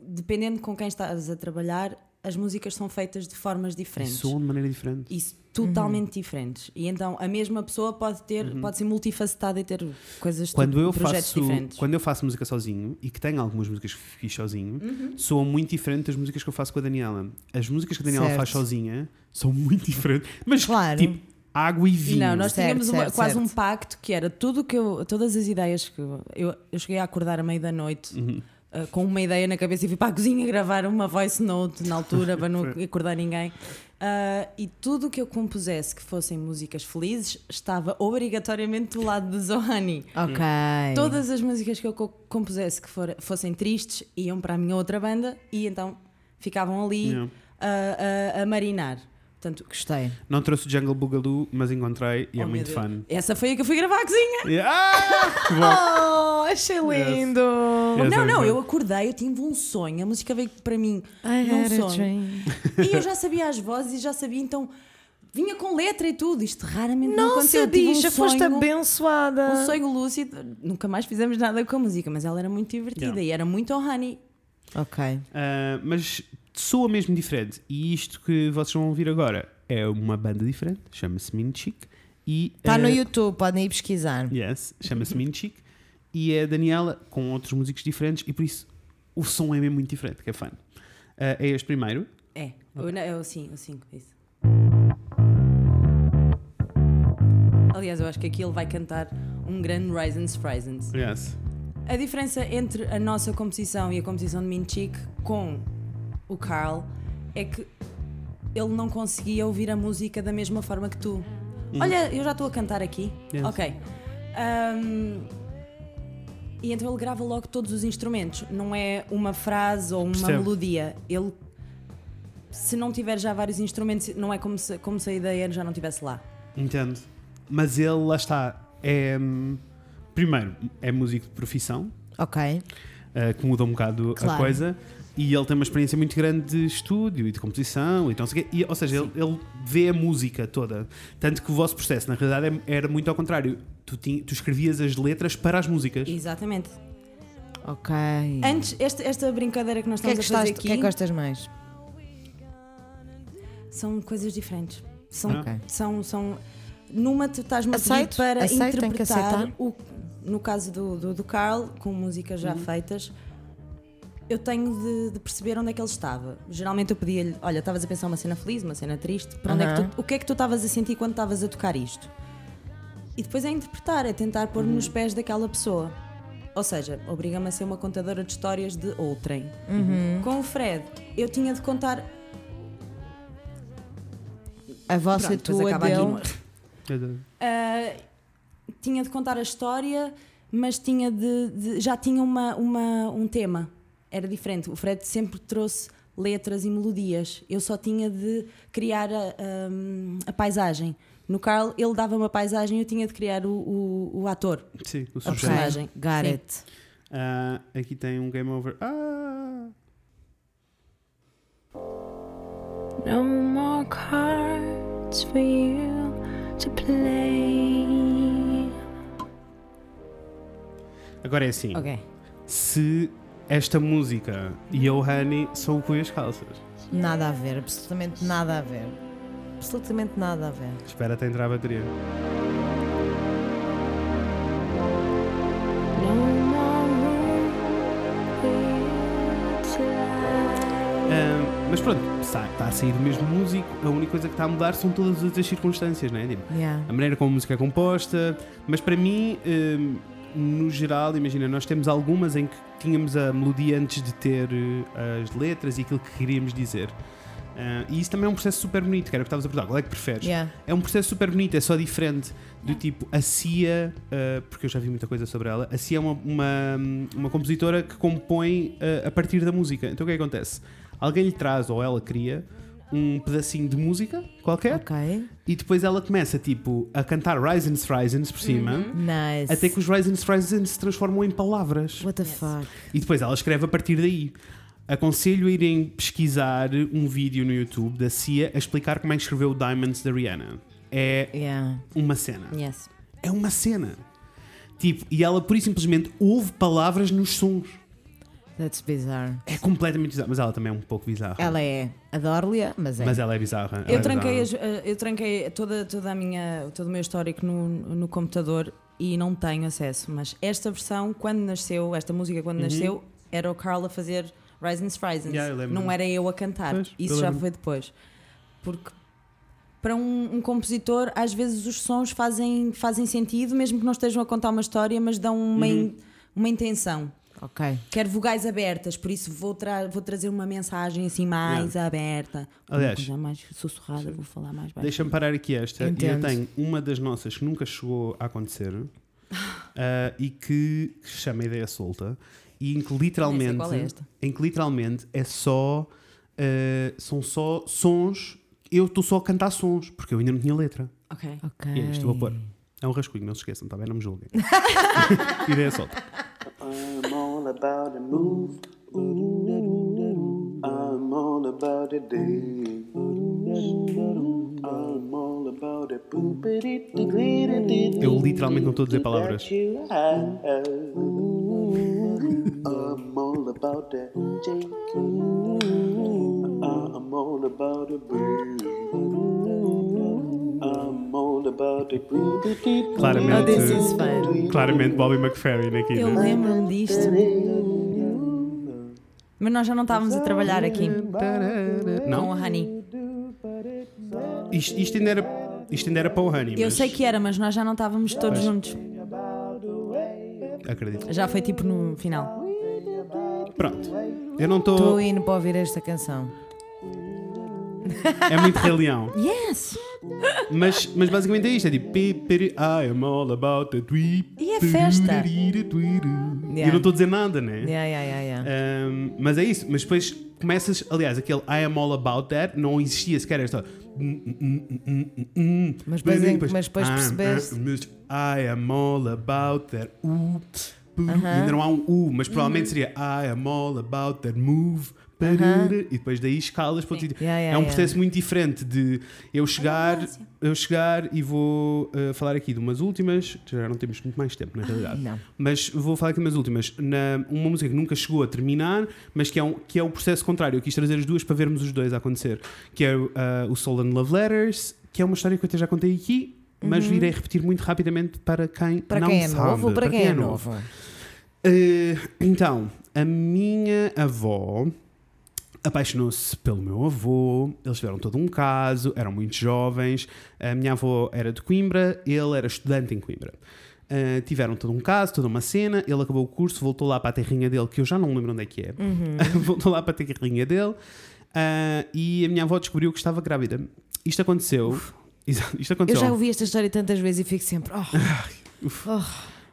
S3: dependendo com quem estás a trabalhar, as músicas são feitas de formas diferentes.
S1: Soam de maneira diferente.
S3: Isso, totalmente diferentes. E então a mesma pessoa pode ter, pode ser multifacetada e ter coisas
S1: Uhum. Quando
S3: tipo,
S1: eu,
S3: projetos
S1: faço,
S3: diferentes.
S1: quando eu faço música sozinho e que tenho algumas músicas que fiz sozinho,
S3: Uhum.
S1: soam muito diferente das músicas que eu faço com a Daniela. As músicas que a Daniela
S2: Certo.
S1: faz sozinha são muito diferentes. Mas,
S2: Claro.
S1: tipo, água e vinho.
S3: Não, nós
S2: Certo,
S3: tínhamos uma-
S2: certo,
S3: quase
S2: certo.
S3: um pacto que era tudo que eu, todas as ideias que eu, eu, eu cheguei a acordar à meia da noite
S1: Uhum.
S3: ah, com uma ideia na cabeça e fui para a cozinha gravar uma voice note na altura para não acordar ninguém. Ah, e tudo que eu compusesse que fossem músicas felizes estava obrigatoriamente do lado de Zohani.
S2: Ok.
S1: É.
S3: Todas as músicas que eu co- compusesse que for- fossem tristes iam para a minha outra banda e então ficavam ali
S1: Yeah.
S3: ah, ah, a marinar. Portanto,
S2: Gostei.
S1: Não trouxe o Jungle Boogaloo, mas encontrei e é
S3: oh, meu
S1: muito
S3: Deus.
S1: fun.
S3: Essa foi a que eu fui gravar à cozinha.
S1: Yeah. Ah, que bom.
S2: Oh, achei lindo.
S1: Yes,
S3: não,
S1: yes,
S3: não,
S1: yes.
S3: eu acordei, eu tive um sonho. A música veio para mim
S2: I
S3: num
S2: had a
S3: sonho.
S2: dream.
S3: E eu já sabia as vozes e já sabia, então vinha com letra e tudo. Isto raramente não aconteceu.
S2: Nossa,
S3: Eu tive um
S2: Disha, foste
S3: sonho-
S2: abençoada.
S3: Um sonho lúcido. Nunca mais fizemos nada com a música, mas ela era muito divertida
S1: Yeah.
S3: e era muito oh, honey.
S2: Ok.
S1: Ah, mas soa mesmo diferente. E isto que vocês vão ouvir agora é uma banda diferente, chama-se Min Chic. e, ah,
S2: Está
S3: Tá
S2: Tá
S3: Eh,
S2: no YouTube, podem ir pesquisar.
S1: Yes, chama-se Min Chic. E é a Daniela com outros músicos diferentes e por isso o som é mesmo muito diferente, que é fun. Ah, é este primeiro.
S3: É, eu, não, eu sim, eu sim, isso. Aliás, eu acho que aqui ele vai cantar um grande Rise and Surprises.
S1: Yes.
S3: A diferença entre a nossa composição e a composição de Minchik com o Carl é que ele não conseguia ouvir a música da mesma forma que tu. Olha, eu já estou a cantar aqui.
S1: Uhum. Yes.
S3: Ok. Ahm, e então ele grava logo todos os instrumentos. Não é uma frase ou uma
S1: Percebo.
S3: melodia. Ele, se não tiver já vários instrumentos, não é como se, como se a ideia já não estivesse lá.
S1: Entendo. Mas ele, lá está, é. hum, Primeiro, é músico de profissão,
S2: Ok.
S1: Uh, que muda um bocado a
S2: Claro.
S1: coisa. E ele tem uma experiência muito grande de estúdio e de composição e então, sei quê. E, ou seja, ele, ele vê a música toda. Tanto que o vosso processo, na realidade, é- era muito ao contrário. Tu, tin- tu escrevias as letras para as músicas.
S3: Exatamente.
S2: Ok.
S1: Uhum.
S3: Antes, esta, esta brincadeira que nós
S2: Então, O que é
S3: estamos
S2: que, gostaste, o
S3: a fazer aqui.
S2: que é que gostas mais?
S3: são coisas diferentes. São,
S1: Ah.
S2: Ok.
S3: são, são numa tu estás-me a pedir
S2: Aceito,
S3: para
S2: aceito, tenho que
S3: interpretar
S2: aceitar.
S3: o, no caso do, do, do Carl, com músicas
S2: Uhum.
S3: já feitas, eu tenho de, de perceber onde é que ele estava. Geralmente eu pedia-lhe, olha, estavas a pensar uma cena feliz, uma cena triste, para onde é que
S2: Aham.
S3: tu, o que é que tu estavas a sentir quando estavas a tocar isto? E depois é interpretar, é tentar
S2: Uhum.
S3: pôr-me nos pés daquela pessoa. Ou seja, obriga-me a ser uma contadora de histórias de outrem.
S2: Uhum.
S3: Com o Fred, eu tinha de contar
S2: A vossa,
S3: Pronto, depois
S2: tua,
S3: acaba aqui.
S2: dele.
S3: Uh, tinha de contar a história, mas tinha de, de- já tinha uma, uma- um tema. Era diferente. O Fred sempre trouxe letras e melodias. Eu só tinha de criar a, um, a paisagem. No Carl, ele dava uma paisagem e eu tinha de criar o, o- o ator.
S1: Sim, o
S3: A
S1: sujeito.
S3: personagem.
S2: Got
S3: Sim.
S2: it.
S1: Ah, aqui tem um game over. Ah!
S5: No more cards for you to play.
S1: Agora é assim.
S3: Ok.
S1: Se esta música e a Honey são o cu e as calças.
S2: Nada a ver, absolutamente nada a ver. Absolutamente nada a ver.
S1: Espera até entrar a bateria.
S5: No more room for you to lie.
S1: Ah, mas pronto, está a sair o mesmo músico. A única coisa que está a mudar são todas as outras circunstâncias, não é? Tipo,
S2: Yeah.
S1: a maneira como a música é ah, composta, mas para mim, hum, no geral, imagina, nós temos algumas em que tínhamos a melodia antes de ter eh, as letras e aquilo que queríamos dizer. Ah, e isso também é um processo super bonito, que era o que estavas a perguntar, qual é que preferes?
S2: Yeah.
S1: É um processo super bonito, é só diferente do tipo a Cia, ah, porque eu já vi muita coisa sobre ela. A Cia é uma, uma, uma compositora que compõe ah, a partir da música. Então o que é que acontece? Alguém lhe traz ou ela cria um pedacinho de música qualquer
S2: Ok.
S1: e depois ela começa tipo a cantar Risins Risins por cima.
S2: Uhum. Nice.
S1: Até que os Risins Risins se transformam em palavras.
S2: What the fuck?
S1: E depois ela escreve a partir daí. Aconselho a irem pesquisar um vídeo no YouTube da Cia a explicar como é que escreveu Diamonds da Rihanna. É
S2: Yeah.
S1: uma cena.
S3: Yes.
S1: É uma cena. Tipo, e ela por simplesmente ouve palavras nos sons.
S2: That's bizarre.
S1: É completamente bizarro. Mas ela também é um pouco bizarra.
S2: Ela é. Adoro-lhe, mas é.
S1: Mas ela é bizarra. Ela
S3: Eu
S1: é
S3: tranquei,
S1: bizarra.
S3: as- eh, eu tranquei toda, toda a minha, todo o meu histórico no, no computador e não tenho acesso. Mas esta versão, quando nasceu, esta música quando nasceu, era o Carl a fazer Risins Risins.
S1: Uhum. Yeah, eu lembro-me.
S3: não era eu a cantar.
S1: Pois, eu
S3: Isso já
S1: lembro-me.
S3: foi depois. Porque para um, um compositor, às vezes os sons fazem, fazem sentido, mesmo que não estejam a contar uma história, mas dão uma,
S1: Uhum.
S3: in- uma intenção.
S1: é.
S2: Ok.
S3: Quero vogais abertas, por isso vou, tra- vou trazer uma mensagem assim mais aberta.
S1: Aliás-
S3: uma coisa mais sussurrada, vou falar mais baixo.
S1: Deixa-me parar aqui esta. E eu
S2: Entendo.
S1: tenho uma das nossas que nunca chegou a acontecer ah, e que se chama Ideia Solta e em que
S3: Nem
S1: literalmente,
S3: sei qual é esta.
S1: em que literalmente é só ah, são só sons. Eu estou só a cantar sons porque eu ainda não tinha letra.
S3: Ok.
S2: Ok.
S1: E é isto, vou pôr. É um rascunho, não se esqueçam, está bem? Não me julguem. Ideia Solta.
S4: I'm all about a move. I'm all about a day. I'm all about a poop.
S1: Eu literalmente não estou a dizer palavras.
S4: I'm all about a jake. I'm all about a boo. I'm all about a boo.
S2: Oh, this
S1: Claramente,
S2: is fun.
S1: claramente Bobby McFerrin aqui.
S3: Eu
S1: né?
S3: lembro-me disto. Mas nós já não estávamos a trabalhar aqui com o
S1: é? Não,
S3: Honey.
S1: isto, isto ainda era, isto ainda era para o Honey.
S3: Eu
S1: mas
S3: sei que era, mas nós já não estávamos todos juntos.
S1: Acredito.
S3: Já foi tipo no final.
S1: Pronto. Eu não
S2: Estou
S1: estou.
S2: indo para ouvir esta canção.
S1: É muito Rei Leão.
S3: Yes!
S1: Mas, mas basicamente é isto: é tipo. pi, piri, I am all about the tweet.
S3: E é festa.
S1: E eu não estou a dizer nada, né?
S2: Yeah, yeah, yeah, yeah.
S1: Ahm, mas é isso. Mas depois começas. Aliás, aquele I am all about that não existia sequer. Era só.
S2: Mas depois
S1: é,
S2: em- mas depois
S1: I'm-
S2: percebeste.
S1: mas I am all about that. Uh, Ainda não há um U,
S2: Uhum.
S1: mas provavelmente seria I am all about that move. E depois daí escalas para outro sítio.
S2: Yeah, yeah,
S1: é um
S2: yeah.
S1: processo muito diferente de eu chegar, eu chegar e vou uh, falar aqui de umas últimas. Já não temos muito mais tempo, na realidade.
S2: não.
S1: Mas vou falar aqui umas últimas. Na, uma música que nunca chegou a terminar, mas que é, um, que é o processo contrário. Eu quis trazer as duas para vermos os dois a acontecer. Que é uh, o Soul and Love Letters, que é uma história que eu até já contei aqui, mas virei repetir muito rapidamente para quem
S2: Uhum. Para
S1: não
S2: quem é
S1: sabe.
S2: novo ou para quem é novo?
S1: Eh, então, a minha avó apaixonou-se pelo meu avô, eles tiveram todo um caso, eram muito jovens. A minha avó era de Coimbra, ele era estudante em Coimbra. Eh, tiveram todo um caso, toda uma cena. Ele acabou o curso, voltou lá para a terrinha dele, que eu já não me lembro onde é que é.
S2: Uhum.
S1: voltou lá para a terrinha dele ah, e a minha avó descobriu que estava grávida. Isto aconteceu. Exato, Isto
S2: Eu
S1: aconteceu.
S2: já ouvi esta história tantas vezes e fico sempre.
S1: É.
S2: Oh,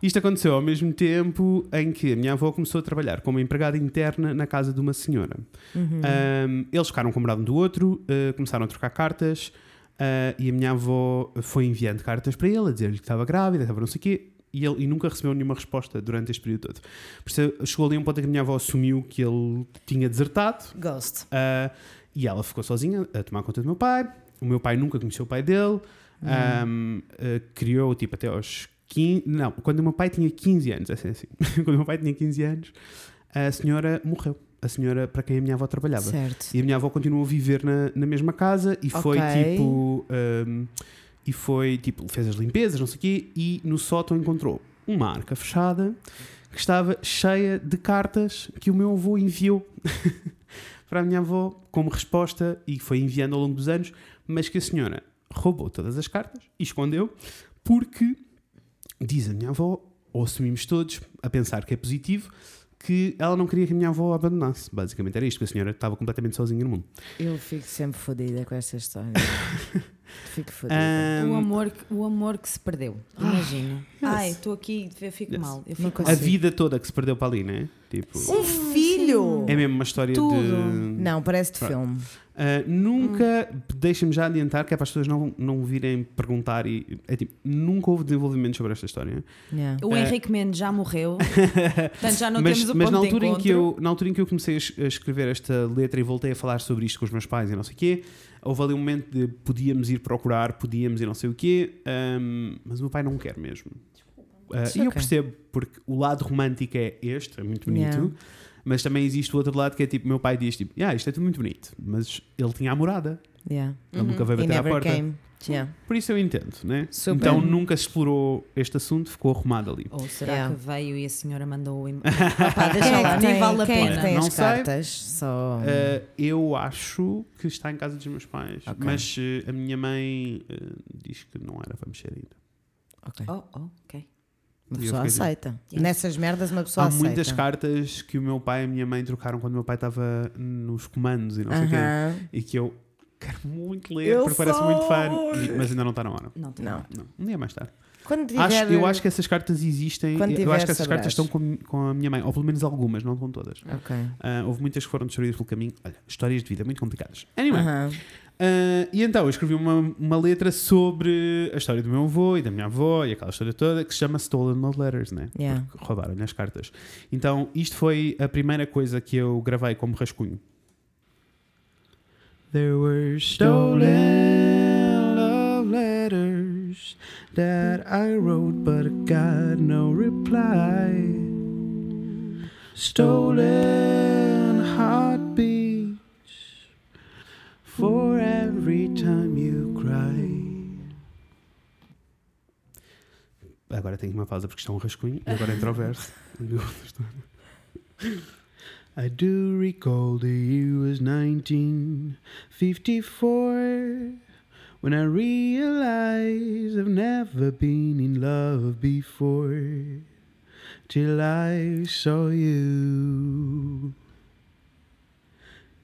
S1: Isto aconteceu ao mesmo tempo em que a minha avó começou a trabalhar como empregada interna na casa de uma senhora.
S2: Uhum.
S1: Ahm, eles ficaram com um do outro, ah, começaram a trocar cartas ah, e a minha avó foi enviando cartas para ele, a dizer-lhe que estava grávida, estava não sei o quê, e ele e nunca recebeu nenhuma resposta durante este período todo. Por isso, chegou ali um ponto em que a minha avó assumiu que ele tinha desertado,
S2: ghost.
S1: ah, e ela ficou sozinha a tomar conta do meu pai. O meu pai nunca conheceu o pai dele. Ahm, ah, criou, tipo, até aos 15... Não, quando o meu pai tinha 15 anos, assim, assim. quando o meu pai tinha 15 anos, a senhora morreu. A senhora para quem a minha avó trabalhava.
S2: Certo.
S1: E a minha avó continuou a viver na, na mesma casa e foi
S2: Ok.
S1: tipo. hum, e foi tipo, fez as limpezas, não sei o quê, e no sótão encontrou uma arca fechada que estava cheia de cartas que o meu avô enviou para a minha avó como resposta e foi enviando ao longo dos anos, mas que a senhora roubou todas as cartas e escondeu porque, diz a minha avó, ou assumimos todos a pensar que é positivo, que ela não queria que a minha avó a abandonasse. Basicamente era isto, que a senhora estava completamente sozinha no mundo.
S6: Eu fico sempre fodida com esta história. fico fodida.
S1: Ahm, Ah,
S3: O, amor, que- o amor que se perdeu. Imagina. Ai, estou aqui, eu fico mal. Eu fico
S1: a vida toda que se perdeu para ali, né? Tipo,
S6: um filho!
S1: é mesmo uma história de.
S6: Não, parece de filme.
S1: Ah, nunca, deixa-me já adiantar, que é para as pessoas não, não virem perguntar e. É tipo, nunca houve desenvolvimento sobre esta história.
S6: Yeah.
S1: assim. É.
S3: O Henrique Mendes já morreu. Portanto, já não
S1: mas
S3: temos o
S1: mas
S3: ponto
S1: na,
S3: de
S1: altura em que
S3: encontro.
S1: eu, na altura em que eu comecei a es- a escrever esta letra e voltei a falar sobre isto com os meus pais e não sei o quê, houve ali um momento de podíamos ir procurar, podíamos e não sei o quê, ahm, mas o meu pai não quer mesmo. Ah, e eu
S6: Ok.
S1: percebo, porque o lado romântico é este, é muito bonito,
S6: Yeah.
S1: mas também existe o outro lado que é tipo: meu pai diz tipo, yeah, isto é tudo muito bonito, mas ele tinha a morada,
S6: Yeah.
S1: ele nunca veio
S6: He
S1: bater à
S6: never
S1: porta.
S6: came. Yeah.
S1: Por isso eu entendo, né?
S6: Super.
S1: Então nunca se explorou este assunto, ficou arrumado ali.
S3: Ou Oh, será
S6: Yeah.
S3: que veio e a senhora mandou o e-mail? Opa,
S6: Quem
S3: deixa
S6: é
S3: lá, né?
S6: que
S3: nem
S6: tem,
S3: vale a
S6: quem é que
S3: pena.
S6: tem
S1: Não
S6: as
S1: sei.
S6: cartas?
S2: Ah,
S6: Só.
S1: Uh, eu acho que está em casa dos meus pais,
S6: Ok.
S1: mas uh, a minha mãe uh, diz que não era para mexer ainda.
S6: Ok.
S3: Oh, oh, ok.
S6: Uma
S1: eu
S6: pessoa
S1: fiquei-
S6: aceita. Nessas merdas, uma pessoa
S1: Há
S6: aceita.
S1: muitas cartas que o meu pai e a minha mãe trocaram quando o meu pai estava nos comandos e não sei o quê.
S6: Aham.
S1: E que eu quero muito ler,
S6: Eu
S1: porque parece
S6: sou-
S1: muito fã, e- mas ainda não está na hora.
S3: Não tem.
S6: Não.
S1: Não, um dia mais tarde.
S6: Quando tiver...
S1: Acho- eu acho que essas cartas existem.
S6: Quando
S1: Eu acho
S6: tiver
S1: que essas cartas
S6: sabrás.
S1: estão com, com a minha mãe, ou pelo menos algumas, não com todas.
S6: Ok.
S1: Ah, houve muitas que foram destruídas pelo caminho. Olha, histórias de vida muito complicadas. Anyway,
S6: Aham.
S1: Ah, e então eu escrevi uma, uma letra sobre a história do meu avô e da minha avó e aquela história toda que se chama Stolen Love Letters, né?
S6: Yeah.
S1: Porque roubaram-lhe as cartas. Então isto foi a primeira coisa que eu gravei como rascunho. There were stolen love letters that I wrote but got no reply. Stolen heartbeats for every time you cry. Agora tenho uma pausa porque está um rascunho e agora entra o verso. I do recall the year was 1954 when I realized I've never been in love before till I saw you.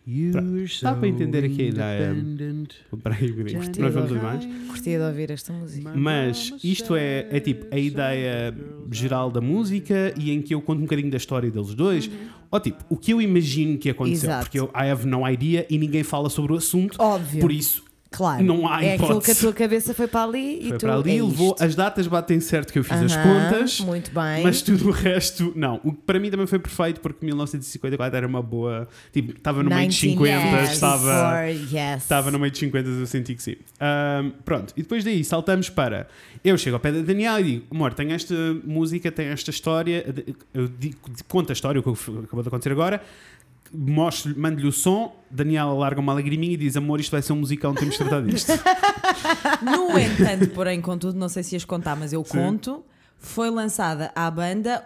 S1: You were so
S4: dá para entender aqui a ideia.
S1: independent. Não
S6: nós
S1: um vamos
S6: vamos
S1: mais.
S6: Curtia de ouvir esta música.
S1: Mas isto é, é tipo a ideia geral da música e em que eu conto um bocadinho da história deles dois. Ou tipo, o que eu imagino que aconteceu,
S6: Uhum. Exato.
S1: porque eu I have no idea e ninguém fala sobre o assunto,
S6: Óbvio.
S1: por isso
S6: Claro.
S1: não há
S6: é aquilo que a
S1: hipótese.
S6: tua cabeça foi para ali e
S1: foi
S6: tu.
S1: para ali,
S6: é
S1: levou,
S6: isto.
S1: as datas batem certo que eu fiz as
S6: Aham,
S1: contas,
S6: Muito bem.
S1: mas tudo o resto, não. O que para mim também foi perfeito porque 1954 era uma boa, tipo, estava no meio de 50, estava Estava no meio dos 50, eu senti que sim. Ahm, pronto, e depois daí saltamos para. Eu chego ao pé da Daniela e digo: amor, tem esta música, tem esta história. Eu digo, conto a história, o que f- acabou de acontecer agora. mostro-lhe, Mando-lhe o som. Daniela larga uma lagriminha e diz: amor, isto vai ser um musicão, temos de tratar disto.
S3: No entanto, porém, contudo, não sei se ias contar, mas eu conto, foi lançada à banda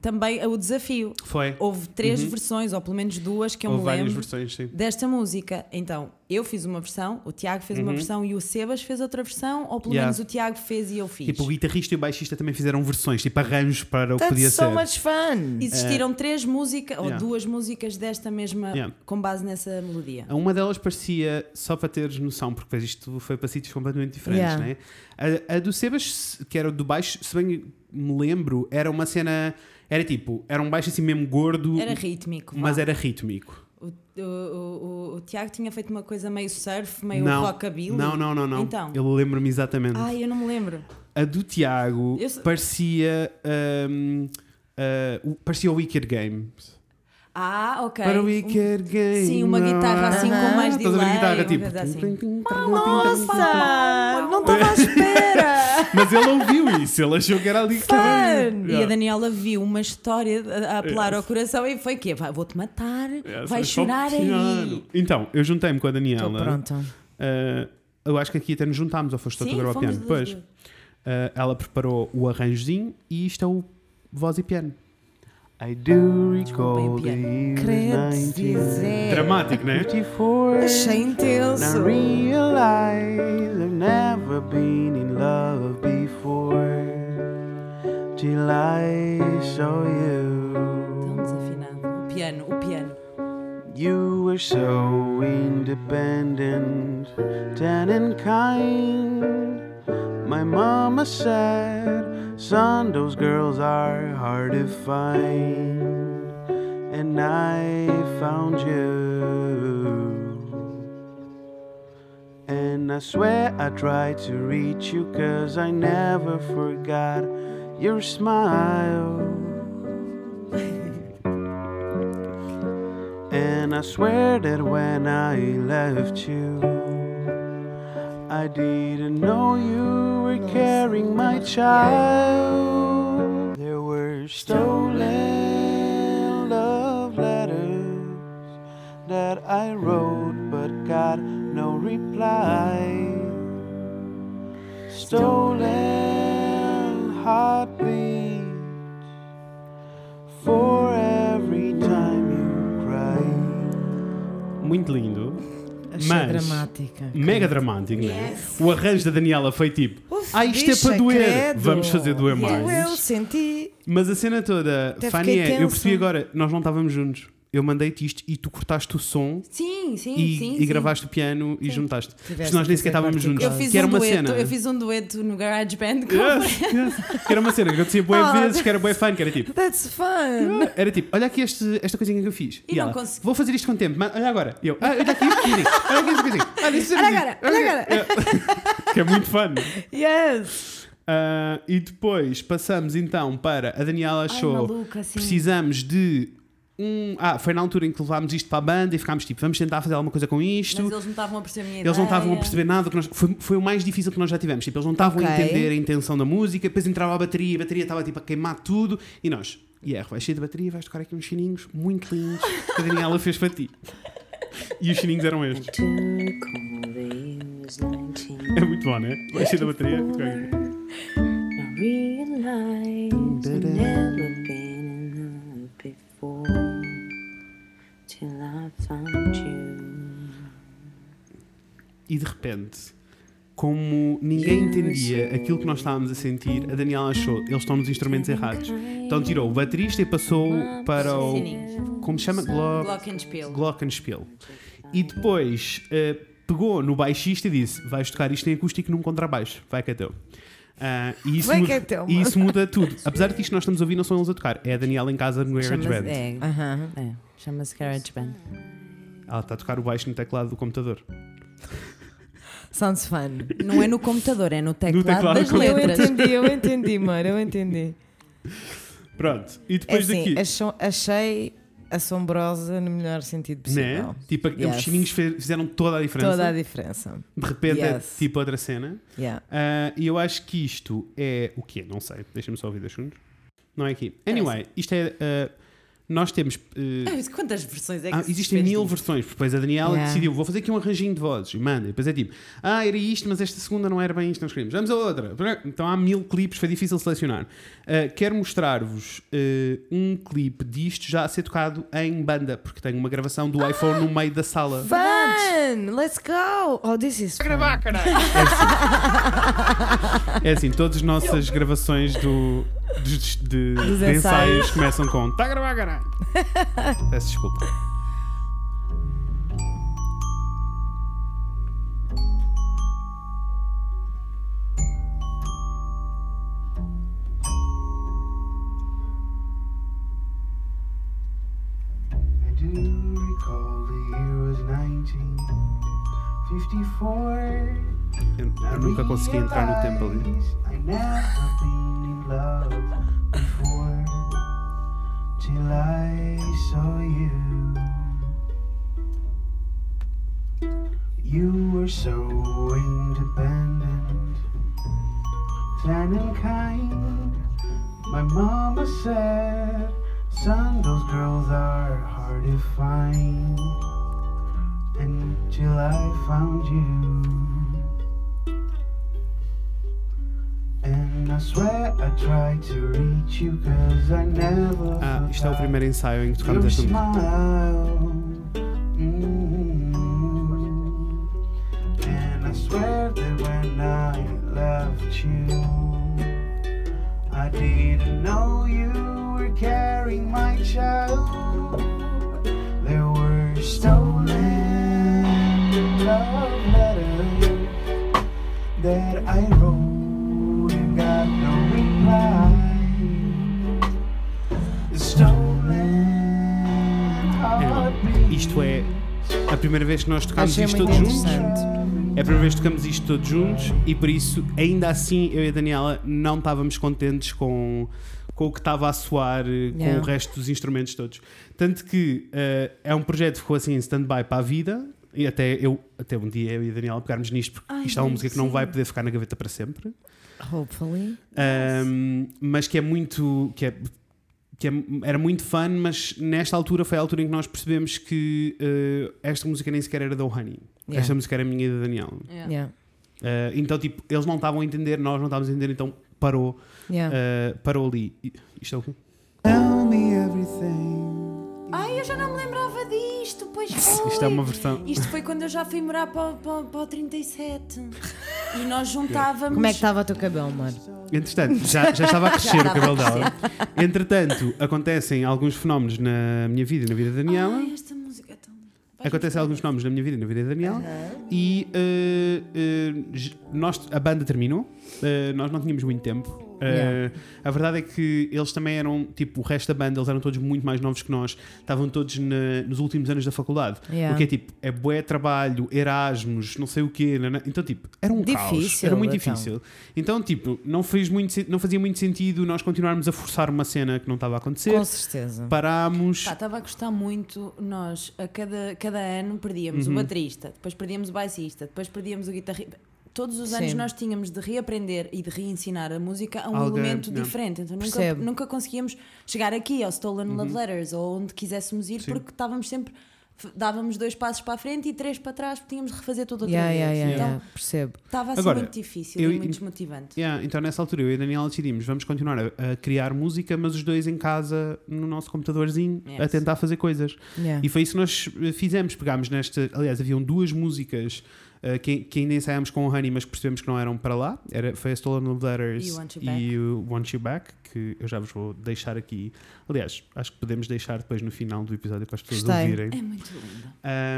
S3: também o desafio.
S1: Foi.
S3: Houve três versões, ou pelo menos duas, que eu
S1: Uhum. Houve
S3: me
S1: várias
S3: lembro.
S1: versões, sim.
S3: Desta música. Então, eu fiz uma versão, o Tiago fez uma versão e o Sebas fez outra versão, ou pelo
S1: Uhum. Yeah.
S3: menos o Tiago fez e eu fiz.
S1: Tipo, o guitarrista e o baixista também fizeram versões, tipo arranjos para o que
S6: That's
S1: podia
S6: so
S1: ser.
S6: much fun.
S3: Existiram três músicas, ou
S1: É. Yeah.
S3: duas músicas desta mesma,
S1: Yeah.
S3: com base nessa melodia.
S1: A Uma delas parecia, só para teres noção, porque depois isto foi para sítios completamente diferentes,
S6: Yeah.
S1: né? A, a do Sebas, se- que era do baixo, se bem me lembro, era uma cena. Era tipo, era um baixo assim mesmo gordo,
S3: Era rítmico, vá.
S1: mas era rítmico.
S3: O, o- o- o- o Tiago tinha feito uma coisa meio surf, meio
S1: não,
S3: rockabilly.
S1: não, não, não, não.
S3: Então.
S1: Eu lembro-me exatamente.
S3: Ai, eu não me lembro.
S1: A do Tiago
S3: Eu se-
S1: parecia. hum, ah, o- parecia o Wicked Game.
S3: Ah, ok.
S1: Para o
S3: Um-
S1: Wicked Game.
S3: Sim, uma guitarra assim com
S1: Estás a
S3: mais
S1: ver a
S3: delay,
S1: guitarra
S3: uma
S1: é?" tipo.
S3: coisa assim.
S1: tim, tim, tim, tim, tim, tim.
S6: Nossa! Não estava à espera!
S1: Mas ele ouviu isso, ele achou que era ali que estava.
S3: Ah, E a Daniela viu uma história a a apelar ao coração e foi o quê? Vai- Vou-te matar,
S1: Yeah,
S3: vai
S1: sabes, É. só
S3: chorar
S1: piano.
S3: aí.
S1: Então, eu juntei-me com a
S6: Estou
S1: Daniela.
S6: pronto.
S1: Ah, eu acho que aqui até nos juntámos, ou foste tu a
S3: Sim,
S1: gravar
S3: fomos
S1: piano.
S3: das
S1: Pois.
S3: duas.
S1: Ah, ela preparou o arranjozinho e isto é o voz e piano.
S4: I do recall
S3: Desculpem,
S4: the
S3: piano.
S4: year was
S6: Credo dizer.
S1: Dramático, né?
S4: 1954.
S6: Achei
S4: I
S6: intenso.
S4: realize I've never been in love before till I saw you.
S3: Então, piano, o piano.
S4: You were so independent and in kind. My mama said, Son, those girls are hard to find. And I found you. And I swear I tried to reach you, cause I never forgot your smile. And I swear that when I left you, I didn't know you were carrying my child. There were stolen love letters that I wrote but got no reply. Stolen heartbeat for every time you cry.
S1: Muito lindo.
S6: Achei
S1: Mas-
S6: dramática.
S1: Mega dramático, não é? O arranjo da Daniela foi tipo:
S6: Uf,
S1: Ah, isto é
S6: bicha,
S1: para doer!
S6: credo.
S1: Vamos fazer doer mais.
S6: Eu senti.
S1: Mas a cena toda,
S6: Até
S1: Fanny,
S6: fiquei
S1: é, eu percebi
S6: tensa.
S1: agora, nós não estávamos juntos. Eu mandei-te isto e tu cortaste o som
S3: Sim, sim,
S1: e,
S3: sim.
S1: e
S3: sim.
S1: gravaste o piano e juntaste. Porque
S6: Tiveste
S1: nós nem
S6: que
S1: sequer
S6: fazer
S1: estávamos juntos.
S6: partículas.
S3: Eu fiz,
S1: que era
S3: um
S1: uma
S3: dueto,
S1: cena.
S3: eu fiz um dueto no GarageBand com
S1: Yes, yes. Que era uma cena que eu dizia boas
S6: Oh,
S1: vezes, que era boa fã, que era tipo.
S6: That's fun!
S1: "Ah", Era tipo, olha aqui este- esta coisinha que eu fiz.
S3: E não
S1: ela,
S3: consegui.
S1: Vou fazer isto com o tempo, mas olha agora. E Eu, ah, olha aqui isto coisinha. Olha aqui isto coisinha. Olha isto
S6: Olha
S1: coisinha.
S6: agora, olha agora!
S1: Que é muito fã.
S6: Yes!
S1: Ah, e depois passamos então para a Daniela
S3: Ai,
S1: achou
S3: maluca, assim.
S1: precisamos de um. Ah, foi na altura em que levámos isto para a banda e ficámos tipo, vamos tentar fazer alguma coisa com isto.
S3: Mas eles não estavam a perceber a minha
S1: Eles não estavam a
S3: ideia.
S1: perceber nada. Que nós, foi, foi o mais difícil que nós já tivemos. Tipo, eles não estavam a
S6: Ok.
S1: entender a intenção da música. Depois entrava a bateria, a bateria estava tipo a queimar tudo. E nós, hierro, vais sair da bateria, vais tocar aqui uns sininhos muito lindos que a Daniela fez para ti. E os sininhos eram estes.
S5: Jacoby was 19.
S1: É muito bom, né? Vais sair da bateria. toca aqui.
S5: I realized I'd never been in love before till I found you.
S1: E de repente, como ninguém
S6: é
S1: entendia aquilo que nós estávamos a sentir, a Daniela achou, eles estão nos instrumentos errados. Então tirou o baterista e passou
S6: Ah,
S1: para o. Como se chama? Glo
S3: Glockenspiel.
S1: Glockenspiel. E depois eh, pegou no baixista e disse: Vais tocar isto em acústico num contrabaixo, vai que é teu. Ah, e isso
S6: Vai
S1: muda,
S6: que é teu,
S1: e isso muda tudo. Apesar de que isto nós estamos a ouvir, não são eles a tocar, é a Daniela em casa no
S3: Chama-se-
S1: GarageBand.
S3: é,
S6: Aham.
S3: é, Chama-se GarageBand.
S1: Ela está a tocar o baixo no teclado do computador.
S6: Sounds fun.
S3: Não é no computador, é no teclado,
S1: teclado
S3: das
S1: do
S6: Eu
S3: letras.
S6: entendi, eu entendi, Mara, eu entendi.
S1: Pronto, e
S6: É
S1: depois
S6: assim,
S1: daqui.
S6: acho- achei assombrosa no melhor sentido possível.
S1: Né? Tipo,
S6: Yes.
S1: os chininhos fe- fizeram toda a diferença.
S6: Toda a diferença.
S1: De repente
S6: Yes.
S1: é tipo outra cena.
S6: Yeah.
S1: Ah, E eu acho que isto é o quê? Não sei. Deixa-me só ouvir dois segundos. Não é aqui. Anyway, isto é. ah, nós temos. ah,
S3: Ah, mas Quantas versões é que
S1: ah,
S3: se
S1: existem
S3: fez
S1: mil
S3: disto?
S1: versões, porque depois a Daniela
S6: Yeah.
S1: decidiu, vou fazer aqui um arranjinho de vozes e manda. E depois é tipo, ah, era isto, mas esta segunda não era bem isto, que nós queríamos. Vamos a outra. Então há mil clipes, foi difícil selecionar. Ah, quero mostrar-vos ah, um clipe disto já a ser tocado em banda, porque tenho uma gravação
S6: Ah,
S1: do iPhone no meio da sala.
S6: Fun! Let's go! Oh, this is fun.
S1: É assim, todas as nossas gravações do, dos- de, de ensaios.
S6: ensaios
S1: começam com Tá a gravar, caralho! Peço desculpa.
S4: I do recall the year was 1954.
S1: Eu, eu nunca consegui entrar no tempo ali.
S4: I never been in love before till I saw you. You were so independent, tan and kind. My mama said, son, those girls are hard to find. Until I found you. And I swear I tried to reach you cause I never
S1: Ah, isto é o
S4: forgot
S1: primeiro ensaio em que tocamos
S4: your
S1: esta música.
S4: smile. Mm. Mm-hmm. And I swear that when I left you, I didn't know you were carrying my child.
S1: Isto é a primeira vez que nós tocamos
S4: Achei
S1: isto
S4: muito
S1: todos juntos.
S4: interessante.
S1: É a primeira vez que tocamos isto todos juntos e por isso, ainda assim, eu e a Daniela não estávamos contentes com, com o que estava a soar, eh, com
S3: Yeah.
S1: o resto dos instrumentos todos. Tanto que eh, é um projeto que ficou assim em stand-by para a vida e até, eu, até um dia eu e a Daniela pegarmos nisto, porque
S3: Ai,
S1: isto é uma
S3: meu
S1: música que não
S3: Deus.
S1: vai poder ficar na gaveta para sempre.
S2: Hopefully.
S1: Um, mas que é muito. Que é, que é- era muito fã, mas nesta altura foi a altura em que nós percebemos que eh, esta música nem sequer era da Honey.
S2: Yeah.
S1: Esta música era minha e da Daniel.
S2: Yeah.
S1: Eh, então, tipo, eles não estavam a entender, nós não estávamos a entender, então parou,
S2: Yeah.
S1: eh, parou ali. I- Isto é o quê?
S3: Ai, eu já não me lembrava disto, pois foi.
S1: Isto é uma versão.
S3: Isto foi quando eu já fui morar para, o- para, o- para o 37. E nós juntávamos.
S2: Como é que estava o teu cabelo, amor?
S1: Entretanto, já, já estava a crescer o
S3: estava
S1: cabelo dela. Entretanto, acontecem alguns fenómenos na minha vida e na vida da Daniela.
S3: Ai, esta música é tão. Vai-
S1: Acontecem alguns nomes na minha vida e na vida da Daniel. E eh, eh, j- nós, a banda terminou. Eh, nós não tínhamos muito tempo. Eh,
S2: Uh, Yeah.
S1: A verdade é que eles também eram, tipo, o resto da banda, eles eram todos muito mais novos que nós. Estavam todos na- nos últimos anos da faculdade.
S2: Yeah.
S1: O que é tipo, é bué trabalho, Erasmus, não sei o quê. naná. Então, tipo, era um caos.
S2: Difícil,
S1: Era muito
S2: então.
S1: difícil. Então, tipo, não, fez muito, sen- não fazia muito sentido nós continuarmos a forçar uma cena que não estava a acontecer.
S2: Com Tá certeza.
S1: Parámos.
S3: Pá, estava a gostar muito. Nós, a cada, cada ano, perdíamos
S2: Uhum.
S3: o baterista, depois perdíamos o baixista, depois perdíamos o guitarrista. Todos os anos
S2: Sim.
S3: nós tínhamos de reaprender e de reensinar a música a um
S1: Alguém,
S3: elemento
S1: não.
S3: diferente. Então nunca,
S2: Percebo. Uhum.
S3: nunca conseguíamos chegar aqui ao Stolen Love Letters ou onde quiséssemos ir porque estávamos sempre. f- Dávamos dois passos para a frente e três para trás, porque tínhamos de refazer tudo outra
S2: Yeah,
S3: vez.
S2: yeah, yeah,
S3: então
S2: yeah. Percebo.
S3: estava assim
S1: Agora,
S3: muito difícil
S1: eu-
S3: e muito desmotivante.
S1: Yeah, então nessa altura eu e a Daniela decidimos vamos continuar a, a criar música, mas os dois em casa, no nosso computadorzinho,
S3: Yes.
S1: a tentar fazer coisas.
S2: Yeah.
S1: E foi isso que nós eh, fizemos. Pegámos nesta. Aliás, haviam duas músicas eh, que, que ainda ensaiámos com o Honey, mas que percebemos que não eram para lá. Era, foi a Stolen Love
S3: E
S1: Letters
S3: o Want You
S1: e o Want You Back, que eu já vos vou deixar aqui. Aliás, acho que podemos deixar depois no final do episódio para as pessoas
S2: Gostei.
S1: ouvirem.
S3: É muito lindo.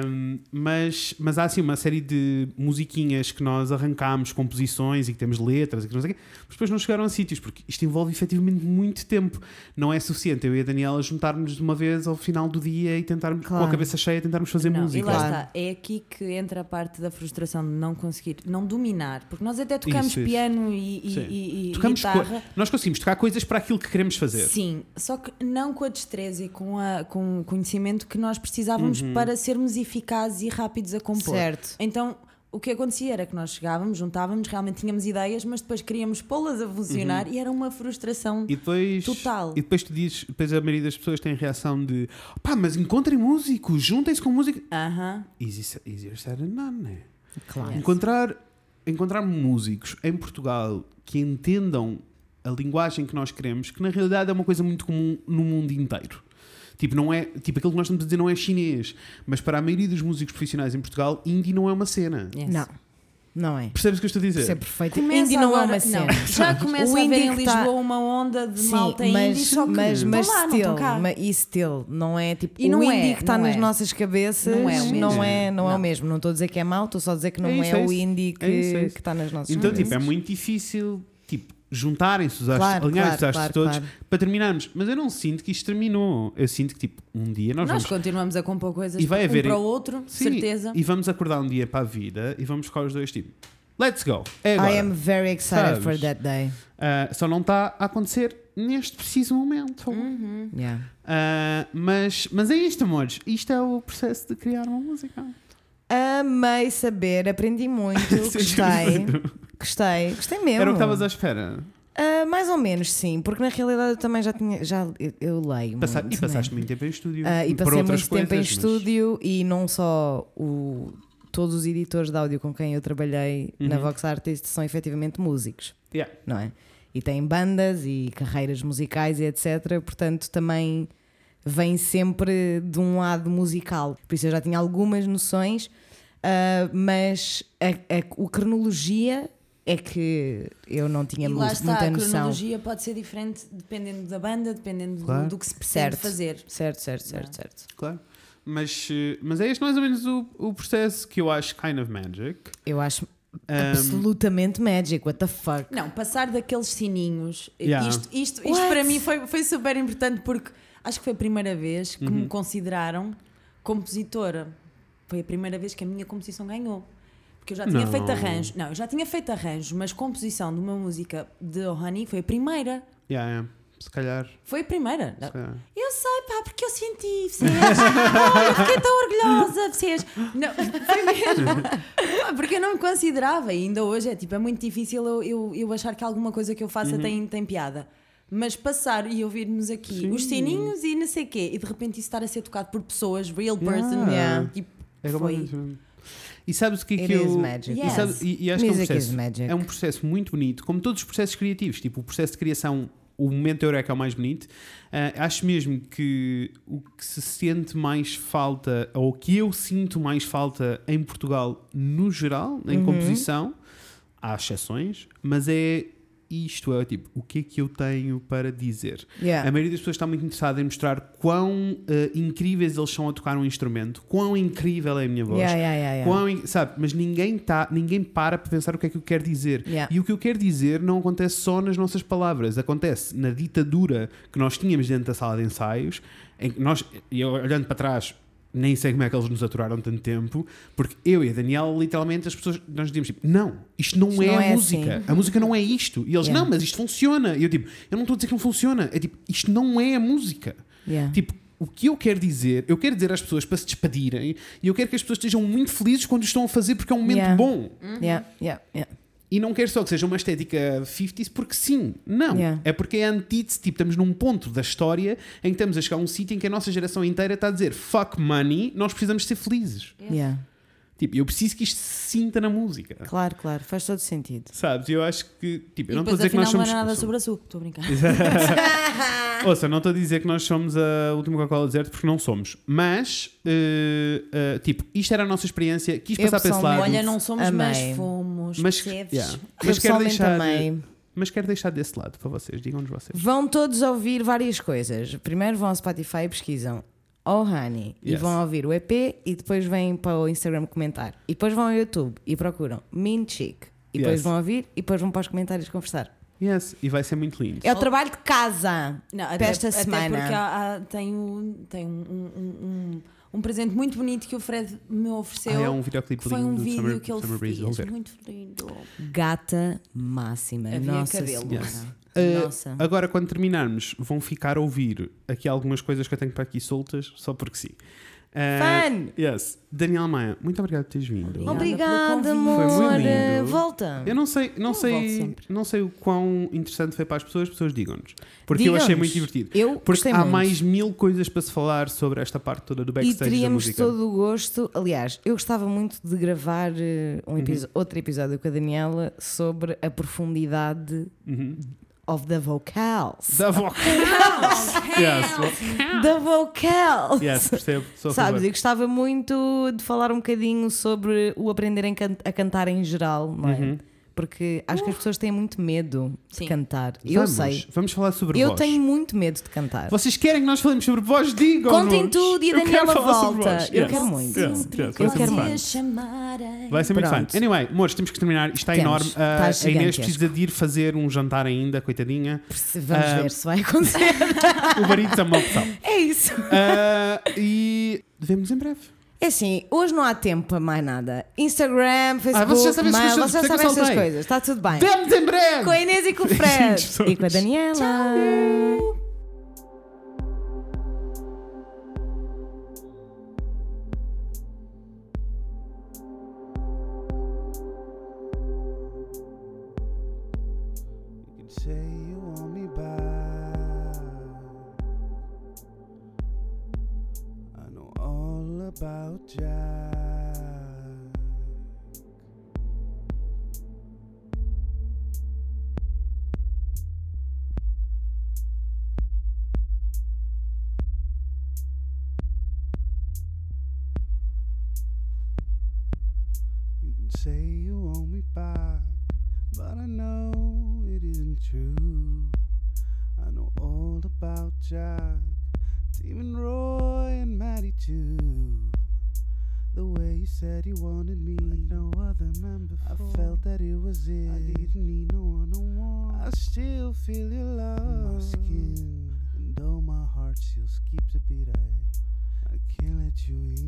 S1: Um, mas, mas há assim uma série de musiquinhas que nós arrancámos, composições e que temos letras e que não sei o quê, mas depois não chegaram a sítios, porque isto envolve efetivamente muito tempo. Não é suficiente eu e a Daniela juntarmos de uma vez ao final do dia e tentarmos, com
S2: Claro.
S1: a cabeça cheia, tentarmos fazer
S3: Não,
S1: música.
S3: E lá
S2: Claro.
S3: está, é aqui que entra a parte da frustração de não conseguir, não dominar, porque nós até tocamos
S1: Isso, isso.
S3: piano e, e-
S1: Sim.
S3: e- e
S1: Tocamos co-
S3: guitarra.
S1: nós conseguimos tocar coisas para aquilo que queremos fazer.
S3: Sim, só que não com a destreza e com, a, com o conhecimento que nós precisávamos
S1: Uhum.
S3: para sermos eficazes e rápidos a
S1: um
S3: compor.
S2: Certo.
S3: Então, o que acontecia era que nós chegávamos, juntávamos, realmente tínhamos ideias, mas depois queríamos pô-las a funcionar e era uma frustração.
S1: Uhum. E depois,
S3: Total.
S1: e depois tu dizes, depois a maioria das pessoas tem a reação de pá, mas encontrem músicos, juntem-se com música.
S3: Aham.
S1: Easy, easier said than done, né?
S2: Claro.
S1: Encontrar, encontrar músicos em Portugal que entendam a linguagem que nós queremos, que na realidade é uma coisa muito comum no mundo inteiro. Tipo, não é, tipo, aquilo que nós estamos a dizer não é chinês, mas para a maioria dos músicos profissionais em Portugal, indie não é uma cena.
S3: Yes.
S2: Não. Não é.
S1: Percebes o que eu estou a dizer?
S2: Percebo perfeito.
S3: Começa
S2: Indie não é
S3: agora-
S2: uma cena.
S3: Já começa
S2: O
S3: a ver
S2: indie
S3: em
S2: que
S3: Lisboa
S2: tá-
S3: uma onda de malta
S2: mas,
S3: indie, só que
S2: mas,
S3: estão
S2: mas
S3: lá, não
S2: still,
S3: estão cá.
S2: ma- e still, não é tipo
S3: E
S2: o
S3: não é,
S2: indie que está
S3: não
S2: nas
S3: é.
S2: nossas cabeças,
S3: Não
S2: não
S3: é
S2: é,
S3: o mesmo.
S2: não é, o
S3: Não.
S2: mesmo. Não estou a dizer que é mau, estou só a dizer que não
S1: É
S2: é,
S1: isso, é
S2: o
S1: isso.
S2: indie
S1: É isso, é
S2: que
S1: isso.
S2: que está nas nossas
S1: Então,
S2: cabeças.
S1: tipo, é muito difícil, tipo, juntarem-se os astros,
S2: Claro,
S1: alinharem-se
S2: claro,
S1: os astros
S2: claro,
S1: todos para terminarmos. Mas eu não sinto que isto terminou. Eu sinto que, tipo, um dia nós,
S3: Nós,
S1: vamos
S3: continuamos a compor coisas
S1: E vai
S3: um
S1: haver-
S3: para o outro,
S1: Sim,
S3: certeza.
S1: E vamos acordar um dia para a vida e vamos ficar os dois tipo, let's go. É agora.
S2: I am very excited
S1: Sabes?
S2: for that day.
S1: Ah, só não está a acontecer neste preciso momento.
S2: Uhum.
S3: Uhum.
S2: Yeah.
S1: Ah, mas, mas é isto, amores. Isto é o processo de criar uma música.
S2: Amei saber, aprendi muito, gostei, gostei, gostei mesmo.
S1: Era o que estavas à espera.
S2: Ah, mais ou menos, sim, porque na realidade eu também já tinha, já eu, eu leio.
S1: Passa-
S2: muito,
S1: e passaste
S2: né?
S1: muito tempo em estúdio.
S2: Ah, e
S1: para
S2: passei
S1: outras
S2: muito tempo em
S1: coisas, mas-
S2: estúdio e não só o, todos os editores de áudio com quem eu trabalhei
S1: Uhum.
S2: na Vox Artist são efetivamente músicos,
S1: Yeah.
S2: não é? E têm bandas e carreiras musicais e etc. Portanto, também vem sempre de um lado musical. Por isso eu já tinha algumas noções, ah, mas a, a- o cronologia é que eu não
S1: é
S2: tinha
S3: E
S2: mu-
S3: lá está,
S2: muita
S3: a
S2: noção.
S3: cronologia pode ser diferente dependendo da banda, dependendo do-
S1: Claro.
S3: do, que se pretende
S2: Certo.
S3: fazer.
S2: Certo, certo, certo, certo.
S1: Claro. Mas, eh, mas é este mais ou menos o, o processo que eu acho kind of magic.
S2: Eu acho
S1: Ah,
S2: absolutamente magic. What the fuck?
S3: Não, passar daqueles sininhos,
S1: Yeah.
S3: isto, isto, isto
S2: What?
S1: Uhum.
S3: para mim foi, foi super importante porque acho que foi a primeira vez que me consideraram compositora. Foi a primeira vez que a minha composição ganhou. Porque eu já tinha
S1: Não.
S3: feito arranjos. Não, eu já tinha feito arranjos, mas composição de uma música de Ohani foi a primeira.
S1: Yeah, yeah. Se calhar.
S3: Foi a primeira.
S1: Se calhar.
S3: Eu sei, pá, porque eu senti, vocês. Ai, eu fiquei tão orgulhosa, vocês. Não, foi mesmo. Pá, Porque eu não me considerava, e ainda hoje é tipo, é muito difícil eu, eu, eu achar que alguma coisa que eu faça
S1: Uhum.
S3: tem, tem piada. Mas passar e ouvirmos aqui
S1: Sim.
S3: os sininhos e não sei o quê, e de repente isso estar a ser tocado por pessoas, real
S1: Yeah.
S3: person,
S1: Yeah.
S3: tipo,
S1: É
S3: foi.
S1: completamente- E sabes o que é
S2: It
S1: que
S2: is
S1: eu.
S2: magic.
S1: E, sabe-
S3: Yes.
S1: e- e acho que é um
S2: Music is
S1: processo.
S2: magic.
S1: É um processo muito bonito, como todos os processos criativos. Tipo, o processo de criação, o momento eureka é o mais bonito. Ah, acho mesmo que o que se sente mais falta, ou o que eu sinto mais falta em Portugal, no geral, em composição, há exceções, mas é isto: é tipo, o que é que eu tenho para dizer?
S2: Yeah.
S1: A maioria das pessoas está muito interessada em mostrar quão eh, incríveis eles são a tocar um instrumento, quão incrível é a minha voz.
S2: Yeah, yeah, yeah, yeah.
S1: Quão in- sabe, mas ninguém, tá, ninguém para para pensar o que é que eu quero dizer.
S2: Yeah.
S1: E o que eu quero dizer não acontece só nas nossas palavras, acontece na ditadura que nós tínhamos dentro da sala de ensaios, em que nós, e eu olhando para trás, nem sei como é que eles nos aturaram tanto tempo, porque eu e a Daniela, literalmente, as pessoas, nós dizíamos tipo, não, isto não
S2: Isto
S1: é
S2: não
S1: a
S2: é
S1: música,
S2: assim.
S1: a música não é isto. E eles,
S2: Yeah.
S1: não, mas isto funciona. E eu tipo, eu não estou a dizer que não funciona, é tipo, isto não é a música.
S2: Yeah.
S1: Tipo, o que eu quero dizer, eu quero dizer às pessoas para se despedirem e eu quero que as pessoas estejam muito felizes quando estão a fazer porque é um momento
S2: Yeah.
S1: bom.
S3: Uhum.
S2: Yeah, yeah, yeah.
S1: E não quero só que seja uma estética 50s porque sim, não.
S2: Yeah.
S1: É porque é antítese, tipo, estamos num ponto da história em que estamos a chegar a um sítio em que a nossa geração inteira está a dizer fuck money, nós precisamos ser felizes.
S2: Yeah.
S1: Tipo, eu preciso que isto se sinta na música.
S2: Claro, claro, faz todo sentido.
S1: Sabes? Eu acho que, tipo, eu
S3: e
S1: não estou a
S3: depois
S1: dizer que
S3: afinal
S1: nós
S3: não
S1: somos.
S3: era nada sobre a sua. Estou a brincar.
S1: Ouça, não estou a dizer que nós somos a última Coca-Cola deserto porque não somos, mas eh, eh, tipo, isto era a nossa experiência, quis
S2: Eu
S1: passar para esse lado.
S2: pessoalmente-
S3: Olha, não somos,
S2: Amei.
S3: mas fomos.
S1: mas,
S3: percebes?
S1: yeah.
S2: Eu
S1: mas quero
S2: pessoalmente
S1: deixar,
S2: também.
S1: mas quero deixar desse lado para vocês, digam-nos vocês.
S2: Vão todos ouvir várias coisas. Primeiro vão ao Spotify e pesquisam Oh Honey e
S1: Yes.
S2: vão ouvir o EP e depois vêm para o Instagram comentar. E depois vão ao YouTube e procuram Mean Chic. E depois
S1: Yes.
S2: vão ouvir e depois vão para os comentários conversar.
S1: Yes, e vai ser muito lindo.
S2: É o trabalho de casa
S3: Não,
S2: para esta semana.
S3: porque há- há- tem, um, tem um, um, um, um presente muito bonito que o Fred me
S1: Ah,
S3: ofereceu.
S1: é um videoclipe
S3: Foi
S1: lindo
S3: um
S1: do
S3: vídeo
S1: Summer,
S3: que ele
S1: Summer Breeze, vou
S3: fez,
S1: ver.
S3: muito lindo.
S2: Gata máxima.
S3: Havia
S2: Nossa
S3: cabelo.
S2: Senhora.
S1: Yes. Eh,
S2: Nossa.
S1: Agora, quando terminarmos, vão ficar a ouvir aqui algumas coisas que eu tenho para aqui soltas, só porque sim. Eh,
S2: Fun!
S1: Yes. Daniel Maia, muito obrigado por teres vindo.
S3: Obrigada.
S2: Obrigada,
S3: pelo convite.
S2: amor.
S1: Foi muito lindo.
S2: Volta.
S1: Eu não sei, não
S3: volto
S1: sei,
S3: sempre.
S1: não sei o quão interessante foi para as pessoas, as pessoas digam-nos. Porque eu
S2: Digam-nos.
S1: achei muito divertido.
S2: Eu
S1: Porque
S2: gostei
S1: há
S2: muito.
S1: mais mil coisas para se falar sobre esta parte toda do
S2: E
S1: backstage da
S2: teríamos
S1: música.
S2: todo o gosto, aliás, eu gostava muito de gravar eh,
S1: Uhum.
S2: um episo- outro episódio com a Daniela sobre a profundidade
S1: Uhum.
S2: of the vocals.
S1: Da voz. yes,
S2: The vocals!
S1: yes, percebo. Sou a
S2: Sabes, eu
S1: favor.
S2: gostava muito de falar um bocadinho sobre o aprenderem can- a cantar em geral, não é?
S1: Uhum.
S2: Porque acho que as pessoas têm muito medo
S3: Sim.
S2: de cantar. Eu
S1: Vamos,
S2: sei.
S1: Vamos falar sobre
S2: Eu
S1: voz.
S2: tenho muito medo de cantar.
S1: Vocês querem que nós falemos sobre voz? Digam-nos.
S2: Contem tudo e a
S1: Eu quero
S2: Daniela
S1: falar sobre
S2: volta.
S1: voz.
S2: Eu
S1: Yes,
S2: quero muito.
S1: yes, yes, vai
S3: Eu
S1: ser
S3: quero
S1: muito
S3: me
S1: fun.
S3: chamarem.
S1: Vai ser muito
S2: Pronto.
S1: fun. Anyway, amores, temos que terminar. Isto está
S2: Temos. Tá
S1: enorme.
S2: Está
S1: Ah, a Inês
S2: gigantesco.
S1: precisa de ir fazer um jantar ainda, coitadinha.
S2: Vamos
S1: Ah,
S2: ver se vai acontecer.
S1: O barito é uma opção.
S2: É isso.
S1: Ah, e vemos em breve.
S2: É assim, hoje não há tempo para mais nada. Instagram, Facebook,
S1: Ah, vocês já sabem essas
S2: mail,
S1: coisas,
S2: vocês já
S1: porque é que
S2: sabem
S1: eu
S2: essas
S1: saltei.
S2: coisas. Está tudo bem.
S1: Vemos em breve!
S2: Com a Inês e com o
S1: Sim,
S2: Fred.
S1: pessoas.
S2: e com a Daniela.
S4: You can say you want me back. I know all about Jack. You can say you want me back, but I know it isn't true. I know all about Jack, Demon Roy, and Maddie too. The way you said you wanted me, like no other man before. I felt that it was it. I didn't need no one on one. I still feel your love on my skin, and though my heart still skips a beat, I I can't let you